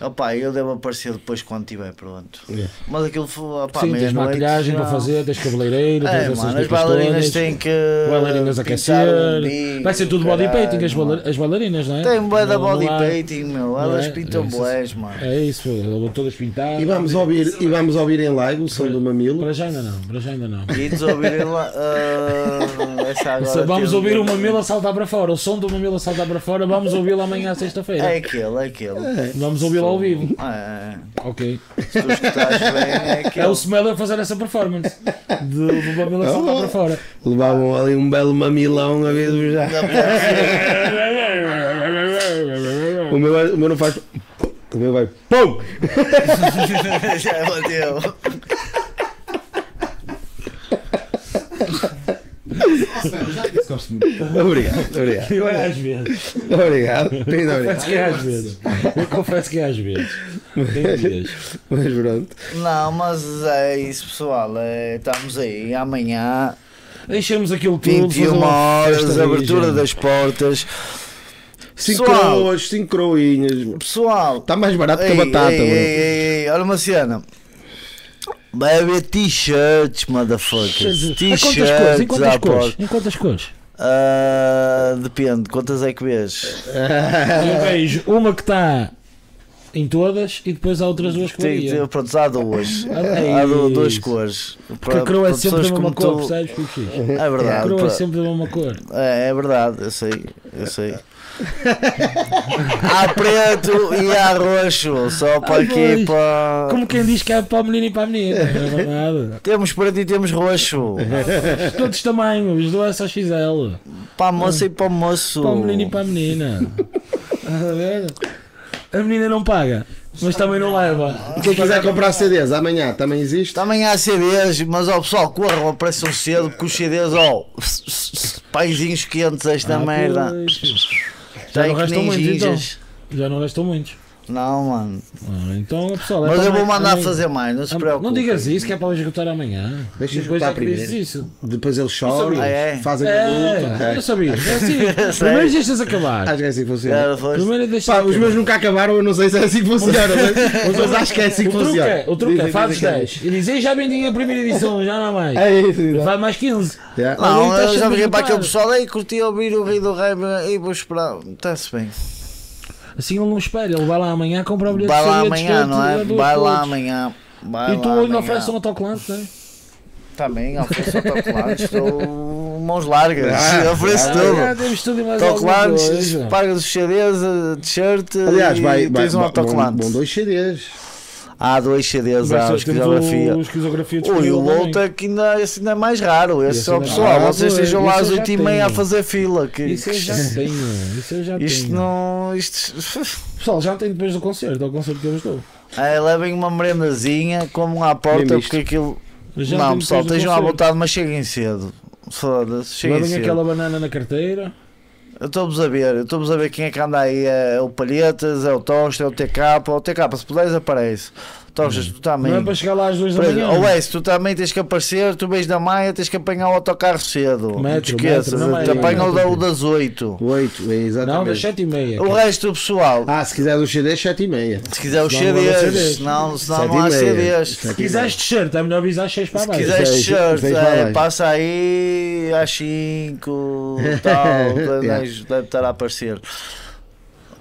Speaker 6: Opa, eu devo aparecer depois quando estiver pronto.
Speaker 4: Yeah.
Speaker 6: Mas aquilo foi. Opa,
Speaker 3: É. Sim, tens
Speaker 6: meia-noite
Speaker 3: maquilhagem
Speaker 6: já-
Speaker 3: para fazer, tens cabeleireiro, tens
Speaker 6: É,
Speaker 3: essas
Speaker 6: mano, as
Speaker 3: dicas
Speaker 6: bailarinas
Speaker 3: todas.
Speaker 6: têm que.
Speaker 3: Bailarinas
Speaker 6: pintar
Speaker 3: aquecer.
Speaker 6: o umbigo,
Speaker 3: Vai ser tudo body
Speaker 6: caralho,
Speaker 3: painting as,
Speaker 6: mano.
Speaker 3: baila- as bailarinas, não é?
Speaker 6: Tem bué da
Speaker 3: Não- não
Speaker 6: body
Speaker 3: há-
Speaker 6: painting, meu.
Speaker 3: não
Speaker 6: Elas
Speaker 3: é?
Speaker 6: pintam
Speaker 3: Isso-
Speaker 6: boés, mano.
Speaker 3: É isso, pô, elas vão todas pintadas.
Speaker 4: E vamos, ouvir, e vamos ouvir em live o som do mamilo.
Speaker 3: Para já ainda não, para já ainda não.
Speaker 6: E eles ouvirem lá. ah, essa agora
Speaker 3: Se Vamos
Speaker 6: teve-
Speaker 3: ouvir o mamilo a saltar para fora, o som do mamilo a saltar para fora, vamos ouvi-lo amanhã à
Speaker 6: É
Speaker 3: sexta-feira.
Speaker 6: aquele, é aquele.
Speaker 3: Vamos ouvi-lo ao vivo.
Speaker 6: Ah,
Speaker 3: Ok.
Speaker 6: se tu escutares bem, é
Speaker 3: É o
Speaker 6: aquele.
Speaker 3: Smell a fazer essa performance do, do mamilo a saltar para fora.
Speaker 4: Levavam ali um belo mamilão a ver do já. O meu, o meu não faz. O meu vai. PUM!
Speaker 6: Já é bateu.
Speaker 5: Gosto muito.
Speaker 4: Obrigado, obrigado.
Speaker 3: Eu é às vezes.
Speaker 4: Obrigado. Muito obrigado.
Speaker 3: Confesso que é às vezes. Eu confesso que é às vezes. Tem dias.
Speaker 4: Mas pronto.
Speaker 6: Não, mas é isso, pessoal. É, estamos aí. Amanhã,
Speaker 3: Deixamos aquilo tudo.
Speaker 6: 21
Speaker 3: fazer uma
Speaker 6: horas,
Speaker 3: festa
Speaker 6: abertura
Speaker 3: virgem.
Speaker 6: das portas.
Speaker 4: 5
Speaker 6: Pessoal,
Speaker 4: croas, 5 croinhas.
Speaker 6: pessoal.
Speaker 3: Tá
Speaker 4: Está Tá mais barato que
Speaker 6: Ei,
Speaker 4: a batata,
Speaker 6: ei, ei,
Speaker 4: bro.
Speaker 6: ei, ei, olha uma cena. Vai haver t-shirts, motherfuckers.
Speaker 3: Em É quantas cores? Em
Speaker 6: T-shirts
Speaker 3: quantas
Speaker 6: à
Speaker 3: cores?
Speaker 6: porta.
Speaker 3: Em quantas cores?
Speaker 6: Ah, depende, quantas é que vês? Ah.
Speaker 3: Eu vejo um uma que está em todas e depois há outras duas que
Speaker 6: Tem- tem-
Speaker 3: variam.
Speaker 6: Pronto, há duas.
Speaker 3: Ai,
Speaker 6: Há du- duas
Speaker 3: isso.
Speaker 6: cores.
Speaker 3: Porque a coroa é sempre da mesma cor,
Speaker 6: é
Speaker 3: percebes? Pipo X? A
Speaker 6: verdade.
Speaker 3: coroa é
Speaker 6: pra-
Speaker 3: sempre da mesma cor.
Speaker 6: É, é verdade, eu sei, eu sei. há preto e há roxo, só para
Speaker 3: Ai,
Speaker 6: aqui
Speaker 3: pois.
Speaker 6: para.
Speaker 3: Como quem diz que é para o menino e para a menina. Não é verdade.
Speaker 6: Temos preto e temos roxo.
Speaker 3: Todos tamanhos, do S ao XL.
Speaker 6: Para a moça e para o moço.
Speaker 3: Para o menino e para a menina. Estás a ver? A menina não paga, mas também não leva.
Speaker 4: Quem quiser comprar CDs amanhã também existe.
Speaker 6: Também há CDs, mas ó pessoal, corram, apareçam cedo, porque os CDs, ó, paizinhos quentes esta
Speaker 3: Ah,
Speaker 6: merda.
Speaker 3: pois. Já
Speaker 6: Tem
Speaker 3: não
Speaker 6: que
Speaker 3: restam
Speaker 6: nem
Speaker 3: muitos, então.
Speaker 6: gingas.
Speaker 3: Já não restam muitos.
Speaker 6: Não, mano.
Speaker 3: Ah, então, pessoal, é
Speaker 6: Mas eu
Speaker 3: também-
Speaker 6: vou mandar
Speaker 3: também- Ah,
Speaker 6: fazer mais, não se preocupe.
Speaker 3: Não digas isso, que é para esgotar amanhã.
Speaker 4: Deixa
Speaker 3: E depois
Speaker 4: esgotar
Speaker 3: é que dizes
Speaker 4: primeiro.
Speaker 3: isso.
Speaker 4: Depois eles choram,
Speaker 6: Ah, é?
Speaker 4: fazem luta.
Speaker 3: É, eu sabia. É assim.
Speaker 6: Sei.
Speaker 3: Primeiro deixas acabar.
Speaker 4: Acho que é assim que funciona.
Speaker 6: Cara, foste-
Speaker 3: Primeiro deixas
Speaker 4: Pá, os
Speaker 3: acabar.
Speaker 4: meus nunca acabaram, eu não sei se é assim que funciona, mas, mas acho que é assim
Speaker 3: O
Speaker 4: que
Speaker 3: truque
Speaker 4: funciona.
Speaker 3: é, o truque é,
Speaker 4: Dizem-
Speaker 3: fazes
Speaker 4: dizem que
Speaker 3: 10 e dizes, "Ei, já vendi a primeira edição, já não há mais.
Speaker 4: É isso, exato.
Speaker 3: Vai mais 15.
Speaker 4: Yeah.
Speaker 6: Não,
Speaker 3: Mas aí tá
Speaker 6: eu já
Speaker 3: deixa-me
Speaker 6: virei para
Speaker 3: reparar.
Speaker 6: aquele pessoal aí, curti ouvir o Rei do Rei e vou esperar. Está-se bem.
Speaker 3: Assim ele não espera, ele vai lá amanhã comprar o bilhete
Speaker 6: Vai
Speaker 3: de
Speaker 6: lá
Speaker 3: saída
Speaker 6: amanhã,
Speaker 3: de
Speaker 6: não é?
Speaker 3: skate,
Speaker 6: Vai lá
Speaker 3: todos.
Speaker 6: amanhã. Vai
Speaker 3: E tu
Speaker 6: lá
Speaker 3: hoje não
Speaker 6: amanhã. Tá
Speaker 3: ofereces um autocolante, não é?
Speaker 6: Também, ofereço autocolantes, um estou mãos largas, ofereço
Speaker 3: Ah,
Speaker 6: tudo.
Speaker 3: temos tudo e mais alguma
Speaker 6: Autocolantes,
Speaker 3: coisa.
Speaker 6: pagas os CDs, a t-shirt
Speaker 4: Aliás,
Speaker 6: e
Speaker 4: vai, vai,
Speaker 6: tens um
Speaker 4: vão-
Speaker 6: autocolante.
Speaker 4: vão dois CDs.
Speaker 6: Há dois CDs, há
Speaker 3: Vai
Speaker 6: a
Speaker 3: ser que temos
Speaker 6: esquizografia.
Speaker 3: o- o esquizografia
Speaker 6: Ui,
Speaker 3: disponível
Speaker 6: o
Speaker 3: também.
Speaker 6: outro é que ainda, esse ainda é mais raro. Esse
Speaker 3: Esse
Speaker 6: só,
Speaker 3: ainda é
Speaker 6: pessoal,
Speaker 3: raro.
Speaker 6: vocês
Speaker 3: Ah,
Speaker 6: estejam
Speaker 3: pois,
Speaker 6: lá às
Speaker 3: isso eu já
Speaker 6: 8h30 a
Speaker 3: tenho.
Speaker 6: fazer fila. Que,
Speaker 3: Isso eu já tenho, isso eu já
Speaker 6: isto
Speaker 3: tenho.
Speaker 6: não. Isto,
Speaker 3: Pessoal, já tem depois do concerto, ao concerto que eu estou.
Speaker 6: Aí levem uma merendazinha, comam à porta,
Speaker 4: Bem visto.
Speaker 6: porque aquilo.
Speaker 3: Já
Speaker 6: não,
Speaker 3: tem
Speaker 6: pessoal,
Speaker 3: depois do
Speaker 6: estejam à
Speaker 3: concerto.
Speaker 6: vontade, mas cheguem cedo. Foda-se, cheguem
Speaker 3: Levem
Speaker 6: cedo.
Speaker 3: aquela banana na carteira.
Speaker 6: Eu estou-vos a ver, eu estou-vos a ver quem é que anda aí. É o Palhetas, é o Tosta, é o TK. O TK, se puderes, aparece. Tochas, tu também.
Speaker 3: Não é para chegar lá às duas da
Speaker 6: Por
Speaker 3: manhã.
Speaker 6: exemplo, Ou é, se tu também tens que aparecer, tu vens da Maia, tens que apanhar o autocarro cedo. não te
Speaker 3: Metro,
Speaker 6: esqueças,
Speaker 3: metro, não
Speaker 6: te
Speaker 3: vai-
Speaker 6: apanha o da- o
Speaker 3: metro.
Speaker 6: das 8.
Speaker 4: Oito, é
Speaker 3: Não, das
Speaker 4: exatamente.
Speaker 3: 7 e meia.
Speaker 6: O resto do pessoal,
Speaker 4: Ah, se quiser do CD, sete e meia.
Speaker 6: se quiser os
Speaker 3: Senão não há CDs.
Speaker 6: CDs, senão, senão não há
Speaker 4: Sete e meia.
Speaker 6: CDs.
Speaker 4: Sete
Speaker 3: Se quiseres t-shirt, é melhor avisar às 6 para
Speaker 6: Se
Speaker 3: baixo.
Speaker 6: quiseres
Speaker 4: Seis-
Speaker 6: t-shirt,
Speaker 4: seis
Speaker 6: é,
Speaker 4: para baixo.
Speaker 6: passa aí às 5
Speaker 3: É,
Speaker 6: tal, deve-
Speaker 4: Yeah.
Speaker 6: deve estar a aparecer.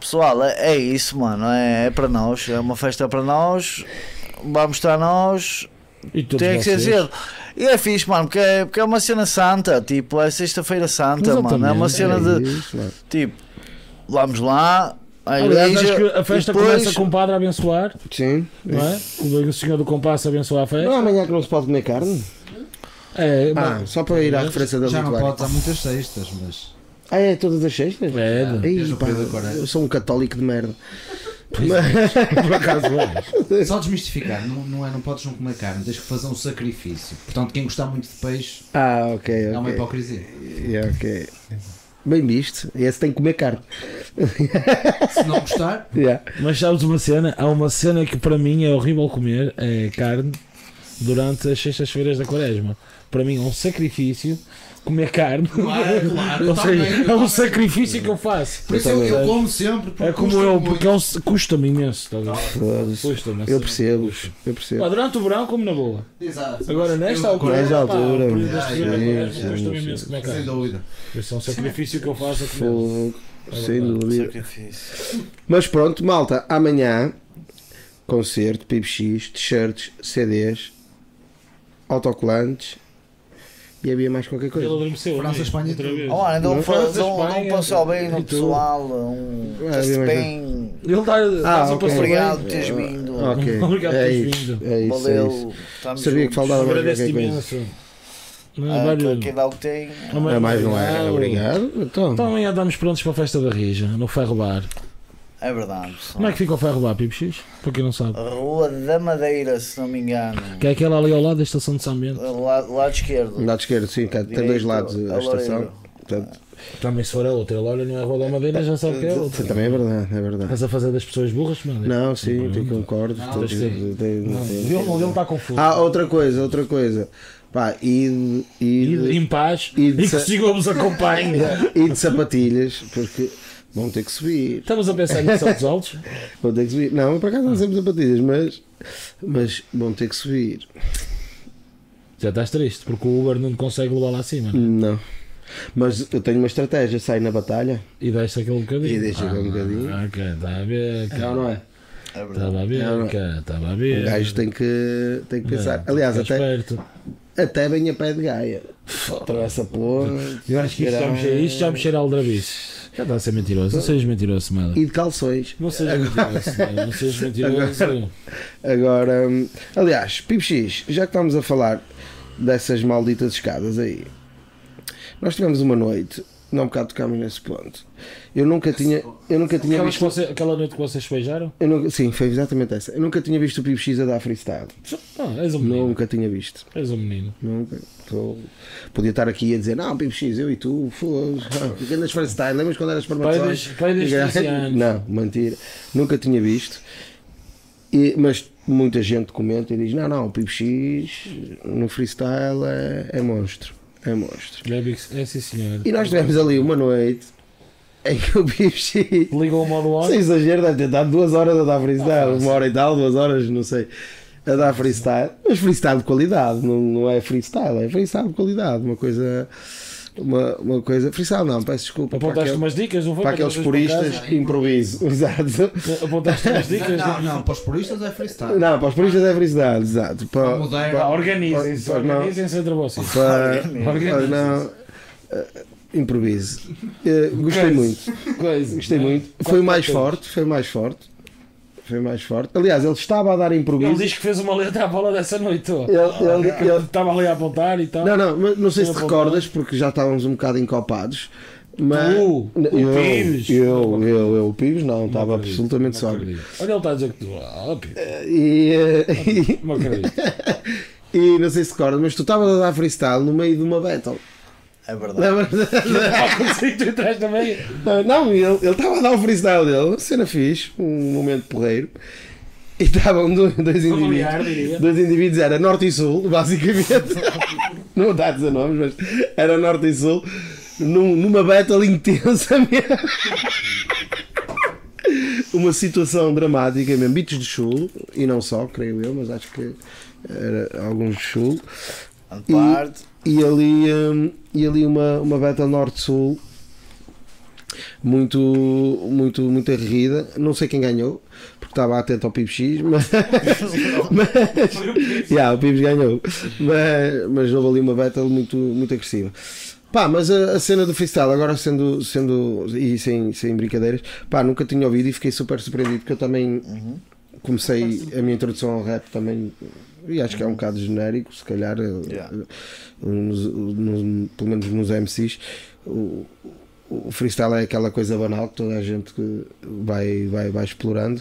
Speaker 6: Pessoal, é, é isso, mano. É, é para nós, é uma festa para nós. Vamos estar nós,
Speaker 3: E todos
Speaker 6: tem que ser
Speaker 3: vocês.
Speaker 6: cedo. E é fixe, mano, porque é, porque é uma cena santa, tipo, é sexta-feira santa, mano. É uma
Speaker 3: Exatamente,
Speaker 6: cena
Speaker 4: É
Speaker 6: de
Speaker 4: isso, mano.
Speaker 6: tipo, vamos lá, à
Speaker 3: Aliás, acho que
Speaker 6: igreja.
Speaker 3: a festa
Speaker 6: e depois-
Speaker 3: começa com o padre a abençoar,
Speaker 4: Sim.
Speaker 3: não é? O senhor do compasso a abençoar a
Speaker 4: Não é
Speaker 3: festa.
Speaker 4: amanhã que não se pode comer carne?
Speaker 3: É,
Speaker 4: Ah, só para ir à referência da
Speaker 5: Já não
Speaker 4: Lituânia.
Speaker 5: podes há muitas sextas, mas.
Speaker 4: Ah, é todas as sextas?
Speaker 3: É, de-
Speaker 4: Ei,
Speaker 5: Desde o
Speaker 4: pá,
Speaker 5: período da Coreia.
Speaker 4: eu sou um católico de merda.
Speaker 3: por acaso é.
Speaker 5: Só desmistificar, não, não é, não podes não comer carne, tens que fazer um sacrifício. Portanto, quem gostar muito de peixe
Speaker 4: Ah, ok,
Speaker 5: é uma
Speaker 4: ok.
Speaker 5: hipocrisia.
Speaker 4: Yeah, ok. Bem visto. Esse tem que comer carne.
Speaker 5: Se não gostar,
Speaker 4: Yeah.
Speaker 3: Mas sabes uma cena? Há uma cena que para mim é horrível comer, é carne, durante as sextas-feiras da quaresma. Para mim é um sacrifício comer carne.
Speaker 5: claro, claro. eu
Speaker 3: Ou seja,
Speaker 5: também, eu
Speaker 3: é um
Speaker 5: também.
Speaker 3: sacrifício que eu faço.
Speaker 5: Por isso eu, eu como sempre. porque
Speaker 3: É como
Speaker 5: custa
Speaker 3: eu,
Speaker 5: muito.
Speaker 3: porque é um se- custa-me imenso. estás a ver?
Speaker 4: Foda-se.
Speaker 3: Custa-me. assim.
Speaker 4: Eu percebo. Eu
Speaker 3: Pá,
Speaker 4: percebo.
Speaker 3: durante o verão como na boa.
Speaker 5: Exato.
Speaker 3: Agora nesta
Speaker 5: Eu-
Speaker 3: altura,
Speaker 4: Nesta
Speaker 3: pá,
Speaker 4: altura,
Speaker 3: o período das
Speaker 5: sim,
Speaker 3: feiras da
Speaker 4: sim,
Speaker 3: quaresma, custa-me
Speaker 4: sim.
Speaker 3: imenso comer
Speaker 5: Sem
Speaker 3: carne.
Speaker 5: dúvida.
Speaker 3: Esse é um sacrifício que eu faço a comer.
Speaker 4: Fogo. Sem dúvida.
Speaker 6: é Sacrifício.
Speaker 4: Mas pronto, malta, amanhã concerto, PIBX, t-shirts, CDs, autocolantes e havia mais qualquer
Speaker 3: Ele
Speaker 4: coisa.
Speaker 3: adormeceu.
Speaker 5: França,
Speaker 3: amigo,
Speaker 5: Espanha e
Speaker 3: outra
Speaker 5: tudo.
Speaker 3: vez.
Speaker 6: Oh, mano, dá um,
Speaker 4: Não,
Speaker 6: fa-
Speaker 3: França,
Speaker 6: dá um, dá um
Speaker 3: Espanha,
Speaker 6: passar bem
Speaker 3: e
Speaker 6: no
Speaker 3: tu.
Speaker 6: pessoal, um
Speaker 4: Ah,
Speaker 6: passe
Speaker 4: bem,
Speaker 6: bem.
Speaker 3: Ele está
Speaker 4: Ah,
Speaker 3: faz um o
Speaker 4: ok.
Speaker 3: passo
Speaker 6: Obrigado
Speaker 3: bem.
Speaker 6: por teres vindo.
Speaker 4: Ok,
Speaker 3: Obrigado por
Speaker 4: é
Speaker 3: teres
Speaker 4: isso.
Speaker 3: vindo.
Speaker 4: É isso, é isso.
Speaker 6: Valeu. estamos
Speaker 4: Sabia que
Speaker 6: juntos.
Speaker 4: faltava mais
Speaker 3: Agradeço-te
Speaker 4: qualquer coisa.
Speaker 3: imenso. Mas,
Speaker 6: Ah,
Speaker 3: olha,
Speaker 6: quem dá o que tem.
Speaker 4: É mais, não é? Obrigado. Então,
Speaker 3: Então amanhã estamos prontos para a festa da Rija, no Ferro Bar.
Speaker 6: É verdade. pessoal.
Speaker 3: Como é que fica o Ferro Bar, PibX? Para quem não sabe.
Speaker 6: Rua da Madeira, se não me engano.
Speaker 3: Que é aquela ali ao lado da estação de São Bento.
Speaker 6: Lado, lado esquerdo.
Speaker 4: lado esquerdo, sim, tá- tem dois
Speaker 6: Direito,
Speaker 4: lados a
Speaker 6: a
Speaker 4: estação.
Speaker 6: Loureiro.
Speaker 4: Portanto,
Speaker 3: Também se for a outra, ele olha não é a Rua da Madeira, já sabe que é a outra.
Speaker 4: também é verdade, é verdade.
Speaker 3: Estás a fazer das pessoas burras, mano?
Speaker 4: Não, sim, tem concordo.
Speaker 3: mas
Speaker 4: tem-
Speaker 3: Ah, sim.
Speaker 4: tem-
Speaker 3: Não,
Speaker 4: tem-
Speaker 3: ele tá- ele está confuso.
Speaker 4: Ah, outra coisa, outra coisa. Pá, e,
Speaker 3: E
Speaker 4: e,
Speaker 3: em paz
Speaker 4: e
Speaker 3: e,
Speaker 4: de
Speaker 3: que
Speaker 4: sa-
Speaker 3: o Senhor vos acompanhe.
Speaker 4: É, e de sapatilhas, porque vão ter que subir.
Speaker 3: Estamos a pensar nisso aos altos.
Speaker 4: Vão ter que subir. Não, para cá não sempre sapatilhas, mas, mas vão ter que subir.
Speaker 3: Já estás triste, porque o Uber não te consegue levar lá acima. né?
Speaker 4: Não. Mas eu tenho uma estratégia, saio na batalha
Speaker 3: E deixa aquele bocadinho.
Speaker 4: e deixo aquele um bocadinho.
Speaker 3: Ah, ok, está a ver.
Speaker 4: Não, não é?
Speaker 6: É verdade.
Speaker 3: Estava a ver,
Speaker 4: Não, não.
Speaker 3: cara, estava a
Speaker 4: O
Speaker 3: ver.
Speaker 4: gajo tem que, tem que pensar. Aliás,
Speaker 3: Estás
Speaker 4: até,
Speaker 3: esperto.
Speaker 4: até bem a pé de Gaia. Atravessa a ponte.
Speaker 3: Eu acho que isto já me cheira, isto já me cheira a aldrabice. Já está a ser mentiroso. Não sejas mentiroso, mano.
Speaker 4: E de calções.
Speaker 3: Não sejas mentiroso, mano. Não sejas mentiroso.
Speaker 4: Agora, hum, aliás, Pipo X, já que estamos a falar dessas malditas escadas aí, nós tivemos uma noite, não um bocado tocámos nesse ponto. Eu nunca tinha, eu nunca tinha
Speaker 3: Aquelas que
Speaker 4: visto.
Speaker 3: você- Aquela noite que vocês se beijaram?
Speaker 4: Eu nunca, sim, foi exatamente essa. Eu nunca tinha visto o Pipo X a dar freestyle.
Speaker 3: Ah, és um menino.
Speaker 4: Nunca tinha visto.
Speaker 3: És um menino.
Speaker 4: Nunca. Tô- Podia estar aqui a dizer, não, Pipo X, eu e tu, foda-se. ah, que andas freestyle, lembras quando eras
Speaker 3: Peidas
Speaker 4: espermatozoide?
Speaker 3: peidas tercianos.
Speaker 4: Não, mentira. Nunca tinha visto. E- mas muita gente comenta e diz: não, não, o Pipo X no freestyle é, é monstro. É monstro.
Speaker 3: Gabix, é sim senhor.
Speaker 4: E nós tivemos ali uma noite em que o Pipo X,
Speaker 3: Ligou o modo on.
Speaker 4: sem exagero, deve ter dado duas horas a dar
Speaker 3: Ah,
Speaker 4: freestyle, uma hora e tal, duas horas, não sei, a dar freestyle. Mas freestyle de qualidade, não, não é freestyle, é freestyle de qualidade. Uma coisa. Uma, uma coisa. Freestyle não, peço desculpa. para
Speaker 3: Apontaste
Speaker 4: aquele-
Speaker 3: umas dicas, não foi?
Speaker 4: para aqueles
Speaker 3: Quando vocês
Speaker 4: puristas, improviso. Exato.
Speaker 3: para casa, Apontaste umas dicas.
Speaker 5: Não, não, para os puristas é freestyle.
Speaker 4: Não, para os puristas é felicidade, exato. Para,
Speaker 5: Moderno.
Speaker 3: Pá,
Speaker 4: para,
Speaker 3: Organizem-se,
Speaker 4: Para- para-
Speaker 3: organizem-se entre vocês.
Speaker 4: para- para-
Speaker 3: Organizem-se.
Speaker 4: não, eh, improviso. Eh, gostei
Speaker 3: Coisa.
Speaker 4: muito,
Speaker 3: Coisa.
Speaker 4: gostei
Speaker 3: não é?
Speaker 4: muito. Foi o mais
Speaker 3: Quatro
Speaker 4: forte, foi o mais forte. Foi o mais forte. Aliás, ele estava a dar
Speaker 3: Ele
Speaker 4: improviso.
Speaker 3: diz que fez uma letra à bola dessa noite. ó.
Speaker 4: Ele- ele- ele-
Speaker 3: Estava ali a apontar e tal.
Speaker 4: não, não, mas não sei se te
Speaker 3: Ele-
Speaker 4: recordas, porque já estávamos um bocado encopados. Mas
Speaker 3: Tu, o
Speaker 4: eu,
Speaker 3: Pires.
Speaker 4: eu, eu, eu, o Pires não, estava
Speaker 3: acredito,
Speaker 4: absolutamente
Speaker 3: Não
Speaker 4: sóbrio.
Speaker 3: acredito. Olha, ele está a dizer que tu. Ah, pio,
Speaker 4: E, eh,
Speaker 3: não acredito.
Speaker 4: E não sei se recordas, mas tu estavas a dar freestyle no meio de uma battle.
Speaker 6: É verdade.
Speaker 4: Lembras?
Speaker 3: Ah, consigo, tu entras também.
Speaker 4: Não, ele ele estava a dar o freestyle dele, uma cena fixe, um momento porreiro. E estavam do- dois indivíduos.
Speaker 3: Familiar, diria.
Speaker 4: Dois indivíduos era norte e sul, basicamente. Não dá a dizer nomes, mas era norte e sul. num- numa battle intensa mesmo. Uma situação dramática mesmo. Bichos de chulo, e não só, creio eu, mas acho que era alguns de chulo.
Speaker 6: A parte.
Speaker 4: E ali, hum, e ali uma, uma battle norte-sul muito, muito, muito arrida. Não sei quem ganhou, porque estava atento ao PIBX, mas. mas yeah, o PIBX ganhou. Mas, mas houve ali uma battle muito, muito agressiva. Pá, mas a, a cena do freestyle, agora sendo, sendo e sem, sem brincadeiras, pá, nunca tinha ouvido e fiquei super surpreendido, porque eu também comecei a minha introdução ao rap também, e acho que é um bocado genérico, se calhar, eh, um
Speaker 6: Yeah.
Speaker 4: nos- nos- pelo menos um nos MCs, o, o freestyle é aquela coisa banal que toda a gente que vai, vai, vai explorando.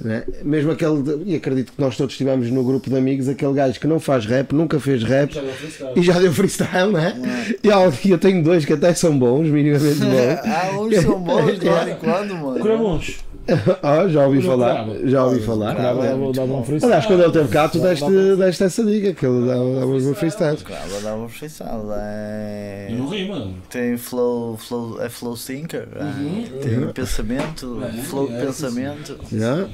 Speaker 4: né? Mesmo aquele, de- e acredito que nós todos estivemos no grupo de amigos, aquele gajo que não faz rap, nunca fez rap e já deu freestyle, né? E há- e eu tenho dois que até são bons, minimamente bons.
Speaker 6: Ah, uns são bons de vez em quando, mano.
Speaker 3: Crabons.
Speaker 4: Ah, já ouvi
Speaker 3: Olha o
Speaker 4: falar,
Speaker 3: Cravo.
Speaker 4: já ouvi falar.
Speaker 3: Dava
Speaker 6: é
Speaker 3: dava-
Speaker 6: muito
Speaker 3: dava
Speaker 6: bom.
Speaker 3: um freestyle.
Speaker 4: Aliás, quando ele tá- teve cá, tu deste, deste essa dica, que ele dava, dava um freestyle.
Speaker 6: Claro, dá uma feiçada. É...
Speaker 3: E não rima.
Speaker 6: Tem flow, flow, é flow thinker, é, tem pensamento, flow de pensamento.
Speaker 4: Não?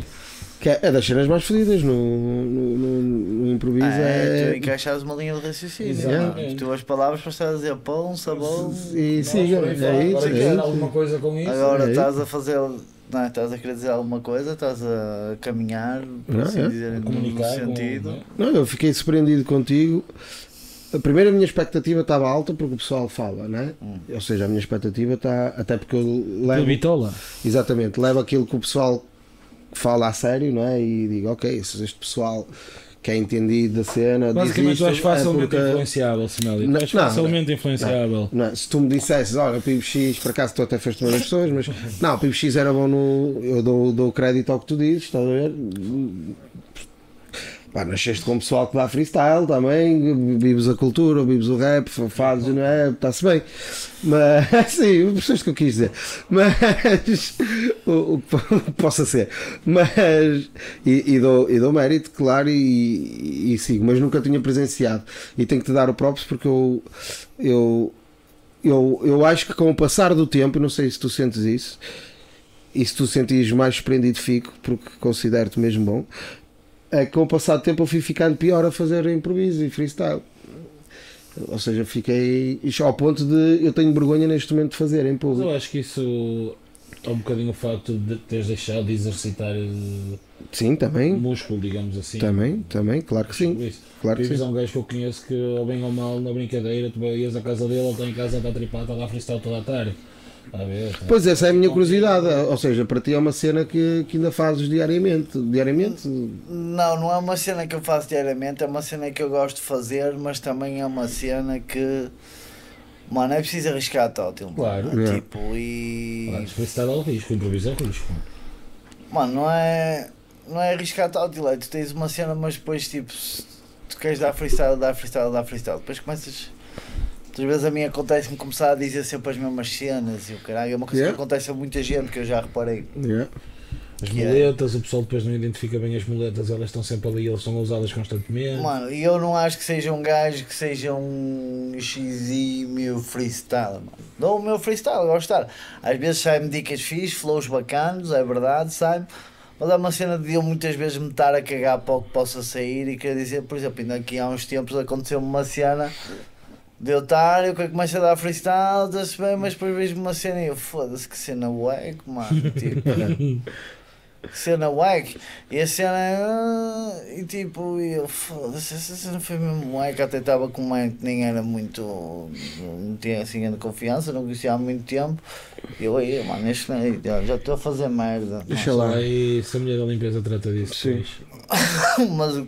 Speaker 4: Que é, é das cenas mais fodidas no, no, no- no improviso.
Speaker 6: É, tu
Speaker 4: É,
Speaker 6: encaixas uma linha de raciocínio.
Speaker 4: Exato.
Speaker 6: As tuas palavras para estar a dizer um pão, sabão.
Speaker 4: e siga, é isso, é
Speaker 7: Agora quer
Speaker 4: isso.
Speaker 7: alguma coisa com isso?
Speaker 6: Agora
Speaker 4: é
Speaker 6: estás a fazer. Não, é? estás a querer dizer alguma coisa, estás a caminhar, por
Speaker 4: Não,
Speaker 6: assim
Speaker 4: é.
Speaker 6: dizer, num
Speaker 7: Comunicar com-
Speaker 6: sentido.
Speaker 7: né?
Speaker 4: Não, eu fiquei surpreendido contigo. A primeira a minha expectativa estava alta porque o pessoal fala, né? Ou seja, a minha expectativa está. Até porque eu
Speaker 3: Da
Speaker 4: levo.
Speaker 3: bitola.
Speaker 4: Exatamente, levo aquilo que o pessoal fala a sério, não é? E digo, ok, se este pessoal que é entendido da cena. diz
Speaker 3: Basicamente, tu
Speaker 4: isto,
Speaker 3: és
Speaker 4: é
Speaker 3: facilmente
Speaker 4: porque-
Speaker 3: influenciável, Smelly. Tu
Speaker 4: Não,
Speaker 3: és
Speaker 4: não,
Speaker 3: facilmente influenciável.
Speaker 4: Não é? Se tu me dissesses, olha, o PIB X, por acaso tu até foste uma das pessoas, mas não, o PIB X era bom no. Eu dou, dou crédito ao que tu dizes, estás a ver? Pá, nasceste com o pessoal que dá freestyle também, vives a cultura, vives o rap, fazes, não é? Está-se bem. Mas, sim, percebes o que eu quis dizer. Mas, o, o que po- possa ser. Mas, e, e dou, e dou mérito, claro, e, e sigo, mas nunca tinha presenciado. E tenho que te dar o próprio porque eu, eu, eu, eu acho que com o passar do tempo, e não sei se tu sentes isso, e se tu sentes mais surpreendido fico, porque considero-te mesmo bom, é que com o passar do tempo eu fui ficando pior a fazer improviso e freestyle. Ou seja, fiquei isto ao ponto de eu tenho vergonha neste momento de fazer em
Speaker 3: Mas
Speaker 4: público.
Speaker 3: eu acho que isso é um bocadinho o facto de teres deixado de exercitar eh,
Speaker 4: Sim, também,
Speaker 3: músculo, digamos assim.
Speaker 4: também, também, claro que sim.
Speaker 3: Isso.
Speaker 4: Claro que
Speaker 3: Vives
Speaker 4: sim.
Speaker 3: é um gajo que eu conheço que, ou bem ou mal, na brincadeira, tu ias à casa dele, ele está em casa, está tripado, está a dar freestyle toda a tarde. Está a ver? Tá. Está...
Speaker 4: Pois essa é a minha curiosidade, ou seja, para ti é uma cena que, que ainda fazes diariamente. Diariamente?
Speaker 6: Não, não é uma cena que eu faço diariamente, é uma cena que eu gosto de fazer, mas também é uma cena que. Mano, é preciso arriscar tótil. mano.
Speaker 3: Claro.
Speaker 4: Yeah.
Speaker 6: Tipo, e.
Speaker 3: Claro, freestyle é o risco, improviso é o risco.
Speaker 6: Mano, não é. Não é arriscar tótil, é tu tens uma cena, mas depois, tipo, se tu queres dar freestyle, dar freestyle, dar freestyle. Depois começas. Às vezes a mim acontece-me começar a dizer sempre as mesmas cenas e o caralho. É uma coisa
Speaker 4: Yeah.
Speaker 6: que acontece a muita gente que eu já reparei.
Speaker 4: Yeah.
Speaker 3: As
Speaker 6: Que é?
Speaker 3: muletas, o pessoal depois não identifica bem as muletas, elas estão sempre ali, elas são usadas constantemente. Ah,
Speaker 6: Mano, e eu não acho que seja um gajo que seja um XI meu freestyle, mano. Dou o meu freestyle, eu gosto de estar. Às vezes saem-me dicas fixe, flows bacanos, é verdade, sai-me. Mas há uma cena de eu muitas vezes me estar a cagar para o que possa sair e quer dizer, por exemplo, ainda aqui há uns tempos aconteceu-me uma cena de eu estar, eu começo a dar freestyle, está-se bem, mas depois vejo uma cena e eu foda-se que cena wack, mano. Tipo, cena wack. E a cena. ah, E tipo, e eu foda-se, essa cena foi mesmo wack. Até estava com uma que nem era muito. Não tinha assim grande confiança, não conhecia há muito tempo. E eu aí, mano, este, não- já estou a fazer merda.
Speaker 4: Deixa
Speaker 3: Só
Speaker 4: lá.
Speaker 3: aí, se a mulher da limpeza trata disso.
Speaker 4: Sim.
Speaker 3: depois.
Speaker 6: mas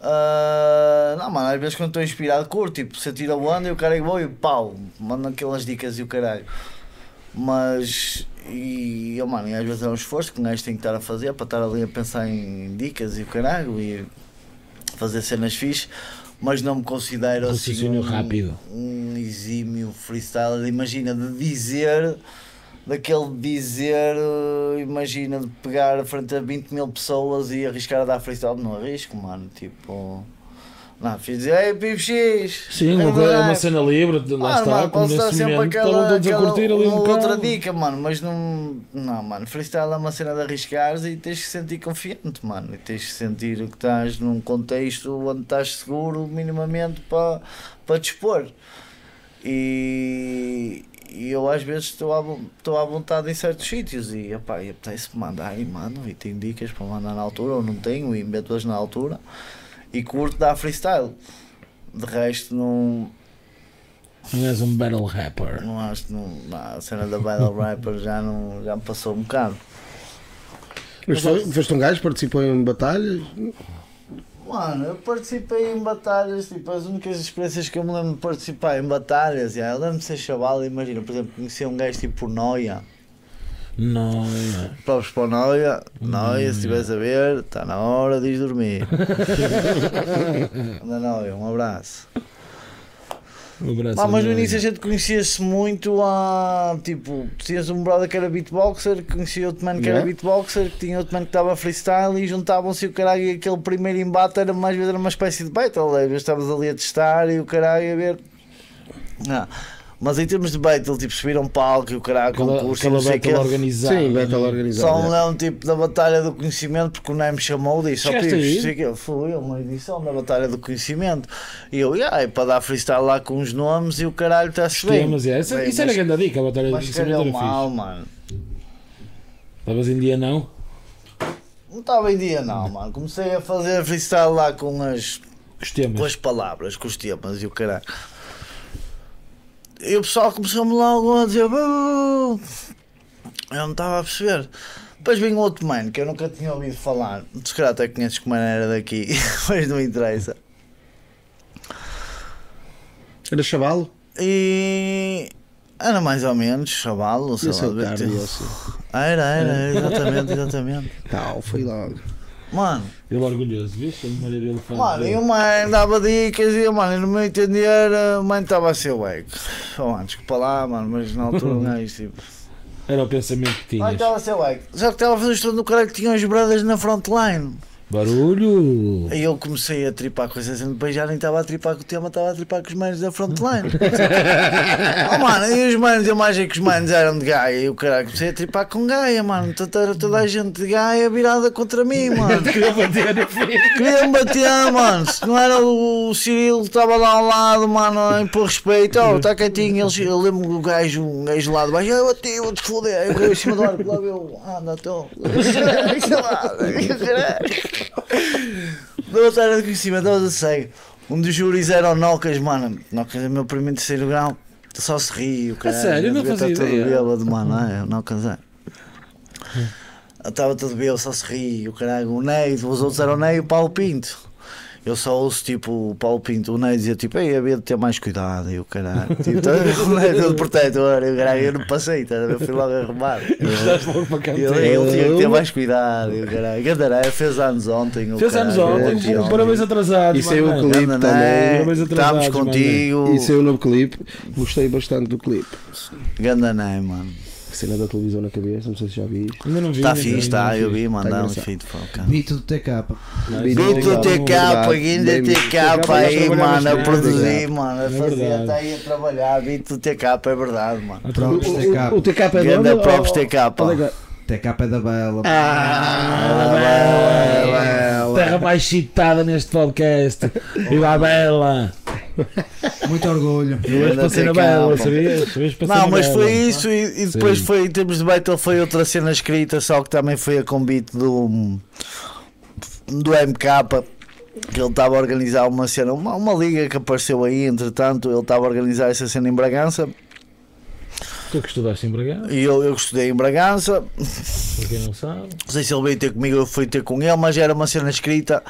Speaker 6: ah, não, mano, às vezes quando estou inspirado, curto, tipo, se atira o ano e o caralho vou e pau, mando aquelas dicas e o caralho. Mas, e eu, mano, e às vezes é um esforço que um gajo tem que estar a fazer para estar ali a pensar em dicas e o caralho e fazer cenas fixe, mas não me considero assim.
Speaker 3: Raciocínio rápido.
Speaker 6: Um exímio freestyle, imagina, de dizer daquele dizer, eh, imagina, de pegar à frente a 20 mil pessoas e arriscar a dar freestyle, não arrisco, mano, tipo... Não, fiz, ei, Pipo X! um
Speaker 3: Sim, uma,
Speaker 6: anda
Speaker 3: coisa- é uma
Speaker 6: lá."
Speaker 3: cena livre, de- lá
Speaker 6: é Ah,
Speaker 3: está,
Speaker 6: mano,
Speaker 3: como
Speaker 6: posso dar
Speaker 3: nesse
Speaker 6: sempre
Speaker 3: momento
Speaker 6: aquela,
Speaker 3: estavam todos a
Speaker 6: aquela-
Speaker 3: curtir ali um
Speaker 6: uma outra
Speaker 3: bocado.
Speaker 6: dica, mano, mas não. Não, mano, freestyle é uma cena de arriscares e tens que sentir confiante, mano. E tens que sentir que estás num contexto onde estás seguro minimamente para para dispor. E, e eu às vezes estou à, vo- estou à vontade em certos sítios e epá, e apetece-me mandar e mando e tenho dicas para mandar na altura ou não tenho e meto-as na altura e curto dar freestyle. De resto não,
Speaker 3: Não és um battle rapper.
Speaker 6: não acho que não, não, a cena da Battle Rapper já, não, já me passou um bocado.
Speaker 4: Mas foi- foste um gajo, que participou em batalhas?
Speaker 6: Mano, eu participei em batalhas, tipo, as únicas experiências que eu me lembro de participar em batalhas, já, eu lembro de ser chaval, imagina, por exemplo, conhecia um gajo tipo Noia,
Speaker 3: Não, não é.
Speaker 6: próprios para o Noia, Noia, se estiveres a ver, está na hora de ir dormir. Anda Noia, um abraço.
Speaker 3: Um abraço
Speaker 6: Ah, mas no
Speaker 3: enorme.
Speaker 6: início a gente conhecia-se muito a. Tipo, tinhas um brother que era beatboxer, que conhecia outro mano que era
Speaker 4: Yeah.
Speaker 6: beatboxer, que tinha outro mano que estava freestyle e juntavam-se e o caralho, e aquele primeiro embate era mais vezes era uma espécie de battle. Às vezes estávamos ali a testar e o caralho a ver. Ah, mas em termos de battle, tipo, subiram palco e o caralho,
Speaker 3: Aquela,
Speaker 6: concurso e não
Speaker 3: aquela
Speaker 6: sei o quê.
Speaker 3: battle organizada.
Speaker 4: Sim, battle
Speaker 6: Só um
Speaker 4: organizado.
Speaker 6: leão tipo da Batalha do Conhecimento, porque o Ney me chamou e disse: "Ó,
Speaker 3: Chegaste a ir?
Speaker 6: Pires, sei que foi uma edição da Batalha do Conhecimento. E eu, e aí, para dar freestyle lá com os nomes e o caralho está-se bem.
Speaker 3: Temas, é. Isso,
Speaker 6: Bem,
Speaker 3: isso era
Speaker 6: mas-
Speaker 3: grande dica, a batalha de
Speaker 6: Mas calhou
Speaker 3: instrumento era
Speaker 6: mal,
Speaker 3: fixe.
Speaker 6: mano.
Speaker 3: Estavas em dia não?
Speaker 6: Não estava em dia, não, mano. Comecei a fazer freestyle lá com as,
Speaker 3: Os
Speaker 6: com
Speaker 3: temas.
Speaker 6: as palavras, com os temas e o caralho. E o pessoal começou-me logo a dizer. "Bu, bu, bu". Eu não estava a perceber. Depois vem um outro mano que eu nunca tinha ouvido falar. Se calhar até conheces como era daqui, mas não interessa.
Speaker 4: Era chavalo?
Speaker 6: E. Era mais ou menos, chaval, não sei
Speaker 4: Isso é
Speaker 6: lá.
Speaker 4: o
Speaker 6: deve ter-
Speaker 4: cardio. assim.
Speaker 6: Era, era, exatamente, exatamente.
Speaker 4: Tal, foi logo.
Speaker 6: Mano,
Speaker 3: Ele é orgulhoso, viste? A memória dele faz.
Speaker 6: Mano, e o mãe dava dicas e, mano, no meu entender, a mãe estava a ser wack. Oh, mano, desculpa lá, mano, mas na altura não é isso, tipo.
Speaker 3: Era o pensamento que tinhas.
Speaker 6: Mãe estava a ser wack. Só que estava a fazer o estudo do caralho que tinham as bradas na frontline.
Speaker 3: Barulho!
Speaker 6: Aí eu comecei a tripar com essa cena, depois já nem então estava a tripar com o tema, estava a tripar com os manos da frontline. oh, mano, e os manos, eu mais é que os manos eram de Gaia, e o caralho, comecei a tripar com Gaia, mano, então era toda a gente de Gaia virada contra mim, mano.
Speaker 3: Queria bater na frente.
Speaker 6: Queria me bater, mano. Se não era o Cirilo que estava lá ao lado, mano, a impor respeito, oh, está quietinho. Eles, eu lembro do gajo, um gajo lá de baixo, eu bati, vou te foder. Aí Eu caí em cima do arco, lá eu, anda, então. Sei lá, caralho. Da batalha de conhecimento, estava a cego. Um dos júris era o Nocas, mano. Nocas é meu primo em terceiro grau. Só se ri, o cara.
Speaker 3: sério? Não fazia
Speaker 6: Estava todo
Speaker 3: ideia. Hum.
Speaker 6: bêbado, mano. É, o Nocas é. Eu Estava todo bêbado, só se ri, o caralho. O Ney, os outros eram o Ney e o Paulo Pinto. Eu só ouço tipo o Paulo Pinto, o Ney dizia tipo, ei, havia de ter mais cuidado e o caralho. Tipo, tá- o Ney todo protetor, e o caralho, eu não passei, tá? eu fui logo arrumado.
Speaker 3: Estás logo para cá.
Speaker 6: Ele, ele tinha que ter mais cuidado, e o caralho. Gandaré fez anos ontem. o
Speaker 3: Fez anos
Speaker 6: caralho,
Speaker 3: ontem,
Speaker 6: hoje
Speaker 3: um parabéns atrasado.
Speaker 4: Isso é o
Speaker 3: mano.
Speaker 4: clipe
Speaker 6: Ganda
Speaker 4: também.
Speaker 6: Ney,
Speaker 3: Parabéns atrasados,
Speaker 6: estamos contigo.
Speaker 4: Isso é o novo clipe. Gostei bastante do clipe.
Speaker 6: Ganda Ney, mano.
Speaker 4: A cena da televisão na cabeça, não sei se já vi.
Speaker 3: Ainda não vi. ainda
Speaker 6: Está Tá fixe,
Speaker 3: não vi,
Speaker 6: está,
Speaker 3: ainda não
Speaker 6: eu vi, mandaram
Speaker 4: Tá engraçado.
Speaker 6: fim de foca.
Speaker 5: Mito do TK.
Speaker 6: Vito
Speaker 4: Obrigado,
Speaker 6: TK,
Speaker 4: obrigado.
Speaker 6: Guinda
Speaker 4: Bem, né?
Speaker 6: TK aí,
Speaker 3: trabalhar
Speaker 6: mano, a
Speaker 3: bastante.
Speaker 6: produzir,
Speaker 4: Obrigado.
Speaker 6: mano, a
Speaker 3: É
Speaker 6: fazer,
Speaker 3: verdade.
Speaker 6: está aí a trabalhar. Vito TK, é verdade, mano.
Speaker 4: O,
Speaker 5: Próprios
Speaker 4: o, o
Speaker 5: TK.
Speaker 4: TK é
Speaker 6: Ganda
Speaker 4: dono?
Speaker 6: props
Speaker 4: ou-
Speaker 6: TK.
Speaker 4: Olha,
Speaker 5: TK é da Bela.
Speaker 3: Ah. Terra mais citada neste podcast. Viva a Bela!
Speaker 5: Muito orgulho.
Speaker 3: Tu és
Speaker 6: Ganda
Speaker 3: para ser a
Speaker 6: TK,
Speaker 3: Bela,
Speaker 6: é, pô.
Speaker 3: sabias? Tu és para ser
Speaker 6: Não,
Speaker 3: a
Speaker 6: mas
Speaker 3: Bela.
Speaker 6: foi isso e, e depois
Speaker 3: Sim.
Speaker 6: foi em termos de battle foi outra cena escrita, só que também foi a convite do do MK que ele estava a organizar uma cena, uma, uma liga que apareceu aí, entretanto, ele estava a organizar essa cena em Bragança
Speaker 3: Tu que estudaste em Bragança,
Speaker 6: e eu, eu estudei em Bragança,
Speaker 3: para quem não sabe.
Speaker 6: Não sei se ele veio ter comigo, eu fui ter com ele, mas era uma cena escrita.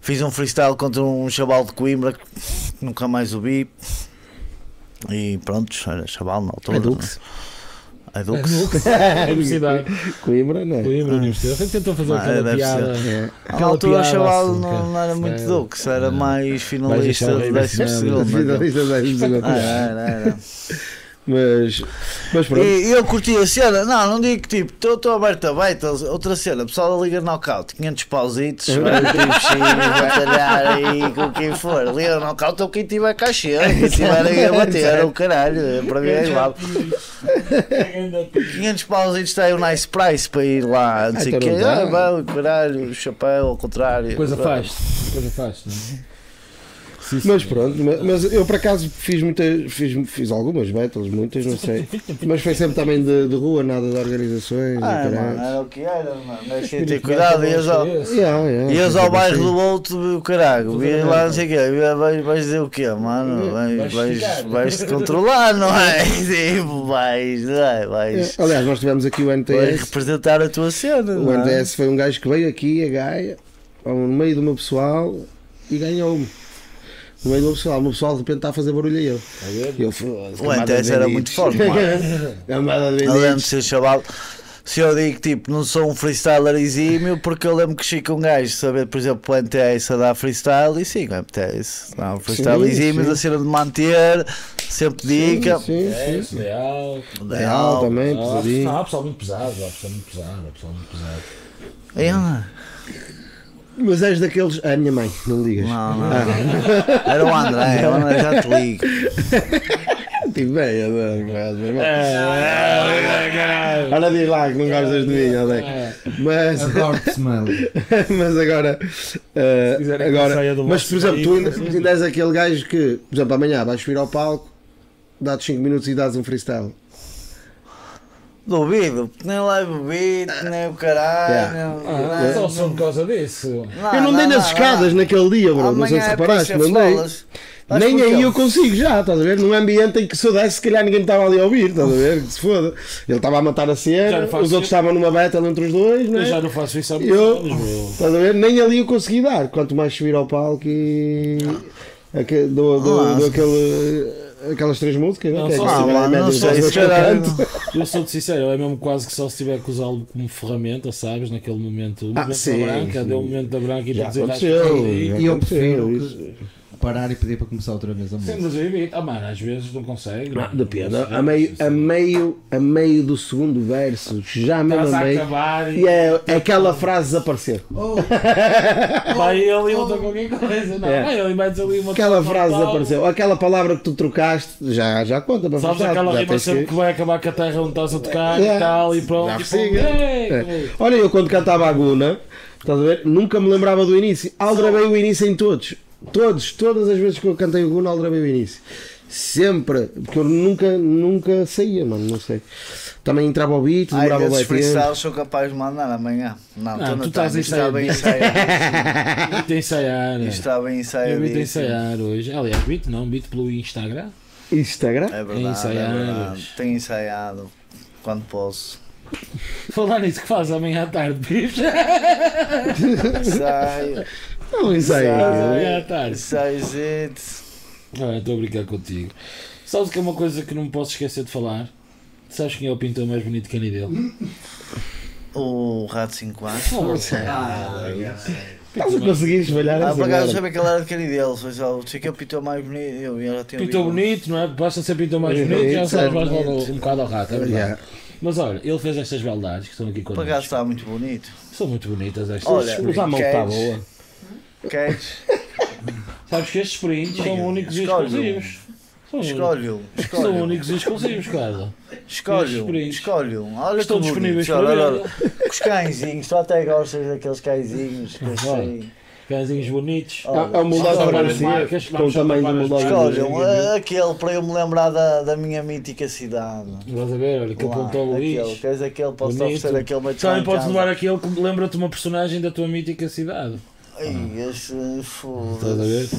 Speaker 6: Fiz um freestyle contra um chaval de Coimbra que nunca mais o vi. E pronto, era chaval na altura.
Speaker 4: É Dux.
Speaker 6: não é? É Dux.
Speaker 3: Universidade.
Speaker 4: Coimbra, não é?
Speaker 3: Coimbra, Universidade. Foi que tentou fazer
Speaker 6: Ah,
Speaker 3: aquela
Speaker 6: deve
Speaker 3: piada.
Speaker 4: É.
Speaker 6: Na
Speaker 3: Aquela
Speaker 6: altura o
Speaker 3: piada
Speaker 6: chaval
Speaker 3: assim,
Speaker 6: não,
Speaker 3: cara.
Speaker 6: não era muito
Speaker 3: É.
Speaker 6: Dux, era mais
Speaker 3: Mas isso é horrível,
Speaker 6: finalista do décimo
Speaker 3: isso é
Speaker 6: segundo. é.
Speaker 4: Vida- vida- vida- vida-
Speaker 6: Ah, era, era.
Speaker 4: Mas, mas pronto.
Speaker 6: E eu curti a cena, não, não digo que tipo, estou aberto a baitas, outra cena, pessoal da Liga Knockout, 500 pausitos, vai tipo, ter bichinhos, batalhar aí com quem for. Liga Knockout é o quem tiver cachê, quem tiver aí a bater, é o caralho, para mim é igual.
Speaker 3: né?
Speaker 6: 500 pausitos tem um nice price para ir lá, não sei o
Speaker 4: então
Speaker 6: quê,
Speaker 4: não dá.
Speaker 6: ah, vai, o caralho, o chapéu, ao contrário.
Speaker 3: tá Coisa
Speaker 6: Pronto.
Speaker 3: faz-te. Coisa faz-te. não é? Sim,
Speaker 4: Mas
Speaker 3: senhor.
Speaker 4: pronto, mas, mas eu por acaso fiz muitas, fiz, fiz algumas battles, muitas, não sei. Mas foi sempre também de, de rua, nada de organizações.
Speaker 6: Ah,
Speaker 4: e
Speaker 6: mano,
Speaker 4: caralho.
Speaker 6: era o que era, mano. Mas tinha que ter cuidado, ias ao,
Speaker 4: Yeah, yeah,
Speaker 6: ias
Speaker 4: foi
Speaker 6: ao
Speaker 4: sempre
Speaker 6: bairro
Speaker 4: assim.
Speaker 6: do outro, caralho, ias lá não sei o quê, ia- vais, vais dizer o quê,
Speaker 4: Hum,
Speaker 6: mano? Vais, vais, vais te controlar, não é? Tipo, vais, não é? vais,
Speaker 4: É, Aliás, nós tivemos aqui o
Speaker 6: vais
Speaker 4: NTS.
Speaker 6: representar a tua cena,
Speaker 4: O
Speaker 6: não é?
Speaker 4: NTS foi um gajo que veio aqui a Gaia, ao- no meio do meu pessoal, e ganhou-me. No meio do meu pessoal, o meu pessoal de repente está a fazer barulho a eu. E eu fui,
Speaker 6: O NTS era muito forte, mano.
Speaker 4: Camada de
Speaker 6: Eu lembro de
Speaker 4: vendidos.
Speaker 6: ser chaval. Se eu digo tipo, não sou um freestyler exímio, porque eu lembro que chico um gajo saber, por exemplo, o NTS a dar freestyle e sim, o NTS dá um freestyle
Speaker 4: Sim,
Speaker 6: exímio,
Speaker 4: sim.
Speaker 6: da cena de manter, sempre dica.
Speaker 4: Sim,
Speaker 3: É,
Speaker 4: sim.
Speaker 3: isso é algo.
Speaker 4: Real também,
Speaker 3: Ah,
Speaker 4: pesadinho.
Speaker 3: Não, há pessoal muito pesado, há pessoal muito pesado, há pessoal muito pesado.
Speaker 6: É, não.
Speaker 4: Mas és daqueles. Ah, minha mãe, não ligas.
Speaker 6: Não, não. Era o André, o André já te ligo.
Speaker 4: Tive bem, Ora diz lá que não gostas de mim, Alec. Mas,
Speaker 5: Adoro-te, Smiley.
Speaker 4: mas agora. eh,
Speaker 8: quiserem que eu
Speaker 4: agora
Speaker 8: saia do
Speaker 4: mas,
Speaker 8: vosso
Speaker 4: por exemplo, tu ainda,
Speaker 8: país.
Speaker 4: tu ainda és aquele gajo que, por exemplo, amanhã vais subir ao palco, dá-te 5 minutos e dás um freestyle.
Speaker 6: Duvido, porque nem levo beat, nem o caralho.
Speaker 4: Yeah.
Speaker 6: nem-
Speaker 4: É.
Speaker 3: Ah, só sou por causa disso.
Speaker 4: eu não dei nas escadas naquele dia, bro. Não sei
Speaker 6: Amanhã
Speaker 4: se
Speaker 6: é
Speaker 4: reparaste,
Speaker 6: peixe
Speaker 4: não dei.
Speaker 6: folas. Mas
Speaker 4: Nem
Speaker 6: porquê?
Speaker 4: aí eu consigo já, estás a ver? Num ambiente em que se eu desse, se calhar ninguém estava ali a ouvir, estás a ver? Que se foda. Ele estava a matar a
Speaker 3: Já
Speaker 4: cena,
Speaker 3: não
Speaker 4: os
Speaker 3: faz
Speaker 4: outros estavam numa battle entre os dois, não
Speaker 3: Eu
Speaker 4: é?
Speaker 3: já não faço isso há muitos
Speaker 4: Eu-
Speaker 3: anos, meu.
Speaker 4: Estás a ver? Nem ali eu consegui dar. Quanto mais subir ao palco e. Aque- Dou, dou-
Speaker 6: Ah,
Speaker 4: dou
Speaker 6: sim.
Speaker 4: aquele, aquelas três músicas,
Speaker 3: Não,
Speaker 4: né? Que
Speaker 3: só
Speaker 4: é,
Speaker 3: se
Speaker 4: assim,
Speaker 6: tiver-
Speaker 4: geralmente,
Speaker 6: não
Speaker 4: os
Speaker 6: sei,
Speaker 4: dois
Speaker 6: se calhar-
Speaker 4: cantam.
Speaker 3: Eu sou-te sincero, é mesmo quase que só se tiver que usá-lo como ferramenta, sabes? Naquele momento. O
Speaker 4: Ah,
Speaker 3: momento
Speaker 4: sim,
Speaker 3: da branca,
Speaker 4: sim.
Speaker 3: deu o momento da branca e
Speaker 4: Já
Speaker 3: para dizer
Speaker 4: aconteceu.
Speaker 3: é
Speaker 4: já
Speaker 5: E eu
Speaker 4: aconteceu,
Speaker 5: prefiro
Speaker 4: isso.
Speaker 5: que parar e pedir para começar outra vez a música.
Speaker 3: Temos a ver, ah, mano, às vezes não consegue.
Speaker 4: Ah,
Speaker 3: mano.
Speaker 4: Depende.
Speaker 3: Não sei,
Speaker 4: A meio,
Speaker 3: não sei.
Speaker 4: a, meio, a meio do segundo verso, já mesmo
Speaker 3: Estás
Speaker 4: a
Speaker 3: a
Speaker 4: meio.
Speaker 3: acabar
Speaker 4: E
Speaker 3: e
Speaker 4: é é aquela frase desaparecer.
Speaker 3: vai ele e outra qualquer coisa. Não,
Speaker 4: É.
Speaker 3: vai ele e metes ali uma
Speaker 4: Aquela
Speaker 3: tapa
Speaker 4: frase
Speaker 3: ao pau.
Speaker 4: desapareceu. Aquela palavra que tu trocaste já, já conta para
Speaker 3: Sabes
Speaker 4: fechar,
Speaker 3: aquela
Speaker 4: já
Speaker 3: rima
Speaker 4: tens
Speaker 3: sempre
Speaker 4: que-
Speaker 3: que vai acabar com a terra onde estás a tocar
Speaker 4: É.
Speaker 3: e tal e pronto.
Speaker 4: Já
Speaker 3: tipo,
Speaker 4: persiga.
Speaker 3: "Ei,
Speaker 4: É. Olha, eu quando cantava a Guna, estás a ver? Nunca me lembrava do início. Aldrabei o início em todos. Todos, todas as vezes que eu cantei o Guna, aldrabei o início. Sempre, porque eu nunca, nunca saía, mano, não sei. Também entrava ao beat,
Speaker 6: Ai,
Speaker 4: demorava
Speaker 6: desses
Speaker 4: bem tempo.
Speaker 6: freestyles sou capaz de mandar amanhã. Não,
Speaker 4: Ah,
Speaker 3: Não,
Speaker 6: estou
Speaker 3: tu
Speaker 6: na
Speaker 3: estás
Speaker 6: tarde,
Speaker 3: a
Speaker 6: isto está
Speaker 3: ensaiar.
Speaker 6: bem ensaiado.
Speaker 4: É.
Speaker 3: Muito a ensaiar.
Speaker 6: Isto é está bem
Speaker 3: Eu
Speaker 6: ensaiado.
Speaker 3: muito a ensaiar hoje. Aliás, beat não, beat pelo Instagram.
Speaker 4: Instagram?
Speaker 6: É
Speaker 3: É
Speaker 6: verdade, é
Speaker 3: ensaiar.
Speaker 6: verdade. Tenho ensaiado quando posso.
Speaker 3: Falar nisso que faz amanhã à tarde, bicho.
Speaker 6: Ensaio,
Speaker 4: Não, Instagram.
Speaker 3: Amanhã à
Speaker 4: tá.
Speaker 3: tarde.
Speaker 6: ensaio, gente.
Speaker 3: Ah, estou a brincar contigo. Sabes que é uma coisa que não posso esquecer de falar? Sabes quem é o pintor mais bonito que é
Speaker 4: Hum.
Speaker 3: dele?
Speaker 6: O Rato 5 anos.
Speaker 3: Ah,
Speaker 4: Estás a conseguir espalhar
Speaker 6: Ah,
Speaker 4: essa
Speaker 6: por acaso eu
Speaker 4: merda.
Speaker 6: sabia que ele era de Canidelo, foi só o que é o pintor mais bonito. Eu eu já tinha
Speaker 3: Pintor
Speaker 6: ouvido.
Speaker 3: bonito, não é? Basta ser pintor mais bonito, já sabes, vais logo um bocado ao rato, é verdade.
Speaker 4: Yeah.
Speaker 3: Mas olha, ele fez estas beldades que estão aqui
Speaker 6: Por acaso
Speaker 3: connosco.
Speaker 6: está muito bonito.
Speaker 3: São muito bonitas estas.
Speaker 6: Olha,
Speaker 3: Os- os
Speaker 4: tá
Speaker 3: à mão
Speaker 6: queres-
Speaker 3: está boa.
Speaker 6: Queres?
Speaker 3: Sabes que estes prints são únicos e
Speaker 6: escolhe um.
Speaker 3: exclusivos. São únicos.
Speaker 6: Escolhe-o.
Speaker 3: São
Speaker 6: Escolhe-o.
Speaker 3: únicos e exclusivos, cara.
Speaker 6: Escolhe-o.
Speaker 3: Estes
Speaker 6: Escolhe-o. Olha
Speaker 3: Estão
Speaker 6: que bonito.
Speaker 3: disponíveis
Speaker 6: olha,
Speaker 3: para
Speaker 6: olha, olha. Os cãezinhos, tu até gostas daqueles cãezinhos que assim, eu sei.
Speaker 3: Cãezinhos bonitos.
Speaker 6: Ah.
Speaker 4: É o Moldado
Speaker 3: Vamos
Speaker 4: da
Speaker 3: várias
Speaker 4: Garcia,
Speaker 3: marcas,
Speaker 4: com o
Speaker 3: vamos
Speaker 4: tamanho do
Speaker 3: várias-
Speaker 4: Moldado da
Speaker 6: Escolham
Speaker 4: Garcia.
Speaker 6: ah, aquele para eu me lembrar da, da minha mítica cidade.
Speaker 3: Estás a ver? Olha, que
Speaker 6: Lá,
Speaker 3: apontou o
Speaker 6: aquele,
Speaker 3: Luís.
Speaker 6: Queres aquele? Posso
Speaker 3: Bonito.
Speaker 6: oferecer aquele mas
Speaker 3: Também
Speaker 6: lá em
Speaker 3: podes
Speaker 6: casa.
Speaker 3: levar aquele que lembra-te uma personagem da tua mítica cidade.
Speaker 6: Ai, esse
Speaker 3: Estás a
Speaker 6: foda-se.
Speaker 3: ver?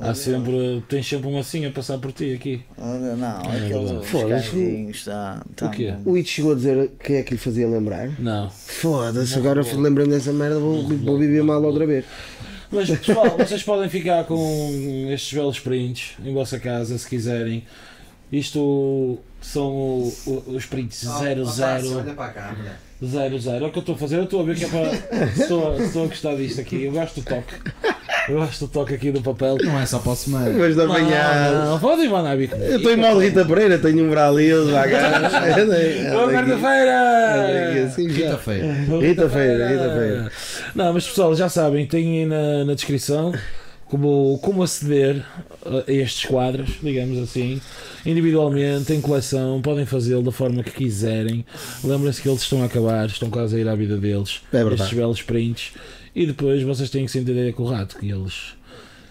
Speaker 3: Há sempre, tens sempre um assim a passar por ti aqui.
Speaker 6: Olha, Não,
Speaker 3: verdade.
Speaker 6: aqueles
Speaker 4: Foda-se.
Speaker 6: cãezinhos. Está, tá está
Speaker 3: O quê?
Speaker 4: O It chegou a dizer que é que lhe fazia lembrar.
Speaker 3: Não.
Speaker 4: Foda-se, agora lembrei-me dessa merda, vou, vou viver mal outra vez.
Speaker 3: Mas pessoal, vocês podem ficar com estes belos prints em vossa casa se quiserem. Isto são o- o- os prints 00.
Speaker 5: Olha para a câmera.
Speaker 3: Zero, zero. É o que eu estou a fazer, eu estou a ver que é para. estou, a- estou a gostar disto aqui, eu gosto do toque. Eu acho que toque aqui do papel. Ah,
Speaker 5: Não é só para o semana.
Speaker 4: Mas de
Speaker 3: Não,
Speaker 4: amanhã.
Speaker 3: não, podem mandar bico.
Speaker 4: Eu estou em modo Rita Pereira, tenho um brasil,
Speaker 3: Boa
Speaker 4: bagaço.
Speaker 3: quarta-feira!
Speaker 4: assim.
Speaker 5: Quinta-feira.
Speaker 4: Rita-feira, Rita-feira.
Speaker 3: Não, mas pessoal, já sabem, tem aí na, na descrição como, como aceder a estes quadros, digamos assim, individualmente, em coleção, podem fazê-lo da forma que quiserem. Lembrem-se que eles estão a acabar, estão quase a ir à vida deles,
Speaker 4: É verdade.
Speaker 3: estes belos prints, e depois vocês têm que se entender com o rato, que eles.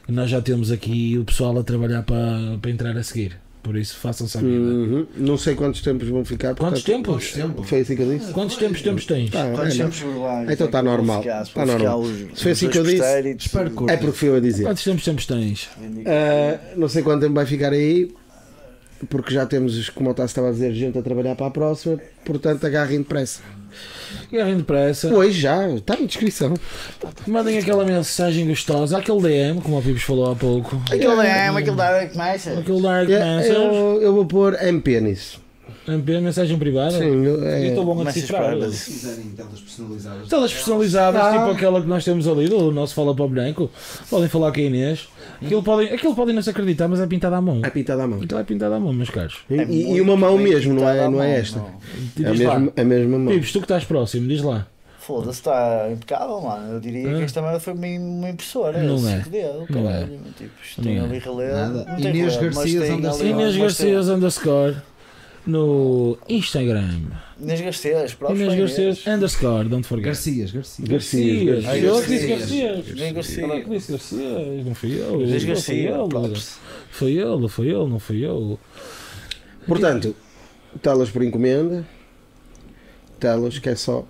Speaker 3: Nós já temos aqui o pessoal a trabalhar para, para entrar a seguir. Por isso, façam-se a vida.
Speaker 4: Uhum. Não sei quantos tempos vão ficar.
Speaker 3: Quantos
Speaker 4: portanto,
Speaker 3: tempos?
Speaker 4: Foi assim que eu disse?
Speaker 3: Quantos tempos tempos tens?
Speaker 4: Ah,
Speaker 6: Quantos
Speaker 4: é, não.
Speaker 6: tempos verbais?
Speaker 4: Então tá
Speaker 6: É que vão
Speaker 4: normal,
Speaker 6: ficar?
Speaker 4: tá
Speaker 6: Vão ficar
Speaker 4: normal.
Speaker 6: os-
Speaker 4: Se foi
Speaker 6: os
Speaker 4: assim que eu
Speaker 6: dois
Speaker 4: disse,
Speaker 6: posteiros.
Speaker 5: Espero que curta.
Speaker 4: É porque fui eu a dizer.
Speaker 3: Quantos tempos tempos tens?
Speaker 4: Ah, não sei quanto tempo vai ficar aí, porque já temos, como o Tassi estava a dizer, gente a trabalhar para a próxima, portanto agarrem depressa.
Speaker 3: Guerrem é depressa.
Speaker 4: Pois já, está na descrição.
Speaker 3: Mandem aquela mensagem gostosa, aquele DM, como o Pibes falou há pouco.
Speaker 6: Aquilo é, aquilo dá que mais.
Speaker 3: Aquele Dark
Speaker 4: É,
Speaker 3: Message,
Speaker 4: Eu, eu vou pôr MP nisso.
Speaker 3: MP, mensagem privada.
Speaker 4: Sim, eu- é-
Speaker 3: Eu estou bom a
Speaker 6: Mensagens
Speaker 3: decifrar.
Speaker 6: privadas.
Speaker 5: Se quiserem telas personalizadas.
Speaker 3: Telas personalizadas,
Speaker 4: Ah.
Speaker 3: tipo aquela que nós temos ali, do nosso Fala para o Branco. Podem falar com a Inês. Aquilo podem, aquilo podem não se acreditar, mas é pintado à mão.
Speaker 4: É pintada à mão.
Speaker 3: Aquilo é pintado à mão, meus caros.
Speaker 4: E,
Speaker 6: É
Speaker 4: e
Speaker 6: muito
Speaker 4: uma mão
Speaker 6: bem
Speaker 4: mesmo, não é,
Speaker 6: pintada à
Speaker 4: não é
Speaker 6: mão,
Speaker 4: esta.
Speaker 6: não.
Speaker 3: Diz
Speaker 4: É a mesma,
Speaker 3: lá.
Speaker 4: a mesma mão.
Speaker 3: Pibes, tu que estás próximo, diz lá.
Speaker 6: Foda-se, está impecável, mano. Eu diria que esta merda foi uma, uma impressora.
Speaker 3: Ah. Não
Speaker 6: esse
Speaker 3: é.
Speaker 6: que deu,
Speaker 3: Não
Speaker 6: caralho. Tipo, isto tem
Speaker 3: Não é.
Speaker 6: ali relevo.
Speaker 5: Nada.
Speaker 6: Não tem
Speaker 5: Inês
Speaker 6: relevo, mas
Speaker 5: Garcias
Speaker 6: tem
Speaker 5: underscore.
Speaker 6: ali-
Speaker 3: Inês
Speaker 6: mas tem-
Speaker 3: Garcias underscore no Instagram.
Speaker 6: Inês Garcias, próprio.
Speaker 3: Inês Garcias underscore, don't forget.
Speaker 5: Garcias, Garcias.
Speaker 4: Garcia.
Speaker 3: é. Garcias. Eu que disse
Speaker 6: Garcias.
Speaker 3: Garcias.
Speaker 6: Inês
Speaker 3: Olha,
Speaker 6: Garcias.
Speaker 3: Luís Garcia, não fui eu.
Speaker 6: Luís
Speaker 3: não
Speaker 6: Garcia,
Speaker 3: Foi ele,
Speaker 6: props.
Speaker 3: foi ele, foi ele, não fui eu.
Speaker 4: Portanto, telas por encomenda, telas que é só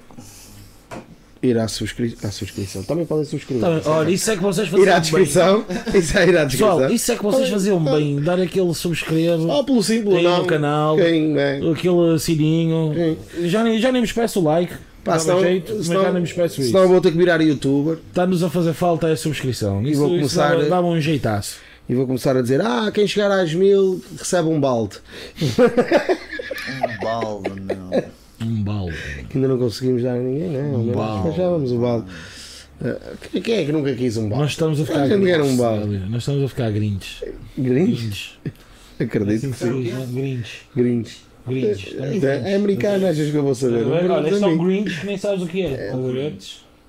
Speaker 4: ir à, subscri- à subscrição. Também podem subscrever.
Speaker 3: Tá bem, olha, isso é que vocês
Speaker 4: ir à
Speaker 3: faziam bem.
Speaker 4: descrição. Isso é ir à descrição.
Speaker 3: Pessoal, isso é que vocês faziam bem. Dar aquele subscreve,
Speaker 4: Só pelo símbolo,
Speaker 3: Tem
Speaker 4: tá. não.
Speaker 3: no canal.
Speaker 4: Quem, é?
Speaker 3: aquele sininho. Já nem, já nem me peço o like.
Speaker 4: Pá,
Speaker 3: Pá,
Speaker 4: senão,
Speaker 3: jeito, mas
Speaker 4: senão-
Speaker 3: já nem me peço
Speaker 4: senão
Speaker 3: isso.
Speaker 4: vou ter que virar youtuber
Speaker 3: Está-nos a fazer falta a subscrição. Isso,
Speaker 4: vou
Speaker 3: isso
Speaker 4: começar
Speaker 3: dava,
Speaker 4: a-
Speaker 3: dava um jeitaço.
Speaker 4: e vou começar a dizer: Ah, quem chegar às mil recebe um balde.
Speaker 6: Um balde, meu.
Speaker 3: Um balde.
Speaker 4: Que ainda não conseguimos dar a ninguém, não é? Um
Speaker 3: balde.
Speaker 4: Achávamos o balde. Ah, quem- quem é que nunca quis um balde?
Speaker 3: Nós estamos a ficar
Speaker 4: Mas ninguém era um balde.
Speaker 3: olha, Nós estamos a ficar grindes.
Speaker 4: Grinch?
Speaker 3: Grindes.
Speaker 4: Acredito.
Speaker 3: Grindes.
Speaker 4: Grinch.
Speaker 3: Grindes. Estamos
Speaker 4: É, é americano, achas que eu vou saber? Não
Speaker 3: é? Olha,
Speaker 4: perguntas a
Speaker 3: são
Speaker 4: mim.
Speaker 3: Grinch que nem sabes o que é. Estás a ver?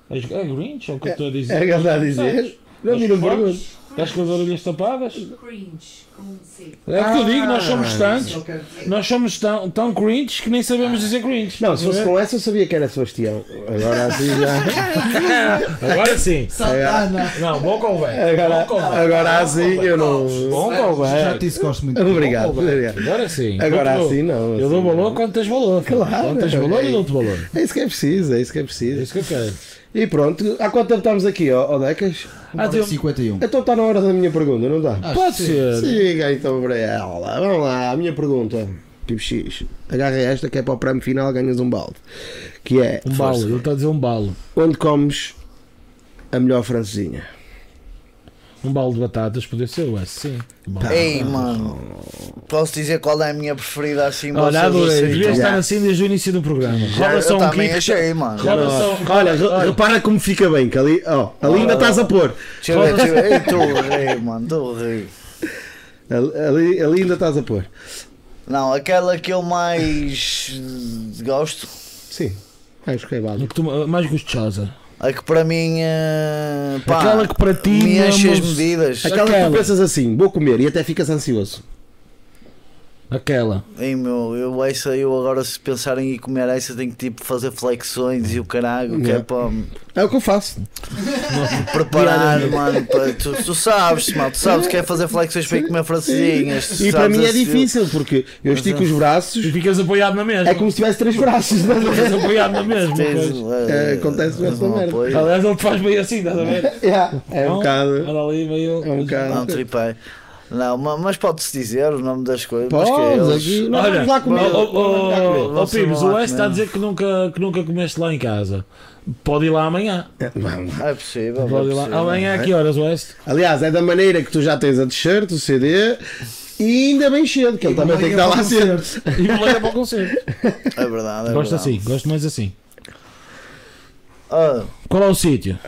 Speaker 3: É Grinch? É Grinch, é o que eu estou a dizer.
Speaker 4: É o que ele está a dizer? Não me não pergunto.
Speaker 3: Estás com as orelhas tapadas?
Speaker 8: Cringe, com C.
Speaker 3: É
Speaker 4: Ah,
Speaker 3: o que eu digo, nós somos tantos. Nós somos tão, tão cringe que nem sabemos dizer é? cringe.
Speaker 4: Não, é? se fosse com essa eu sabia que era Sebastião. Agora assim já.
Speaker 3: Agora sim.
Speaker 5: Tá, Santana!
Speaker 3: Não, bom convém.
Speaker 4: Agora, agora assim eu não.
Speaker 3: Bom
Speaker 4: É,
Speaker 3: convém.
Speaker 5: Já te disse que gosto muito.
Speaker 4: Tá Obrigado. obrigado.
Speaker 3: Agora sim.
Speaker 4: Agora
Speaker 3: Continua.
Speaker 4: assim não.
Speaker 3: Eu dou
Speaker 4: assim
Speaker 3: valor quando tens valor.
Speaker 4: Claro.
Speaker 3: Quando tens valor, eu dou-te valor.
Speaker 4: É isso que é preciso, é isso que é
Speaker 3: É
Speaker 4: preciso.
Speaker 3: isso que eu quero.
Speaker 4: E pronto, há quanto tempo estamos aqui, ó, ó Decas?
Speaker 5: Ah,
Speaker 3: Ah, tem-
Speaker 5: 51.
Speaker 4: Então está na hora da minha pergunta, não está?
Speaker 3: Pode ser.
Speaker 4: Siga então para ela. Vamos lá, a minha pergunta. Tipo X, agarra esta que é para o prémio final, ganhas um balde. Que é
Speaker 3: Um balo. Ele está a dizer um balo.
Speaker 4: onde comes a melhor francesinha?
Speaker 3: Um balo de batatas podia ser, ué, sim. Um Bom.
Speaker 6: Ei, mano. Posso dizer qual é a minha preferida assim?
Speaker 3: Olha,
Speaker 6: vocês
Speaker 3: adorei.
Speaker 6: aceitam?
Speaker 3: Devia estar
Speaker 4: Já.
Speaker 3: assim desde o início do programa. Roda
Speaker 6: Eu
Speaker 3: só um
Speaker 6: também
Speaker 3: kick.
Speaker 6: achei, mano.
Speaker 3: Roda
Speaker 4: Não,
Speaker 3: só um
Speaker 4: Olha, re- repara como fica bem, que ali, ó, ali ainda estás a pôr.
Speaker 6: Deixa eu ver, deixa eu ver. Ei, tu rei, mano, tu rei.
Speaker 4: Ali, ali- ali ainda estás a pôr.
Speaker 6: Não, aquela que eu mais eh, gosto,
Speaker 4: Sim, acho que é
Speaker 3: No
Speaker 4: válido.
Speaker 3: que tu- mais gostosa.
Speaker 6: a que para mim. eh, pá,
Speaker 3: Aquela que para ti
Speaker 6: me enche as
Speaker 3: mesmo-
Speaker 6: medidas.
Speaker 4: Aquela, que
Speaker 3: Aquela.
Speaker 4: tu pensas assim, vou comer e até ficas ansioso.
Speaker 3: Aquela.
Speaker 6: Ei meu, eu essa eu agora se pensarem em ir comer essa tenho que tipo fazer flexões e o caralho, que é
Speaker 4: Yeah.
Speaker 6: para me
Speaker 4: É o que eu faço.
Speaker 6: preparar, mano, para- tu, tu sabes, mano, tu sabes que é fazer flexões para ir comer francesinhas. tu
Speaker 4: E para
Speaker 6: sabes
Speaker 4: mim é
Speaker 6: esse-
Speaker 4: difícil, porque eu estico os braços,
Speaker 3: ficas apoiado na mesa.
Speaker 4: é como se tivesse três braços. estás a ver?
Speaker 3: Ficas apoiado na mesma.
Speaker 6: Tens,
Speaker 3: pois.
Speaker 6: eh,
Speaker 4: É, acontece essa
Speaker 6: não,
Speaker 4: merda.
Speaker 6: pois,
Speaker 3: Aliás, ele te faz meio assim, estás a ver?
Speaker 4: Yeah, é um
Speaker 3: Não?
Speaker 4: bocado.
Speaker 3: Olha ali, meio.
Speaker 4: É um
Speaker 6: Não,
Speaker 4: bocado.
Speaker 6: tripei. Não, ma- mas pode-se dizer o nome das coisas. mas que é
Speaker 4: Podes,
Speaker 6: eles-
Speaker 4: aqui. Nós
Speaker 3: Olha,
Speaker 4: vamos lá comer.
Speaker 3: ó, ó,
Speaker 4: Vamos lá
Speaker 3: ó,
Speaker 4: comer.
Speaker 3: ó, ó,
Speaker 6: Vamos
Speaker 3: Pibes,
Speaker 6: lá
Speaker 3: o S está a
Speaker 6: comer.
Speaker 3: dizer que nunca, que nunca comeste lá em casa. Pode ir lá amanhã.
Speaker 4: Vamos.
Speaker 6: É possível. é
Speaker 3: Pode ir lá.
Speaker 6: possível.
Speaker 3: Amanhã a que horas, o S?
Speaker 4: Aliás, é da maneira que tu já tens a t-shirt, o CD, e ainda bem cedo, que ele também tem que estar lá cedo.
Speaker 3: E me leva para o concerto.
Speaker 6: É verdade. É
Speaker 3: Gosto
Speaker 6: verdade.
Speaker 3: assim, gosto mais assim.
Speaker 6: Ah,
Speaker 3: Qual é o sítio?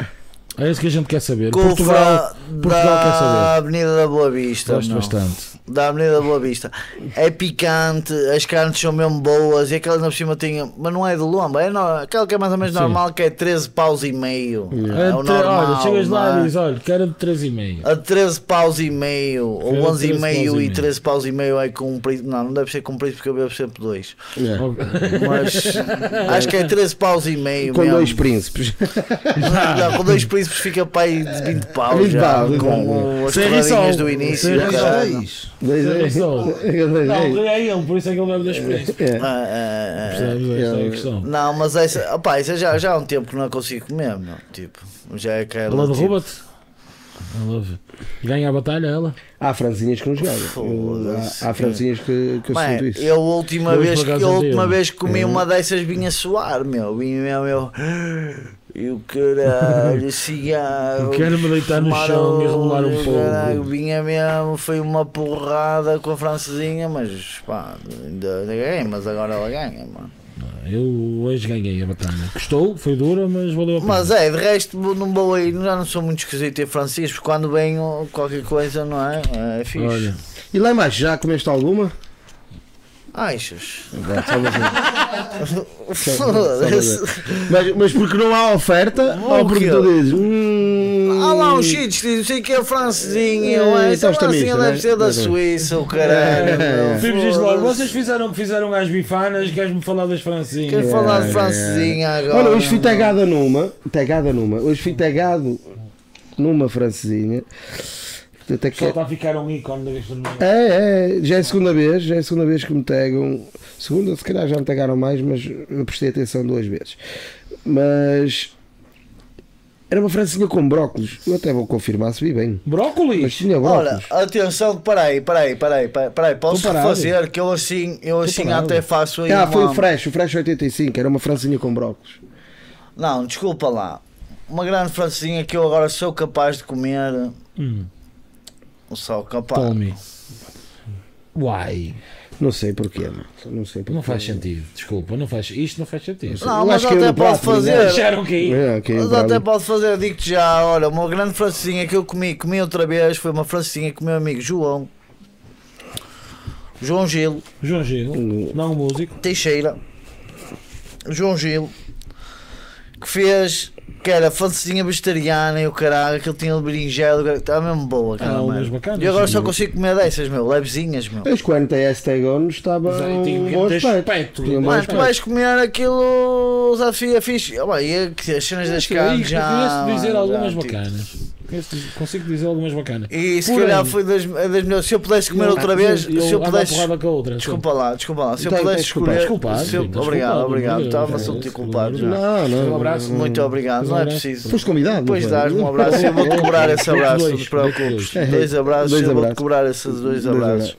Speaker 3: É isso que a gente quer saber.
Speaker 6: Cufra
Speaker 3: Portugal,
Speaker 4: Portugal
Speaker 6: da
Speaker 4: quer saber.
Speaker 6: Avenida da Boa Vista.
Speaker 4: Gosto
Speaker 6: meu.
Speaker 4: bastante.
Speaker 6: Da Avenida da Boa Vista. É picante, as carnes são mesmo boas e aquelas na por cima têm. Mas não é de lomba, é no... aquela que é mais ou menos
Speaker 3: Sim.
Speaker 6: normal, que é 13 paus e meio. É, o
Speaker 3: Até-
Speaker 6: normal.
Speaker 3: olha, chegas lá e
Speaker 6: não é?
Speaker 3: dizes, olha, quero de 3,5.
Speaker 6: A 13 paus e meio, ou
Speaker 3: Era
Speaker 6: 11 e
Speaker 3: 13 paus
Speaker 6: meio
Speaker 3: e
Speaker 6: e
Speaker 3: meio.
Speaker 6: 13 paus e meio é comprido. Não, não deve ser comprido porque eu bebo sempre dois.
Speaker 4: É.
Speaker 6: Mas acho que é 13 paus e meio.
Speaker 4: Com
Speaker 6: mesmo.
Speaker 4: dois príncipes.
Speaker 6: Não, com dois príncipes fica para aí de 20 paus.
Speaker 4: 20
Speaker 6: já,
Speaker 4: paus, exato.
Speaker 6: com as
Speaker 3: Sem
Speaker 6: torradinhas
Speaker 3: risol.
Speaker 6: do
Speaker 3: Sem
Speaker 6: início.
Speaker 3: risol.
Speaker 6: caralho.
Speaker 5: Dois.
Speaker 4: Dois
Speaker 3: Dois
Speaker 4: reis.
Speaker 3: só.
Speaker 4: Dois
Speaker 3: Não, o
Speaker 4: reis.
Speaker 3: rei é ele, por isso é que ele bebe dois preços.
Speaker 4: É.
Speaker 6: Ah, ah, ah, ah.
Speaker 3: Percebes? Esta é a questão.
Speaker 6: Não, mas essa, opá, isso já, já há um tempo que não consigo comer, meu. Tipo, já é aquela.
Speaker 3: Ela
Speaker 6: tipo,
Speaker 3: derruba-te. I love it. Ganha a batalha ela.
Speaker 4: Há franzinhas que não jogam. Eu-
Speaker 6: Foda-se.
Speaker 4: Há, há franzinhas que, que eu
Speaker 6: Mano,
Speaker 4: sinto isso. É.
Speaker 6: eu a última
Speaker 3: Eu hoje,
Speaker 6: vez
Speaker 3: por
Speaker 6: que
Speaker 3: acaso,
Speaker 6: eu a
Speaker 3: andei
Speaker 6: última
Speaker 3: uma.
Speaker 6: vez que comi uma dessas vinha a suar, meu. Vinha mesmo eu. E o caralho, cigarro.
Speaker 3: Eu quero-me deitar no
Speaker 6: fumar
Speaker 3: chão e rolar um
Speaker 6: o
Speaker 3: pouco.
Speaker 6: caralho, Vinha mesmo, foi uma porrada com a francesinha, mas pá, ainda, ainda ganhei, mas agora ela ganha, mano.
Speaker 3: Eu hoje ganhei a batalha. Custou, foi dura, mas valeu a pena.
Speaker 6: Mas é, de resto não vou aí, já não sou muito esquisito em francês, porque quando venho qualquer coisa, não é? É fixe.
Speaker 3: Olha,
Speaker 4: E lá em baixo, já comeste alguma?
Speaker 6: Achas?
Speaker 4: Só uma vez.
Speaker 6: Foda-se.
Speaker 4: mas, mas porque não há oferta?
Speaker 6: Não,
Speaker 4: ou porque
Speaker 6: que
Speaker 4: tu
Speaker 6: eu-
Speaker 4: dizes. Hum,
Speaker 6: Há Ah lá uns sítios que dizem não sei o que é francesinha,
Speaker 4: É,
Speaker 6: ué, essa
Speaker 4: estás
Speaker 6: francesinha
Speaker 4: tamista,
Speaker 6: deve
Speaker 4: né? É,
Speaker 6: ser da
Speaker 4: Pois é.
Speaker 6: Suíça, o caralho. meu,
Speaker 3: Fibes diz logo,
Speaker 6: é foda-se.
Speaker 3: vocês fizeram o que fizeram às bifanas, queres-me falar das francinhas?
Speaker 6: Quero falar de francesinha agora.
Speaker 4: É, Olha, hoje fui
Speaker 6: meu.
Speaker 4: tagada numa. Tagada numa. Hoje fui tagado numa francesinha. Até que-
Speaker 3: Só está a ficar um ícone da gastronomia.
Speaker 4: É, é, já é a segunda vez, já é a segunda vez que me tagam. Segunda, se calhar já me tagaram mais, mas eu prestei atenção duas vezes. Mas era uma francinha com brócolis. Eu até vou confirmar se vi bem. Mas
Speaker 3: Brócolis?
Speaker 4: tinha
Speaker 6: Olha,
Speaker 4: brócolis.
Speaker 6: atenção, peraí, peraí, peraí, peraí, posso
Speaker 4: Tô parado.
Speaker 6: refazer que eu assim, eu assim
Speaker 4: parado.
Speaker 6: até faço aí.
Speaker 4: ah, foi
Speaker 6: uma-
Speaker 4: o Fresh, o Fresh 85, era uma francinha com brócolis.
Speaker 6: Não, desculpa lá. Uma grande francesinha que eu agora sou capaz de comer.
Speaker 3: Hum,
Speaker 6: Sou capaz.
Speaker 3: tell me. Why?
Speaker 4: Não sei porquê, mano. Não sei porquê. É,
Speaker 3: Não faz sentido, desculpa, não faz, isto não faz sentido.
Speaker 6: Não,
Speaker 4: Eu
Speaker 6: mas
Speaker 4: acho que
Speaker 6: até
Speaker 4: eu no
Speaker 6: posso
Speaker 4: próximo,
Speaker 6: fazer.
Speaker 4: né?
Speaker 3: Deixaram cair.
Speaker 4: É, ok,
Speaker 6: Mas
Speaker 4: bravo.
Speaker 6: até pode fazer, digo-te já, olha, uma grande francesinha que eu comi, comi outra vez, foi uma francesinha que o meu amigo João, João Gil,
Speaker 3: João Gil, não um músico.
Speaker 6: Teixeira, João Gil, que fez, que era francesinha vegetariana e o caralho, que ele tinha de berinjela, estava mesmo boa, cara.
Speaker 3: Ah, umas bacanas,
Speaker 6: e agora só
Speaker 3: sim. É,
Speaker 6: consigo comer dessas, meu, levezinhas, meu.
Speaker 4: As 40 S Tagon estavam
Speaker 3: Tem- tem-
Speaker 4: um bom
Speaker 3: tem
Speaker 4: aspecto.
Speaker 3: aspecto.
Speaker 4: Tinha um bom
Speaker 6: Mano, tu
Speaker 4: aspecto.
Speaker 6: vais comer aquilo, desafio é fixe. Ah, bem, e que- as
Speaker 3: É,
Speaker 6: cenas das carnes já.
Speaker 3: Conheço dizer
Speaker 6: já,
Speaker 3: algumas
Speaker 6: tipo,
Speaker 3: bacanas. Conheço- Consigo dizer algumas bacanas.
Speaker 6: E se
Speaker 3: Porém,
Speaker 6: calhar foi das, é das melhores. Se eu pudesse comer
Speaker 3: eu-
Speaker 6: outra vez,
Speaker 3: eu
Speaker 6: se eu
Speaker 3: ando à
Speaker 6: pudesse.
Speaker 3: porrada com a outra. assim.
Speaker 6: Desculpa lá, desculpa lá. Se eu
Speaker 4: Tem-
Speaker 6: pudesse
Speaker 4: tem desculpa,
Speaker 6: escolher.
Speaker 3: desculpa,
Speaker 6: se eu-
Speaker 3: desculpa,
Speaker 6: obrigado,
Speaker 3: desculpa,
Speaker 6: obrigado.
Speaker 3: desculpa,
Speaker 6: Estava a sentir
Speaker 3: desculpa.
Speaker 6: culpado já.
Speaker 4: Não, não.
Speaker 3: Um abraço.
Speaker 4: não.
Speaker 6: Muito obrigado, não é
Speaker 3: abraço.
Speaker 6: preciso.
Speaker 4: Foste convidado.
Speaker 6: Depois
Speaker 4: não foi?
Speaker 6: dás-me um abraço, eu vou te cobrar esse
Speaker 3: Dois,
Speaker 6: abraço, não
Speaker 3: dois,
Speaker 6: te preocupes.
Speaker 4: dois.
Speaker 6: Dois abraços,
Speaker 4: Dois
Speaker 6: eu vou te
Speaker 4: abraços.
Speaker 6: cobrar esses dois
Speaker 4: Dois
Speaker 6: abraços.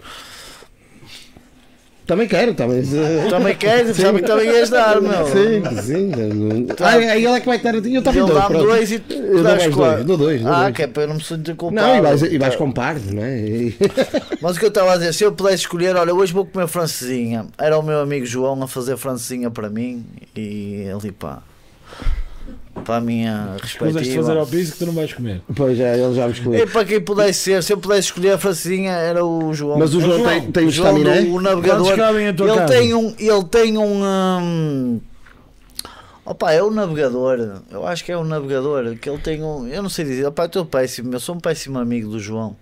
Speaker 4: Também quero, também.
Speaker 6: Também queres, sabe que também ias dar, meu.
Speaker 4: Sim, sim. Ah, aí ela é que vai estar. Eu estava em
Speaker 6: Tá.
Speaker 4: dois.
Speaker 6: Ele dá-me
Speaker 4: pronto.
Speaker 6: dois e tu
Speaker 4: Eu dou
Speaker 6: dás
Speaker 4: mais dois.
Speaker 6: quatro.
Speaker 4: Dou dois. dou
Speaker 6: Ah, Tá.
Speaker 4: dois.
Speaker 6: que é para eu não me sentir culpado.
Speaker 4: Não, e vais, e vais com pardo, não é? E-
Speaker 6: Mas o que eu estava a dizer, se eu pudesse escolher, olha, hoje vou comer francesinha. Era o meu amigo João a fazer francesinha para mim e ali pá. Para a minha
Speaker 3: Puseste fazer ao
Speaker 6: respectiva.
Speaker 3: piso que tu não vais comer.
Speaker 4: Pois já, ele já me
Speaker 6: E
Speaker 4: escolheu.
Speaker 6: É para quem pudesse ser, se eu pudesse escolher a francesinha, era o João.
Speaker 4: Mas o João, tem, tem o é?
Speaker 6: João do-
Speaker 4: estaminé?
Speaker 6: o navegador.
Speaker 3: Quantos cabem a tua
Speaker 6: Ele
Speaker 3: casa?
Speaker 6: tem um. Ele tem um. hum, Opa, é o navegador. Eu acho que é o navegador. Que ele tem um. Eu não sei dizer. Opa, estou péssimo. Eu sou um péssimo amigo do João.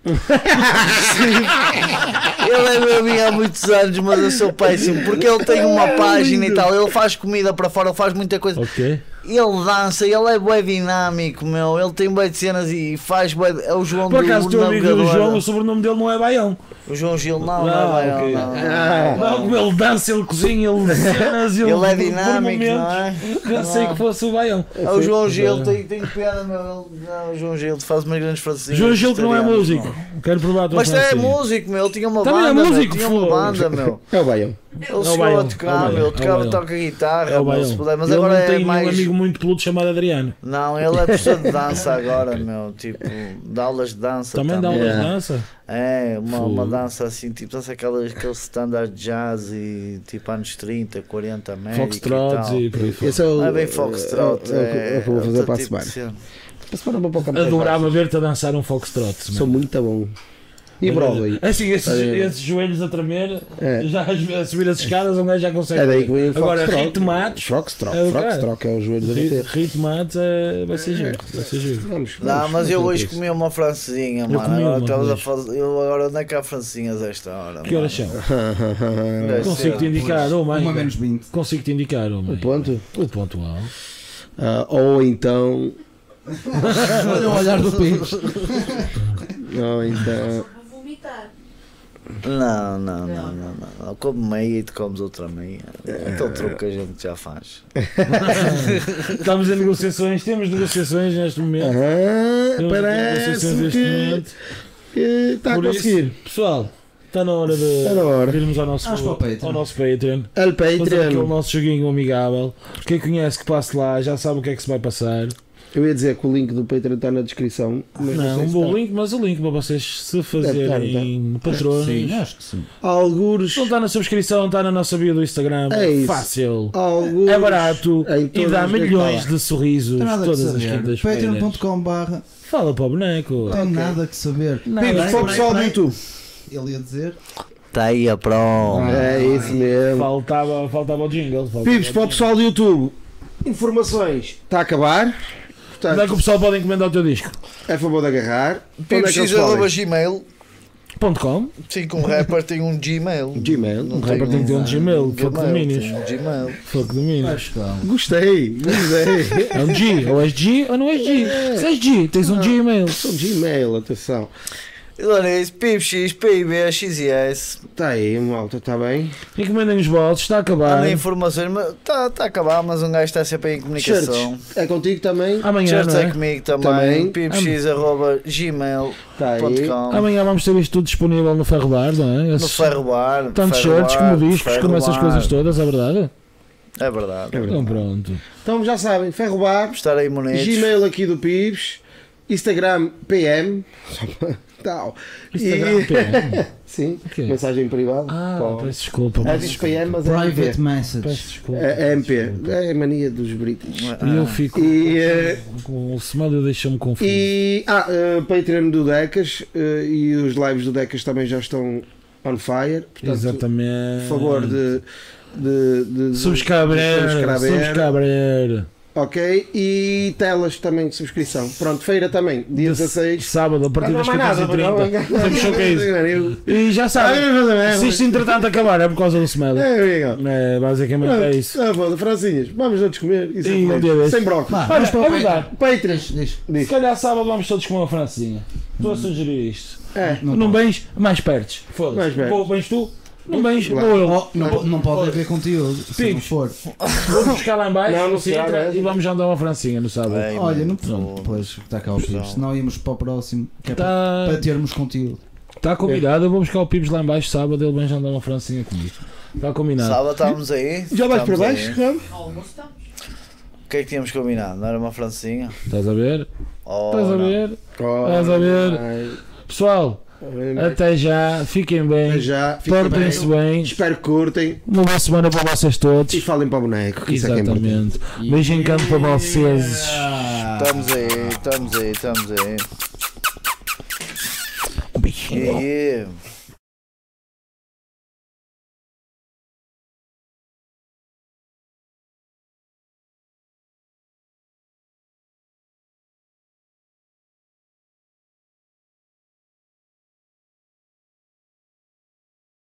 Speaker 6: ele é meu amigo há muitos anos, mas eu sou péssimo. Porque ele
Speaker 4: É
Speaker 6: tem uma página e tal. Ele faz comida para fora, ele faz muita coisa.
Speaker 3: Ok.
Speaker 6: Ele dança, ele é bem dinâmico, meu. Ele tem bem de cenas e faz bué de- É o João
Speaker 3: Por
Speaker 6: do
Speaker 3: acaso, teu amigo do
Speaker 6: navegador.
Speaker 3: João, o sobrenome dele não é Baião.
Speaker 6: O João Gil, não, não,
Speaker 3: Ah,
Speaker 6: é bem,
Speaker 3: ok. Ah,
Speaker 6: não, não.
Speaker 3: Não, como ele dança, ele cozinha, ele cenas, ele.
Speaker 6: Ele é
Speaker 3: por
Speaker 6: dinâmico,
Speaker 3: momentos,
Speaker 6: não é?
Speaker 3: Pensei que fosse o Baião.
Speaker 6: É o João Gil, tem, tem piada, meu. Ele- Não, o João Gil faz umas grandes francesinhas.
Speaker 3: João Gil que não é
Speaker 6: vegetarianas,
Speaker 3: músico.
Speaker 6: não.
Speaker 3: Quero provar a tua
Speaker 6: Mas é
Speaker 3: francesinha.
Speaker 6: músico, meu. Ele tinha uma
Speaker 3: Também é
Speaker 6: banda. meu,
Speaker 3: músico,
Speaker 6: Tinha uma
Speaker 3: foda.
Speaker 6: banda, meu.
Speaker 4: É o Baião.
Speaker 6: Ele
Speaker 3: o
Speaker 6: chegou
Speaker 3: Baião,
Speaker 6: a
Speaker 3: é o
Speaker 6: tocar,
Speaker 3: Baião,
Speaker 6: meu.
Speaker 3: é o
Speaker 6: Tocava,
Speaker 3: Baião.
Speaker 6: toca guitarra,
Speaker 3: É o
Speaker 6: meu,
Speaker 3: Baião.
Speaker 6: se puder. Mas
Speaker 3: Ele
Speaker 6: agora
Speaker 3: não
Speaker 6: é
Speaker 3: tem um
Speaker 6: mais.
Speaker 3: amigo muito peludo chamado Adriano.
Speaker 6: Não, ele é professor de dança agora, meu. Tipo, dá aulas de dança.
Speaker 3: Também dá um aulas de
Speaker 4: Yeah.
Speaker 3: dança?
Speaker 6: É, uma, uma
Speaker 3: Fogo.
Speaker 6: dança assim, tipo, dança aquela, aquele standard jazz e tipo anos 30, 40, América e
Speaker 3: Foxtrots
Speaker 6: tal.
Speaker 3: e por aí fora.
Speaker 4: Esse é o.
Speaker 6: Não é bem Foxtrot,
Speaker 4: é o que- é o que eu vou fazer
Speaker 6: outro
Speaker 4: para a
Speaker 6: tipo de
Speaker 4: semana.
Speaker 6: cena.
Speaker 4: Para semana vou para o
Speaker 6: é um
Speaker 4: campo. das
Speaker 3: Adorava
Speaker 4: Valsas.
Speaker 3: ver-te a dançar um foxtrot.
Speaker 4: Sou
Speaker 3: mano.
Speaker 4: muito bom. E Broadway?
Speaker 3: Assim, esses,
Speaker 4: É.
Speaker 3: esses joelhos a tremer,
Speaker 4: É.
Speaker 3: já a subir as escadas, um gajo já consegue.
Speaker 4: É daí que vem o
Speaker 3: Agora,
Speaker 4: Foxtrot.
Speaker 3: Rito Matos.
Speaker 4: Foxtrot,
Speaker 3: É o cara.
Speaker 4: Foxtrot, é os joelhos a
Speaker 3: Ri-
Speaker 4: bater.
Speaker 3: Rito Matos é, vai ser giro. Vai ser giro.
Speaker 4: Vamos,
Speaker 6: Não,
Speaker 4: vamos,
Speaker 6: mas eu
Speaker 4: vamos
Speaker 6: hoje
Speaker 4: com isso.
Speaker 6: comi uma francesinha, mano.
Speaker 3: comi
Speaker 6: agora
Speaker 3: uma,
Speaker 6: estamos a
Speaker 3: mas-
Speaker 6: fazer. Eu agora ando cá a francesinhas a esta hora.
Speaker 3: Que horas são?
Speaker 6: Deve
Speaker 3: Consigo te
Speaker 6: ser.
Speaker 3: indicar uma,
Speaker 5: Uma
Speaker 3: ainda.
Speaker 5: menos 20.
Speaker 3: Consigo te indicar uma.
Speaker 4: Um ponto?
Speaker 3: O ponto alto.
Speaker 4: Ah, ou então.
Speaker 5: Olha o olhar do peixe.
Speaker 4: Ou então.
Speaker 8: Vou vomitar.
Speaker 6: Não, não, não, não, não, não. Como meia e tu comes outra meia. É aquele truque que a gente já faz.
Speaker 3: Estamos em negociações, temos negociações neste momento.
Speaker 4: Aham,
Speaker 3: Temos negociações
Speaker 4: parece
Speaker 3: neste
Speaker 4: que-
Speaker 3: momento.
Speaker 4: que está a
Speaker 3: Por
Speaker 4: conseguir.
Speaker 3: isso, pessoal, está na hora de
Speaker 4: Está Tá, na hora.
Speaker 3: irmos ao nosso,
Speaker 5: Vamos para o Patreon.
Speaker 3: ao nosso Patreon.
Speaker 4: Al
Speaker 3: Fazer aquele
Speaker 4: Patreon.
Speaker 3: nosso joguinho amigável. Quem conhece que passe lá já sabe o que é que se vai passar.
Speaker 4: Eu ia dizer que o link do Patreon está na descrição. Mas não,
Speaker 3: Não,
Speaker 4: sei
Speaker 3: um
Speaker 4: se
Speaker 3: bom
Speaker 4: está.
Speaker 3: link, mas o link para vocês se fazerem
Speaker 5: Sim,
Speaker 3: patronos.
Speaker 5: acho que sim.
Speaker 4: tá. Algures.
Speaker 3: Se não tá. está na subscrição, está na nossa bio do Instagram.
Speaker 4: É isso.
Speaker 3: Fácil.
Speaker 4: Algures.
Speaker 3: É barato
Speaker 4: em
Speaker 3: e
Speaker 4: todas
Speaker 3: dá
Speaker 4: as
Speaker 3: milhões
Speaker 4: galas.
Speaker 3: de sorrisos
Speaker 5: Tem nada que
Speaker 3: todas as
Speaker 5: saber.
Speaker 3: quintas-feiras.
Speaker 5: Patreon.com.br
Speaker 3: Fala para o boneco.
Speaker 4: Tá.
Speaker 5: Tem nada que saber.
Speaker 3: Nada.
Speaker 5: Bem,
Speaker 4: Vimos
Speaker 5: bem,
Speaker 4: para o
Speaker 5: bem,
Speaker 4: pessoal do
Speaker 5: bem.
Speaker 4: YouTube.
Speaker 5: Ele ia dizer.
Speaker 6: Está Tá aí a
Speaker 3: Ah,
Speaker 6: prova.
Speaker 4: É isso mesmo.
Speaker 3: Faltava, faltava o jingle. Faltava
Speaker 4: Vimos
Speaker 3: o
Speaker 4: para o pessoal do YouTube. Informações. Está a acabar.
Speaker 3: jingle. Onde é que o
Speaker 4: Portanto,
Speaker 3: pessoal pode encomendar o teu disco?
Speaker 4: é a favor de agarrar. Onde é que eles
Speaker 6: Precisa de
Speaker 4: podem?
Speaker 6: uma Gmail.
Speaker 3: Ponto .com.
Speaker 6: Sim, que um rapper tem um Gmail.
Speaker 4: Gmail.
Speaker 6: Não
Speaker 3: Um rapper tem que ter um Gmail, que é o que dominas.
Speaker 6: tem um Gmail.
Speaker 3: Fogo de mim.
Speaker 4: Gostei. Gostei.
Speaker 3: É um G. Ou és G ou não és G.
Speaker 4: É.
Speaker 3: Se és G, tens
Speaker 4: Ah.
Speaker 3: um Gmail.
Speaker 4: Sou Gmail, atenção.
Speaker 6: Lonis, PIBX, PIB, XIS.
Speaker 4: Está Tá aí, malta, está bem?
Speaker 3: Encomendem os bots, está a acabar.
Speaker 6: Há informações, mas está tá a acabar, mas um gajo está sempre aí em comunicação.
Speaker 4: Shirts. É contigo também?
Speaker 3: Amanhã,
Speaker 6: Shirts
Speaker 3: não
Speaker 6: é
Speaker 3: é?
Speaker 6: comigo também.
Speaker 4: Também.
Speaker 6: PIBX, arroba gmail.com.
Speaker 3: Tá
Speaker 4: Está aí.
Speaker 3: Amanhã vamos ter isto tudo disponível no Ferro Bar, não é?
Speaker 6: No
Speaker 3: Esses-
Speaker 6: ferro bar.
Speaker 3: Tanto
Speaker 6: ferro
Speaker 3: shirts
Speaker 6: bar,
Speaker 3: como discos,
Speaker 6: ferro
Speaker 3: como essas
Speaker 6: bar.
Speaker 3: coisas todas, é verdade?
Speaker 6: É verdade.
Speaker 3: Então pronto.
Speaker 4: Então já sabem, Ferrobar,
Speaker 6: Estar aí munidos.
Speaker 4: Gmail aqui do Pibes, Instagram PM, tal.
Speaker 3: Instagram
Speaker 4: e...
Speaker 3: PM.
Speaker 4: Sim,
Speaker 3: Ok.
Speaker 4: mensagem privada.
Speaker 3: Ah,
Speaker 4: Pá.
Speaker 3: peço desculpa.
Speaker 4: é
Speaker 3: Peço
Speaker 4: diz
Speaker 3: desculpa.
Speaker 4: PM, mas é MP.
Speaker 5: Private message.
Speaker 3: Peço desculpa.
Speaker 4: É, é MP,
Speaker 3: desculpa.
Speaker 4: é a mania dos britânicos.
Speaker 3: E eu fico.
Speaker 4: E, eh,
Speaker 3: com O smell deixa-me confuso.
Speaker 4: E ah, eh, Patreon do Decas eh, e os lives do Decas também já estão on fire. Portanto,
Speaker 3: Exatamente.
Speaker 4: Por favor de, de, de- de-
Speaker 3: Subscrever.
Speaker 4: de subscrever.
Speaker 3: Subscrever.
Speaker 4: Ok, e telas também de subscrição. Pronto, feira também, dia 16.
Speaker 3: Sábado, a partir das 14h30. Sempre show que é isso.
Speaker 4: isso.
Speaker 3: E já sabem, se isto entretanto acabar é por causa do smell.
Speaker 4: É, amigo.
Speaker 3: É, basicamente é isso.
Speaker 4: Ah, foda, Francinhas, vamos todos comer. Isso é
Speaker 3: E um
Speaker 4: comer.
Speaker 3: dia desse.
Speaker 4: Sem brócolis.
Speaker 5: Vá.
Speaker 3: Vamos para
Speaker 5: É
Speaker 3: o mudar.
Speaker 4: Patreon.
Speaker 5: Diz.
Speaker 3: Se calhar sábado vamos todos com uma francesinha. Estou a sugerir isto.
Speaker 4: É,
Speaker 3: Não,
Speaker 5: um.
Speaker 3: bens, mais pertes.
Speaker 4: Mais
Speaker 3: Foda-se.
Speaker 4: pertes.
Speaker 3: Ou bens tu, não bens, ou
Speaker 4: Lá.
Speaker 3: eu.
Speaker 5: Oh, não, não pode haver conteúdo, se não
Speaker 3: Picos.
Speaker 5: for.
Speaker 3: Vou buscar lá em baixo,
Speaker 4: Não, não
Speaker 3: se
Speaker 4: será,
Speaker 3: entra,
Speaker 4: não é?
Speaker 3: e vamos andar uma francinha no sábado.
Speaker 6: Bem,
Speaker 5: Olha, não
Speaker 6: mano,
Speaker 5: pronto,
Speaker 6: tô-
Speaker 5: pois está cá o Pires. Senão íamos para o próximo, que é para,
Speaker 3: Está
Speaker 5: para termos conteúdo.
Speaker 3: tá combinado, eu vou buscar o Pibes lá em baixo sábado, ele vem já andar uma francinha comigo. Está combinado.
Speaker 6: Sábado estávamos aí.
Speaker 4: Já vais para
Speaker 6: estávamos
Speaker 4: baixo?
Speaker 6: aí.
Speaker 4: Não?
Speaker 8: Almoço estamos.
Speaker 6: O que é que tínhamos combinado? Não era uma francinha?
Speaker 3: Estás a ver?
Speaker 6: Oh,
Speaker 3: Estás a
Speaker 6: não.
Speaker 3: ver? Estás a ver? Pessoal, até já, fiquem bem,
Speaker 4: Já, fiquem
Speaker 3: portem-se
Speaker 4: bem.
Speaker 3: bem.
Speaker 4: Espero que curtem
Speaker 3: Uma boa semana para vocês todos.
Speaker 4: e falem para o boneco. que Isso é que é importante.
Speaker 3: Exatamente. Beijo em campo para vocês.
Speaker 6: Estamos aí, estamos aí, estamos aí. Um beijinho. Yeah, yeah.